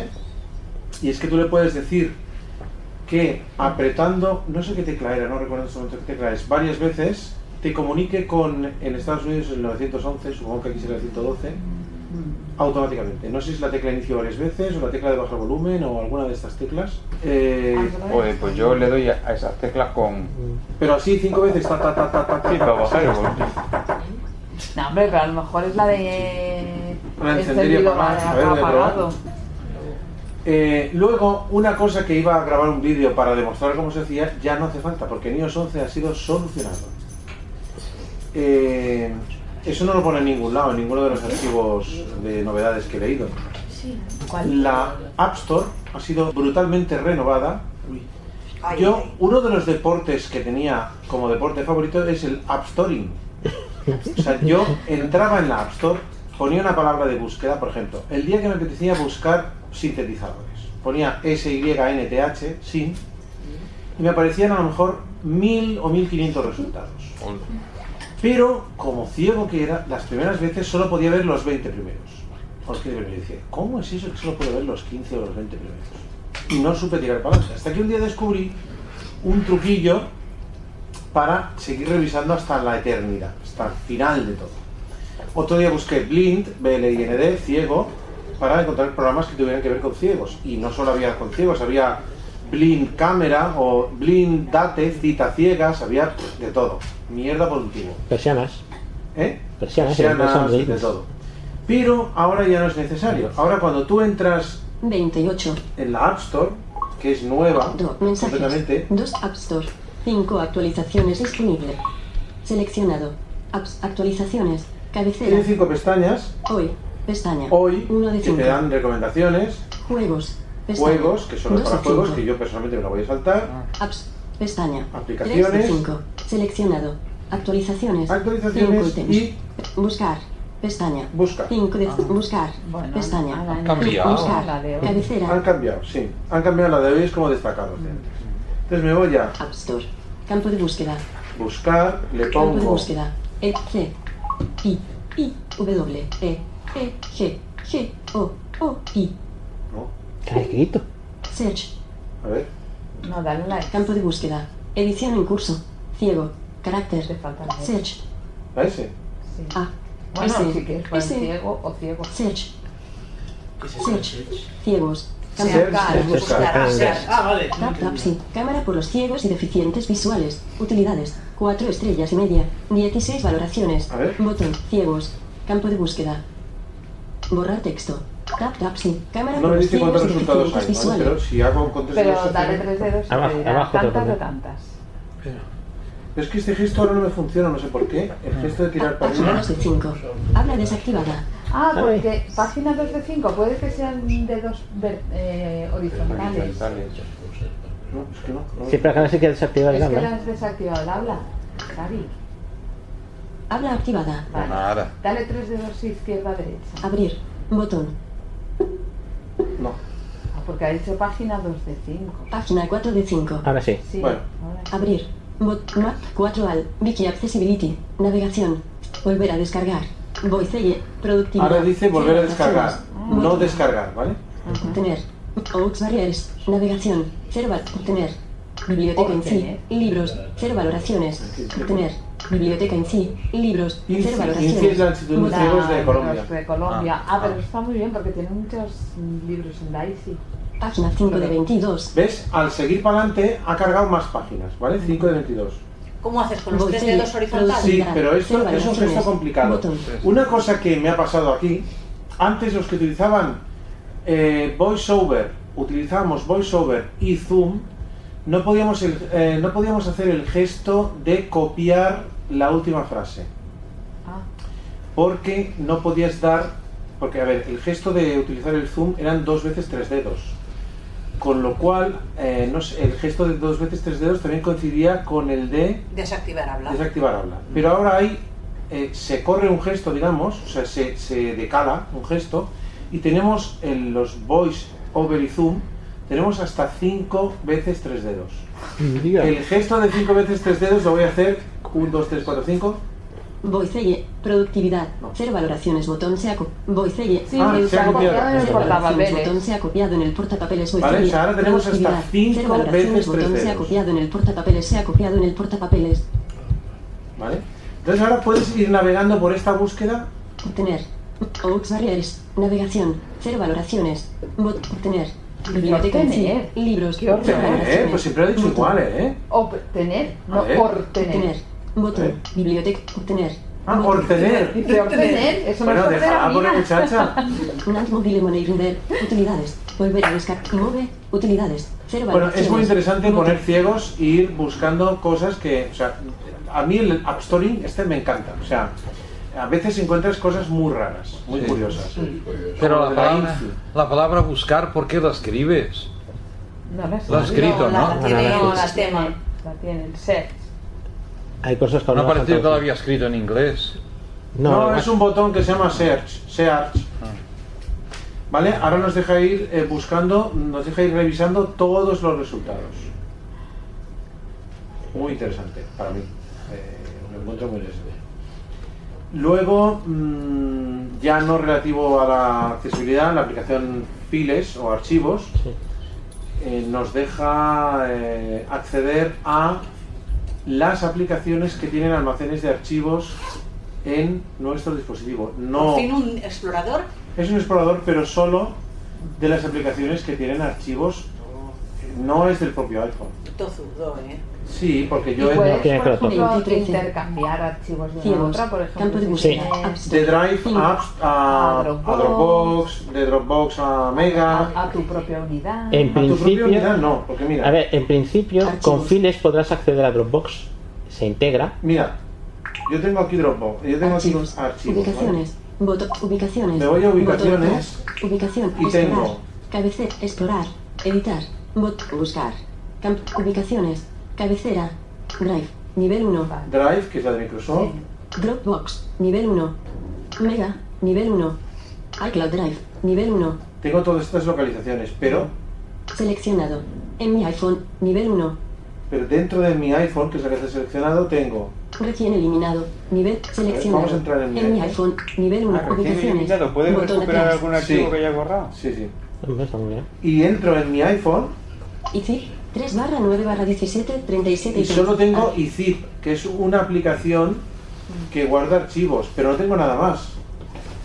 S11: y es que tú le puedes decir que apretando, no sé qué tecla era, no recuerdo en este momento qué tecla es, varias veces te comunique con, en Estados Unidos es el 911, supongo que aquí será el 112, automáticamente. No sé si es la tecla inicio varias veces o la tecla de bajar volumen o alguna de estas teclas. Eh,
S20: Joder, pues yo le doy a a esas teclas con.
S11: pero así cinco veces, ta, ta, ta, ta, ta, ta,
S20: Sí, para bajar el volumen.
S3: No, hombre, pero a lo mejor es la de... este
S11: Para
S3: el
S11: encender y
S3: servidor
S11: apagar,
S3: a-
S11: a ver, voy a probar.
S3: apagado.
S11: Eh, luego, una cosa que iba a grabar un vídeo para demostrar cómo se hacía, ya no hace falta, porque en iOS 11 ha sido solucionado. Eh, eso no lo pone en ningún lado, en ninguno de los archivos de novedades que he leído. La App Store ha sido brutalmente renovada. Yo, uno de los deportes que tenía como deporte favorito es el App Storing. O sea, yo entraba en la App Store, ponía una palabra de búsqueda, por ejemplo, el día que me apetecía buscar sintetizadores, ponía S-Y-N-T-H, sin, y me aparecían a lo mejor 1000 o 1500 resultados. Pero, como ciego que era, las primeras veces solo podía ver los 20 primeros. Porque me decía, ¿cómo es eso que solo puedo ver los 15 o los 20 primeros? Y no supe tirar para adelante. Hasta que un día descubrí un truquillo para seguir revisando hasta la eternidad, hasta el final de todo. Otro día busqué blind, BLIND, E ciego, para encontrar programas que tuvieran que ver con ciegos. Y no solo había con ciegos, había blind cámara o blind date, cita ciegas, había pff, de todo. Mierda por último.
S2: Persianas.
S11: ¿Eh?
S2: Persianas,
S11: Persianas,
S2: son
S11: de
S2: blinds.
S11: todo. Pero ahora ya no es necesario. Ahora cuando tú entras
S21: 28.
S11: en la App Store, que es nueva,
S21: Dos
S11: completamente,
S21: mensajes. Dos App Store. Cinco actualizaciones disponible. Seleccionado. Apps actualizaciones. Cabecera.
S11: tiene cinco pestañas
S21: Hoy. Pestaña.
S11: Hoy.
S21: Uno de
S11: que te
S21: cinco.
S11: dan recomendaciones,
S21: Juegos. Pestaña.
S11: juegos, que son los
S21: Dos
S11: para
S21: de
S11: juegos,
S21: cinco. Ah.
S11: que yo personalmente me lo voy a saltar,
S21: Apps. Pestaña.
S11: Aplicaciones.
S21: Tres de cinco. Seleccionado. Actualizaciones.
S11: Actualizaciones
S21: Cinco ítems. Buscar. Pestaña.
S11: Buscar.
S21: Cinco de buscar. pestaña.
S11: han cambiado.
S21: Buscar.
S11: La
S3: Ah.
S21: Cabecera.
S11: Han cambiado, sí. Han cambiado la de hoy, es como destacado.
S21: Mm.
S11: Entonces me voy a
S21: App Store. Campo de búsqueda.
S11: buscar, le
S21: Campo de
S11: pongo
S21: búsqueda. E, C, I, I, W, E, E, G, G, O, O, I.
S2: Está escrito.
S21: Search.
S11: A ver.
S3: No, dale la...
S21: Campo de búsqueda. Edición en curso. Ciego. Carácter. Search.
S11: a ese.
S21: A.
S3: Bueno,
S21: S,
S3: si quieres poner
S21: S.
S3: ciego o ciego.
S21: Search. Search. Ciegos.
S3: Search,
S21: Cámara.
S3: es buscar.
S21: Search.
S3: Ah, vale.
S21: Tap, tap, sí. Cámara por los ciegos y deficientes visuales. Utilidades. 4 estrellas y media. 16 valoraciones.
S11: A ver.
S21: Botón. Ciegos. Campo de búsqueda. Borrar texto.
S14: Tap, tap, sí. Cámara
S11: No me
S14: con
S11: dice cuántos resultados hay, ¿vale?
S14: visuales.
S11: Pero si hago con tres
S3: Pero
S11: dedos...
S3: dale tres dedos y
S11: Abajo,
S3: te dirá
S11: abajo te lo
S3: tantas o
S11: pondré.
S3: tantas.
S11: Espera. Es que este gesto ahora no me funciona, no sé por qué.
S14: Ah.
S11: El gesto de tirar para
S14: Página
S11: arriba...
S14: 2 de 5. Habla desactivada.
S3: Ah,
S11: Ah,
S3: porque página 2 de 5 puede que sean dedos ver- eh, horizontales.
S11: No, es que no. no.
S2: Sí, pero que no sé qué desactivar el
S3: Es que
S2: habla.
S3: la has desactivado el habla. Cari,
S14: Habla activada.
S5: Nada.
S3: dale tres dedos izquierda a derecha.
S14: Abrir. Botón.
S11: No.
S3: Ah, porque ha dicho página 2 de 5.
S14: Página 4 de 5.
S2: Ahora sí.
S3: Sí. ahora
S14: Abrir. Bot map 4 al. Wiki Accessibility. Navegación. Volver a descargar. Voiceye. Productividad.
S11: Ahora dice volver a
S14: Cero
S11: descargar.
S14: acciones.
S11: No
S14: Botón.
S11: descargar, ¿vale?
S14: Obtener. Aux barriers. Navegación. Cero val- Obtener. Biblioteca en sí. Libros. Cero valoraciones. Obtener. Biblioteca en sí. Libros.
S11: Inci-
S14: Cero
S11: Inci es la
S14: valoraciones.
S11: institución de ciegos de Colombia.
S3: De Colombia. Ah, pero está muy bien porque tiene muchos mm, libros en la ICI.
S14: Página 5 de 22.
S11: ¿Ves? Al seguir para adelante ha cargado más páginas, ¿vale? 5 de 22.
S25: ¿Cómo haces con los tres
S14: Voiceye.
S25: dedos horizontales?
S11: Sí, pero esto es un
S14: valoraciones.
S11: gesto complicado. Una cosa que me ha pasado aquí, antes los que utilizaban eh, VoiceOver, utilizábamos VoiceOver y Zoom, no podíamos, el- eh, no podíamos hacer el gesto de copiar la última frase.
S3: Ah.
S11: Porque no podías dar, porque a ver, el gesto de utilizar el zoom eran dos veces tres dedos. Con lo cual, eh, no sé, el gesto de dos veces tres dedos también coincidía con el de
S25: Desactivar habla.
S11: Desactivar habla. Pero ahora hay, eh, se corre un gesto, digamos, o sea, se, se decala un gesto, y tenemos en los voice over y zoom, tenemos hasta cinco veces tres dedos. El gesto de cinco veces tres dedos lo voy a hacer 1, 2, 3, 4, 5.
S14: Voiceye. Productividad. Cero valoraciones. Botón se ha co- Voiceye.
S11: Sí, Ah, se ha
S14: Cero
S11: copiado.
S14: valoraciones,
S11: En el portapapeles.
S3: ¿eh?
S14: Botón se ha copiado en el portapapeles.
S11: Vale,
S14: Voiceye.
S11: o sea, ahora tenemos hasta
S14: Productividad.
S11: cinco
S14: Cero valoraciones,
S11: veces tres
S14: Botón se ha
S11: dedos.
S14: copiado en el portapapeles. Se ha copiado en el portapapeles.
S11: ¿Vale? Entonces ahora puedes ir navegando por esta búsqueda.
S14: Obtener. Aux barriers. Navegación. Cero valoraciones. Bot obtener. Biblioteca en sí.
S3: Obtener.
S14: Libros.
S3: Qué horror.
S14: Cero
S11: Eh,
S14: valoraciones.
S11: pues siempre lo he dicho
S14: Botón.
S11: igual, ¿eh?
S3: Obtener, no
S11: ver.
S3: obtener.
S14: Botón. Biblioteca. Obtener.
S11: Ah, obtener.
S3: Dice obtener, eso no es
S11: Bueno, ah,
S3: obtener,
S11: déjala por la
S3: amiga.
S11: muchacha.
S14: Not Mobile Money Reader. Utilidades. Volver a descargar. Move. Utilidades. Cero
S11: Bueno, eh.
S14: valoraciones.
S11: es muy interesante poner ciegos e ir buscando cosas que, o sea, a mí el App Storing este me encanta, o sea, a veces encuentras cosas muy raras, muy
S5: Sí.
S11: curiosas.
S5: Pero
S11: Como
S5: la
S11: de la
S5: palabra,
S11: Infi.
S5: la palabra buscar, ¿por qué la escribes?
S3: No la
S5: Lo has escrito, ¿no?
S3: La, tiene
S5: No, la
S3: el sistema. La tiene el set.
S2: Hay cosas que
S5: No
S2: aún
S5: ha
S2: no me han
S5: parecido que
S2: saltado.
S5: lo había escrito en inglés.
S11: No,
S2: No,
S11: es un botón que se llama Search, Search. ¿Vale? Ahora nos deja ir eh, buscando, nos deja ir revisando todos los resultados. Muy interesante para mí. Eh, lo encuentro muy interesante. Luego, mm, ya no relativo a la accesibilidad, la aplicación Files o Archivos eh, nos deja eh, acceder a las aplicaciones que tienen almacenes de archivos en nuestro dispositivo. No
S25: Por fin un explorador.
S11: es un explorador, pero solo de las aplicaciones que tienen archivos. No es del propio iPhone.
S25: Tozudo, ¿eh?
S11: Sí, porque yo
S3: y pues,
S11: en-
S3: puedes, por ejemplo, intercambiar archivos de una a
S11: Ciegos.
S3: otra, por ejemplo.
S11: Campo de
S3: si
S11: búsqueda.
S3: tienes-
S11: de Drive Apps a,
S3: A
S11: a
S3: Dropbox.
S11: Dropbox. de Dropbox a Mega.
S3: a tu propia unidad. Ah,
S11: A
S2: En
S11: tu propia
S2: principio,
S11: unidad no, porque mira.
S2: a ver, en principio con files podrás acceder a Dropbox. Se integra.
S11: Mira, yo tengo aquí Dropbox, yo tengo
S14: Archivos.
S11: aquí archivos. ¿vale?
S14: Ubicaciones. Botón. Ubicaciones.
S11: Me voy a ubicaciones.
S14: Botón. Ubicación.
S11: Y
S14: explorar.
S11: tengo.
S14: Cabecera. Explorar. Editar. Bot. Buscar. Camp. Ubicaciones. Cabecera. Drive. Nivel 1.
S11: Drive, que es la de Microsoft.
S14: Dropbox. Nivel 1. Mega. Nivel 1. iCloud Drive. Nivel 1.
S11: Tengo todas estas localizaciones, pero,
S14: Seleccionado. En mi iPhone. Nivel 1.
S11: pero dentro de mi iPhone, que es la que está seleccionado, tengo
S14: Recién eliminado. Nivel seleccionado.
S11: vamos a entrar en mi
S14: mi
S11: iPhone.
S14: iPhone. Nivel 1.
S11: Ah, recién
S14: ubicaciones.
S11: eliminado. ¿Puedes
S14: Botón
S11: recuperar
S14: atrás.
S11: algún archivo Sí. que
S26: hayas borrado?
S11: Sí, sí.
S2: Hombre, está muy bien.
S11: Y entro en mi iPhone
S14: Y sí, 3 barra 9 barra 17, 37
S11: y
S14: y Ah.
S11: solo
S14: 30.
S11: tengo iZip, que es una aplicación que guarda archivos, pero no tengo nada más.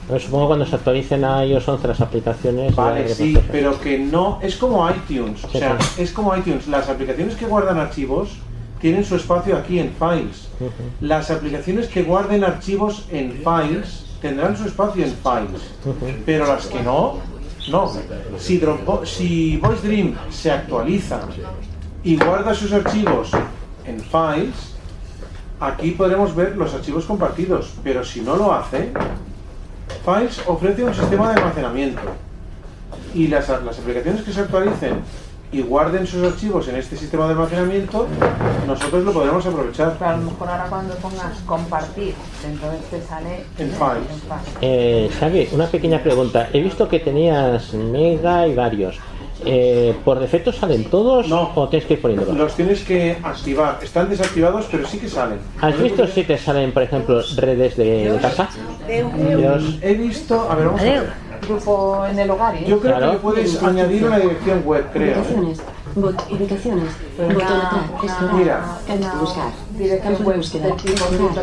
S2: Pero supongo cuando se actualicen a iOS 11 las aplicaciones.
S11: Vale,
S2: habrá ¿eh? que
S11: sí,
S2: procesar.
S11: pero que no. Es como iTunes. O
S2: Sí,
S11: sea,
S2: sí.
S11: es como iTunes. Las aplicaciones que guardan archivos tienen su espacio aquí en Files. Las aplicaciones que guarden archivos en Files tendrán su espacio en Files. Pero las que no, No, si, Dropbo- si Voice Dream se actualiza y guarda sus archivos en files, aquí podremos ver los archivos compartidos, pero si no lo hace, Files ofrece un sistema de almacenamiento y las, las aplicaciones que se actualicen y guarden sus archivos en este sistema de almacenamiento, nosotros lo podremos aprovechar.
S3: a lo mejor ahora cuando pongas compartir, entonces te sale
S11: En files.
S2: Eh, Xavi, una pequeña pregunta. He visto que tenías Mega y varios. Eh, ¿Por defecto salen todos o tienes que ir poniéndolos?
S11: Los tienes que activar. Están desactivados, pero sí que salen.
S2: ¿Has visto si te salen, por ejemplo, redes de, de casa? Dios.
S11: He visto. A ver, vamos a ver.
S3: grupo en el hogar, ¿eh?
S11: Yo creo que le puedes añadir una dirección web, creo. ¿eh?
S21: Ubicaciones. Bot, ubicaciones.
S3: Una-
S21: Botón atrás. Explorar.
S11: Mira.
S21: Campo buscar. Campo búsqueda.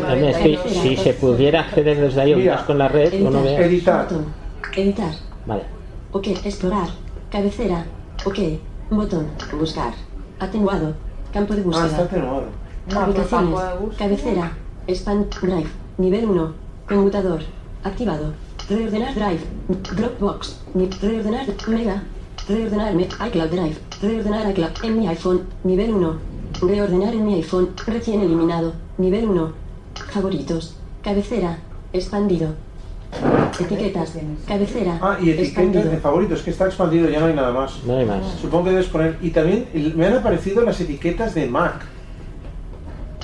S2: También
S3: este
S2: es que
S21: Espera.
S2: si se pudiera acceder desde ahí o
S11: Mira,
S2: veas con la red, o no veas.
S11: editar.
S21: Editar.
S2: Vale.
S21: Ok. Explorar. Cabecera. Ok. Botón. Buscar. Atenuado. Campo de búsqueda.
S11: Ah, está atenuado.
S3: No, pero
S21: Ubicaciones.
S3: campo de búsqueda.
S21: Cabecera. Span Drive. Nivel 1. Conmutador. Activado. Reordenar Drive. Dropbox. Ni- Reordenar Mega. Reordenar mi iCloud Drive. Reordenar iCloud en mi iPhone. Nivel 1. Reordenar en mi iPhone. Recién eliminado. Nivel 1. Favoritos. Cabecera. Expandido. Etiquetas. Cabecera.
S11: Ah, y etiquetas de favoritos, que está expandido, ya no hay nada más.
S2: No hay más.
S11: Supongo que debes poner. Y también el- me han aparecido las etiquetas de Mac.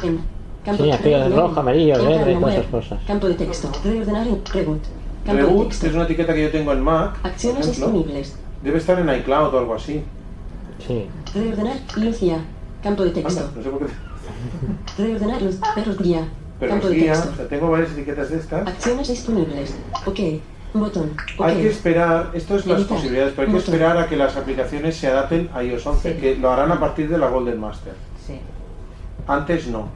S21: En campo
S2: Sí, aquello de
S21: reordenar.
S2: rojo, amarillo,
S21: Entra
S2: verde,
S21: en
S2: todas
S21: web.
S2: esas cosas.
S21: Campo de texto. Reordenar en reboot. Campo de
S11: Reboot,
S21: texto.
S11: que es una etiqueta que yo tengo en Mac. por
S21: Acciones
S11: ejemplo.
S21: disponibles.
S11: Debe estar en iCloud o algo así.
S2: Sí.
S21: Reordenar Lucia. Campo de texto.
S11: no sé por qué.
S21: Reordenar los perros guía.
S11: Pero
S21: campo
S11: los guía,
S21: de texto.
S11: o sea, tengo varias etiquetas de estas.
S21: Acciones disponibles. Ok. Botón. Ok.
S11: Hay que esperar, esto es las
S21: Editar.
S11: posibilidades, pero hay que
S21: Botón.
S11: esperar a que las aplicaciones se adapten a iOS 11,
S16: Sí.
S11: que lo harán a partir de la Golden Master.
S3: Sí.
S11: Antes no.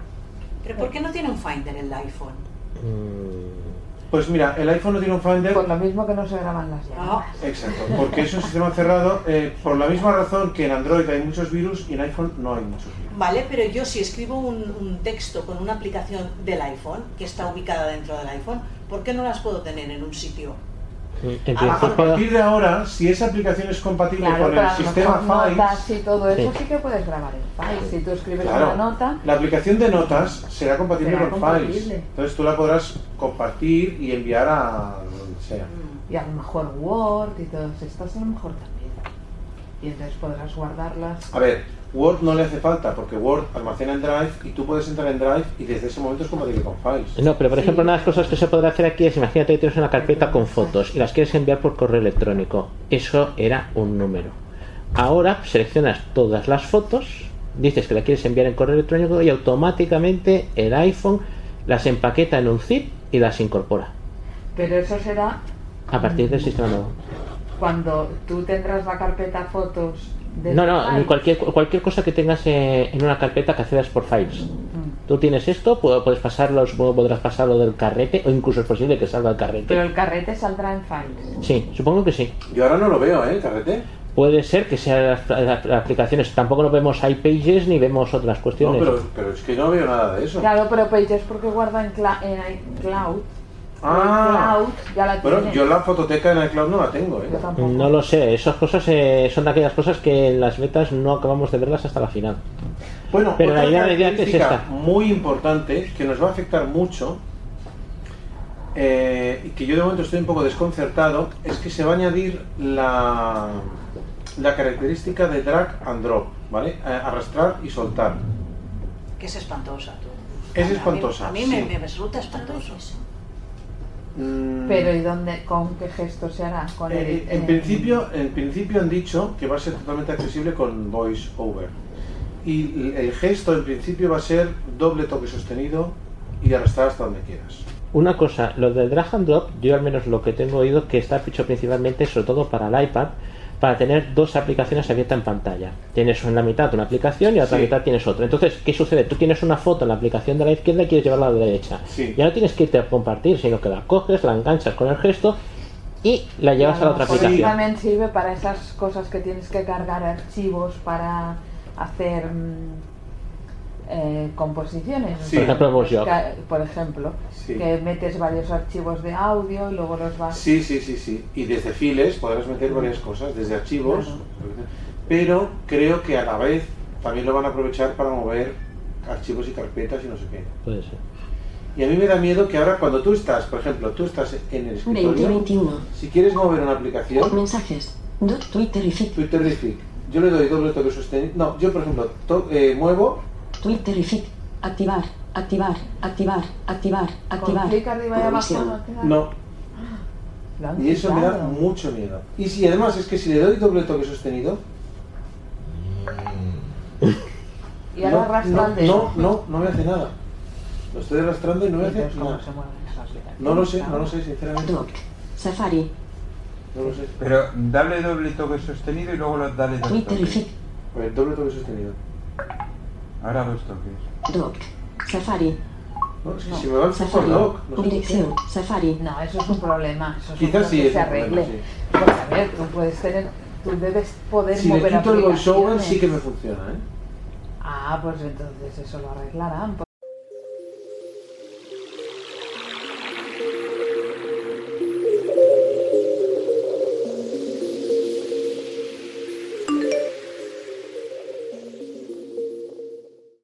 S16: ¿Pero por qué no tiene un Finder el iPhone?
S11: Pues mira, el iPhone no tiene un Finder. Por
S3: lo mismo que no se graban las
S11: Ah,
S16: llamadas.
S11: Exacto, porque es un sistema cerrado eh, por la misma razón que en Android hay muchos virus y en iPhone no hay muchos virus.
S16: Vale, pero yo si escribo un, un texto con una aplicación del iPhone, que está ubicada dentro del iPhone, ¿por qué no las puedo tener en un sitio?
S2: En
S11: Ah, A a
S2: principio,
S11: partir de ahora, si esa aplicación es compatible
S3: Claro,
S11: con
S3: pero
S11: el
S3: a lo
S11: sistema
S3: mejor
S11: Files,
S3: notas y todo eso
S11: Sí.
S3: sí. que puedes grabar en Files. Si tú escribes
S11: Claro.
S3: una nota,
S11: La aplicación de notas será compatible
S3: Será
S11: con
S3: compatible.
S11: Files. Entonces tú la podrás compartir y enviar a donde sea.
S16: mm,
S3: y a lo mejor Word y todos estos, a lo mejor también. Y entonces podrás guardarlas.
S11: A ver, Word no le hace falta porque Word almacena en Drive y tú puedes entrar en Drive y desde ese momento es compatible con Files.
S2: no, pero por ejemplo, una de las cosas que se podrá hacer aquí es: imagínate que tienes una carpeta con fotos y las quieres enviar por correo electrónico. Eso era un número. Ahora seleccionas todas las fotos, dices que la quieres enviar en correo electrónico y automáticamente el iPhone las empaqueta en un zip y las incorpora
S3: Pero eso será
S2: a partir del sistema nuevo.
S3: cuando tú tendrás la carpeta fotos de
S2: No, no,
S3: Files.
S2: cualquier, cualquier cosa que tengas eh, en una carpeta que accedas por files.
S3: Mm.
S2: Tú tienes esto, pu- puedes pasarlo, supongo que podrás pasarlo del carrete, o incluso es posible que salga el
S3: Pero
S2: carrete.
S3: el carrete saldrá en Files.
S2: Sí, supongo que sí.
S11: Yo ahora no lo veo, ¿eh? Carrete.
S2: Puede ser que sean las, las- las aplicaciones. Tampoco no vemos iPages ni vemos otras
S11: No,
S2: cuestiones.
S11: pero, pero es que no veo nada de eso.
S3: Claro, pero Pages porque guarda en, cla- en iCloud.
S11: Ah.
S3: En iCloud ya la
S11: Bueno,
S3: tiene.
S11: yo la fototeca en iCloud no la tengo, ¿eh?
S2: No lo sé, esas cosas eh, son de aquellas cosas que en las metas no acabamos de verlas hasta la final.
S11: Bueno,
S2: Pero
S11: otra
S2: la idea- la idea es
S11: característica
S2: esta.
S11: muy importante que nos va a afectar mucho eh, y que yo de momento estoy un poco desconcertado es que se va a añadir la, la característica de drag and drop, ¿vale? Eh, arrastrar y soltar.
S16: Que es espantosa, tú.
S11: Es
S16: A mí-
S11: espantosa,
S16: A mí, me-
S11: sí.
S16: me, resulta espantoso.
S11: Mm,
S3: Pero ¿y dónde, con qué gesto se hará? Con el,
S11: eh, en,
S3: eh,
S11: principio, en principio han dicho que va a ser totalmente accesible con voice over. Y el- el gesto en principio va a ser doble toque sostenido y arrastrar hasta donde quieras.
S2: Una cosa, lo del drag and drop, yo al menos lo que tengo oído que está hecho principalmente, sobre todo para el iPad, para tener dos aplicaciones abiertas en pantalla. Tienes en la mitad una aplicación y en la otra
S11: Sí.
S2: mitad tienes otra. Entonces, ¿qué sucede? Tú tienes una foto en la aplicación de la izquierda y quieres llevarla a la derecha. Ya no tienes que irte a compartir, sino que la coges, la enganchas con el gesto y la llevas a la otra
S3: Pues
S2: aplicación.
S3: también sirve para esas cosas que tienes que cargar archivos para hacer mm, eh, composiciones.
S2: Sí. Por ejemplo, pues Bosch
S3: Ca- por ejemplo, que metes varios archivos de audio y luego los vas.
S11: Sí, sí, sí, sí. Y desde files podrás meter varias cosas, desde archivos. Pero creo que a la vez también lo van a aprovechar para mover archivos y carpetas y no sé qué.
S2: Puede ser.
S11: Y a mí me da miedo que ahora cuando tú estás, por ejemplo, tú estás en el escritorio,
S16: 2021.
S11: si quieres mover una aplicación,
S16: Mensajes. Dot Twitter y Fit.
S11: Twitter de Flick, yo le doy doble toque sostenido. No, yo por ejemplo to- eh, muevo
S16: Twitter y Fit. Activar. Activar. Activar. Activar. Activar.
S3: clic arriba y abajo,
S16: Conexión.
S3: ¿no?
S11: No.
S3: Lo han
S11: Y eso me da
S3: quitado.
S11: mucho miedo. Y si además es que si le doy doble toque sostenido.
S3: Y ahora arrastra
S11: no,
S3: el dedo.
S11: no, no, no me hace nada. Lo estoy arrastrando y no me hace
S3: Entonces, ¿cómo
S11: nada.
S3: se mueven esas aplicaciones?
S11: No lo sé, no lo sé, sinceramente.
S16: Safari.
S11: No lo sé.
S5: Pero dale doble toque sostenido y luego lo- dale dos
S16: Twitter y
S5: toques.
S16: Fit.
S11: Pues doble toque sostenido.
S5: Ahora dos toques.
S16: Doc. Safari.
S11: No. si me va el foco al doc, no sé.
S16: Dirección. Safari.
S3: No, eso es un problema. Eso es
S11: Quizás
S3: un problema
S11: sí
S3: que
S11: es
S3: se
S11: un
S3: arregle.
S11: problema,
S3: Porque a ver, tú puedes tener, tú debes poder
S11: Si le
S3: mover
S11: quito el voiceover
S3: aplicaciones.
S11: sí que me funciona, ¿eh?
S3: Ah, pues entonces eso lo arreglarán.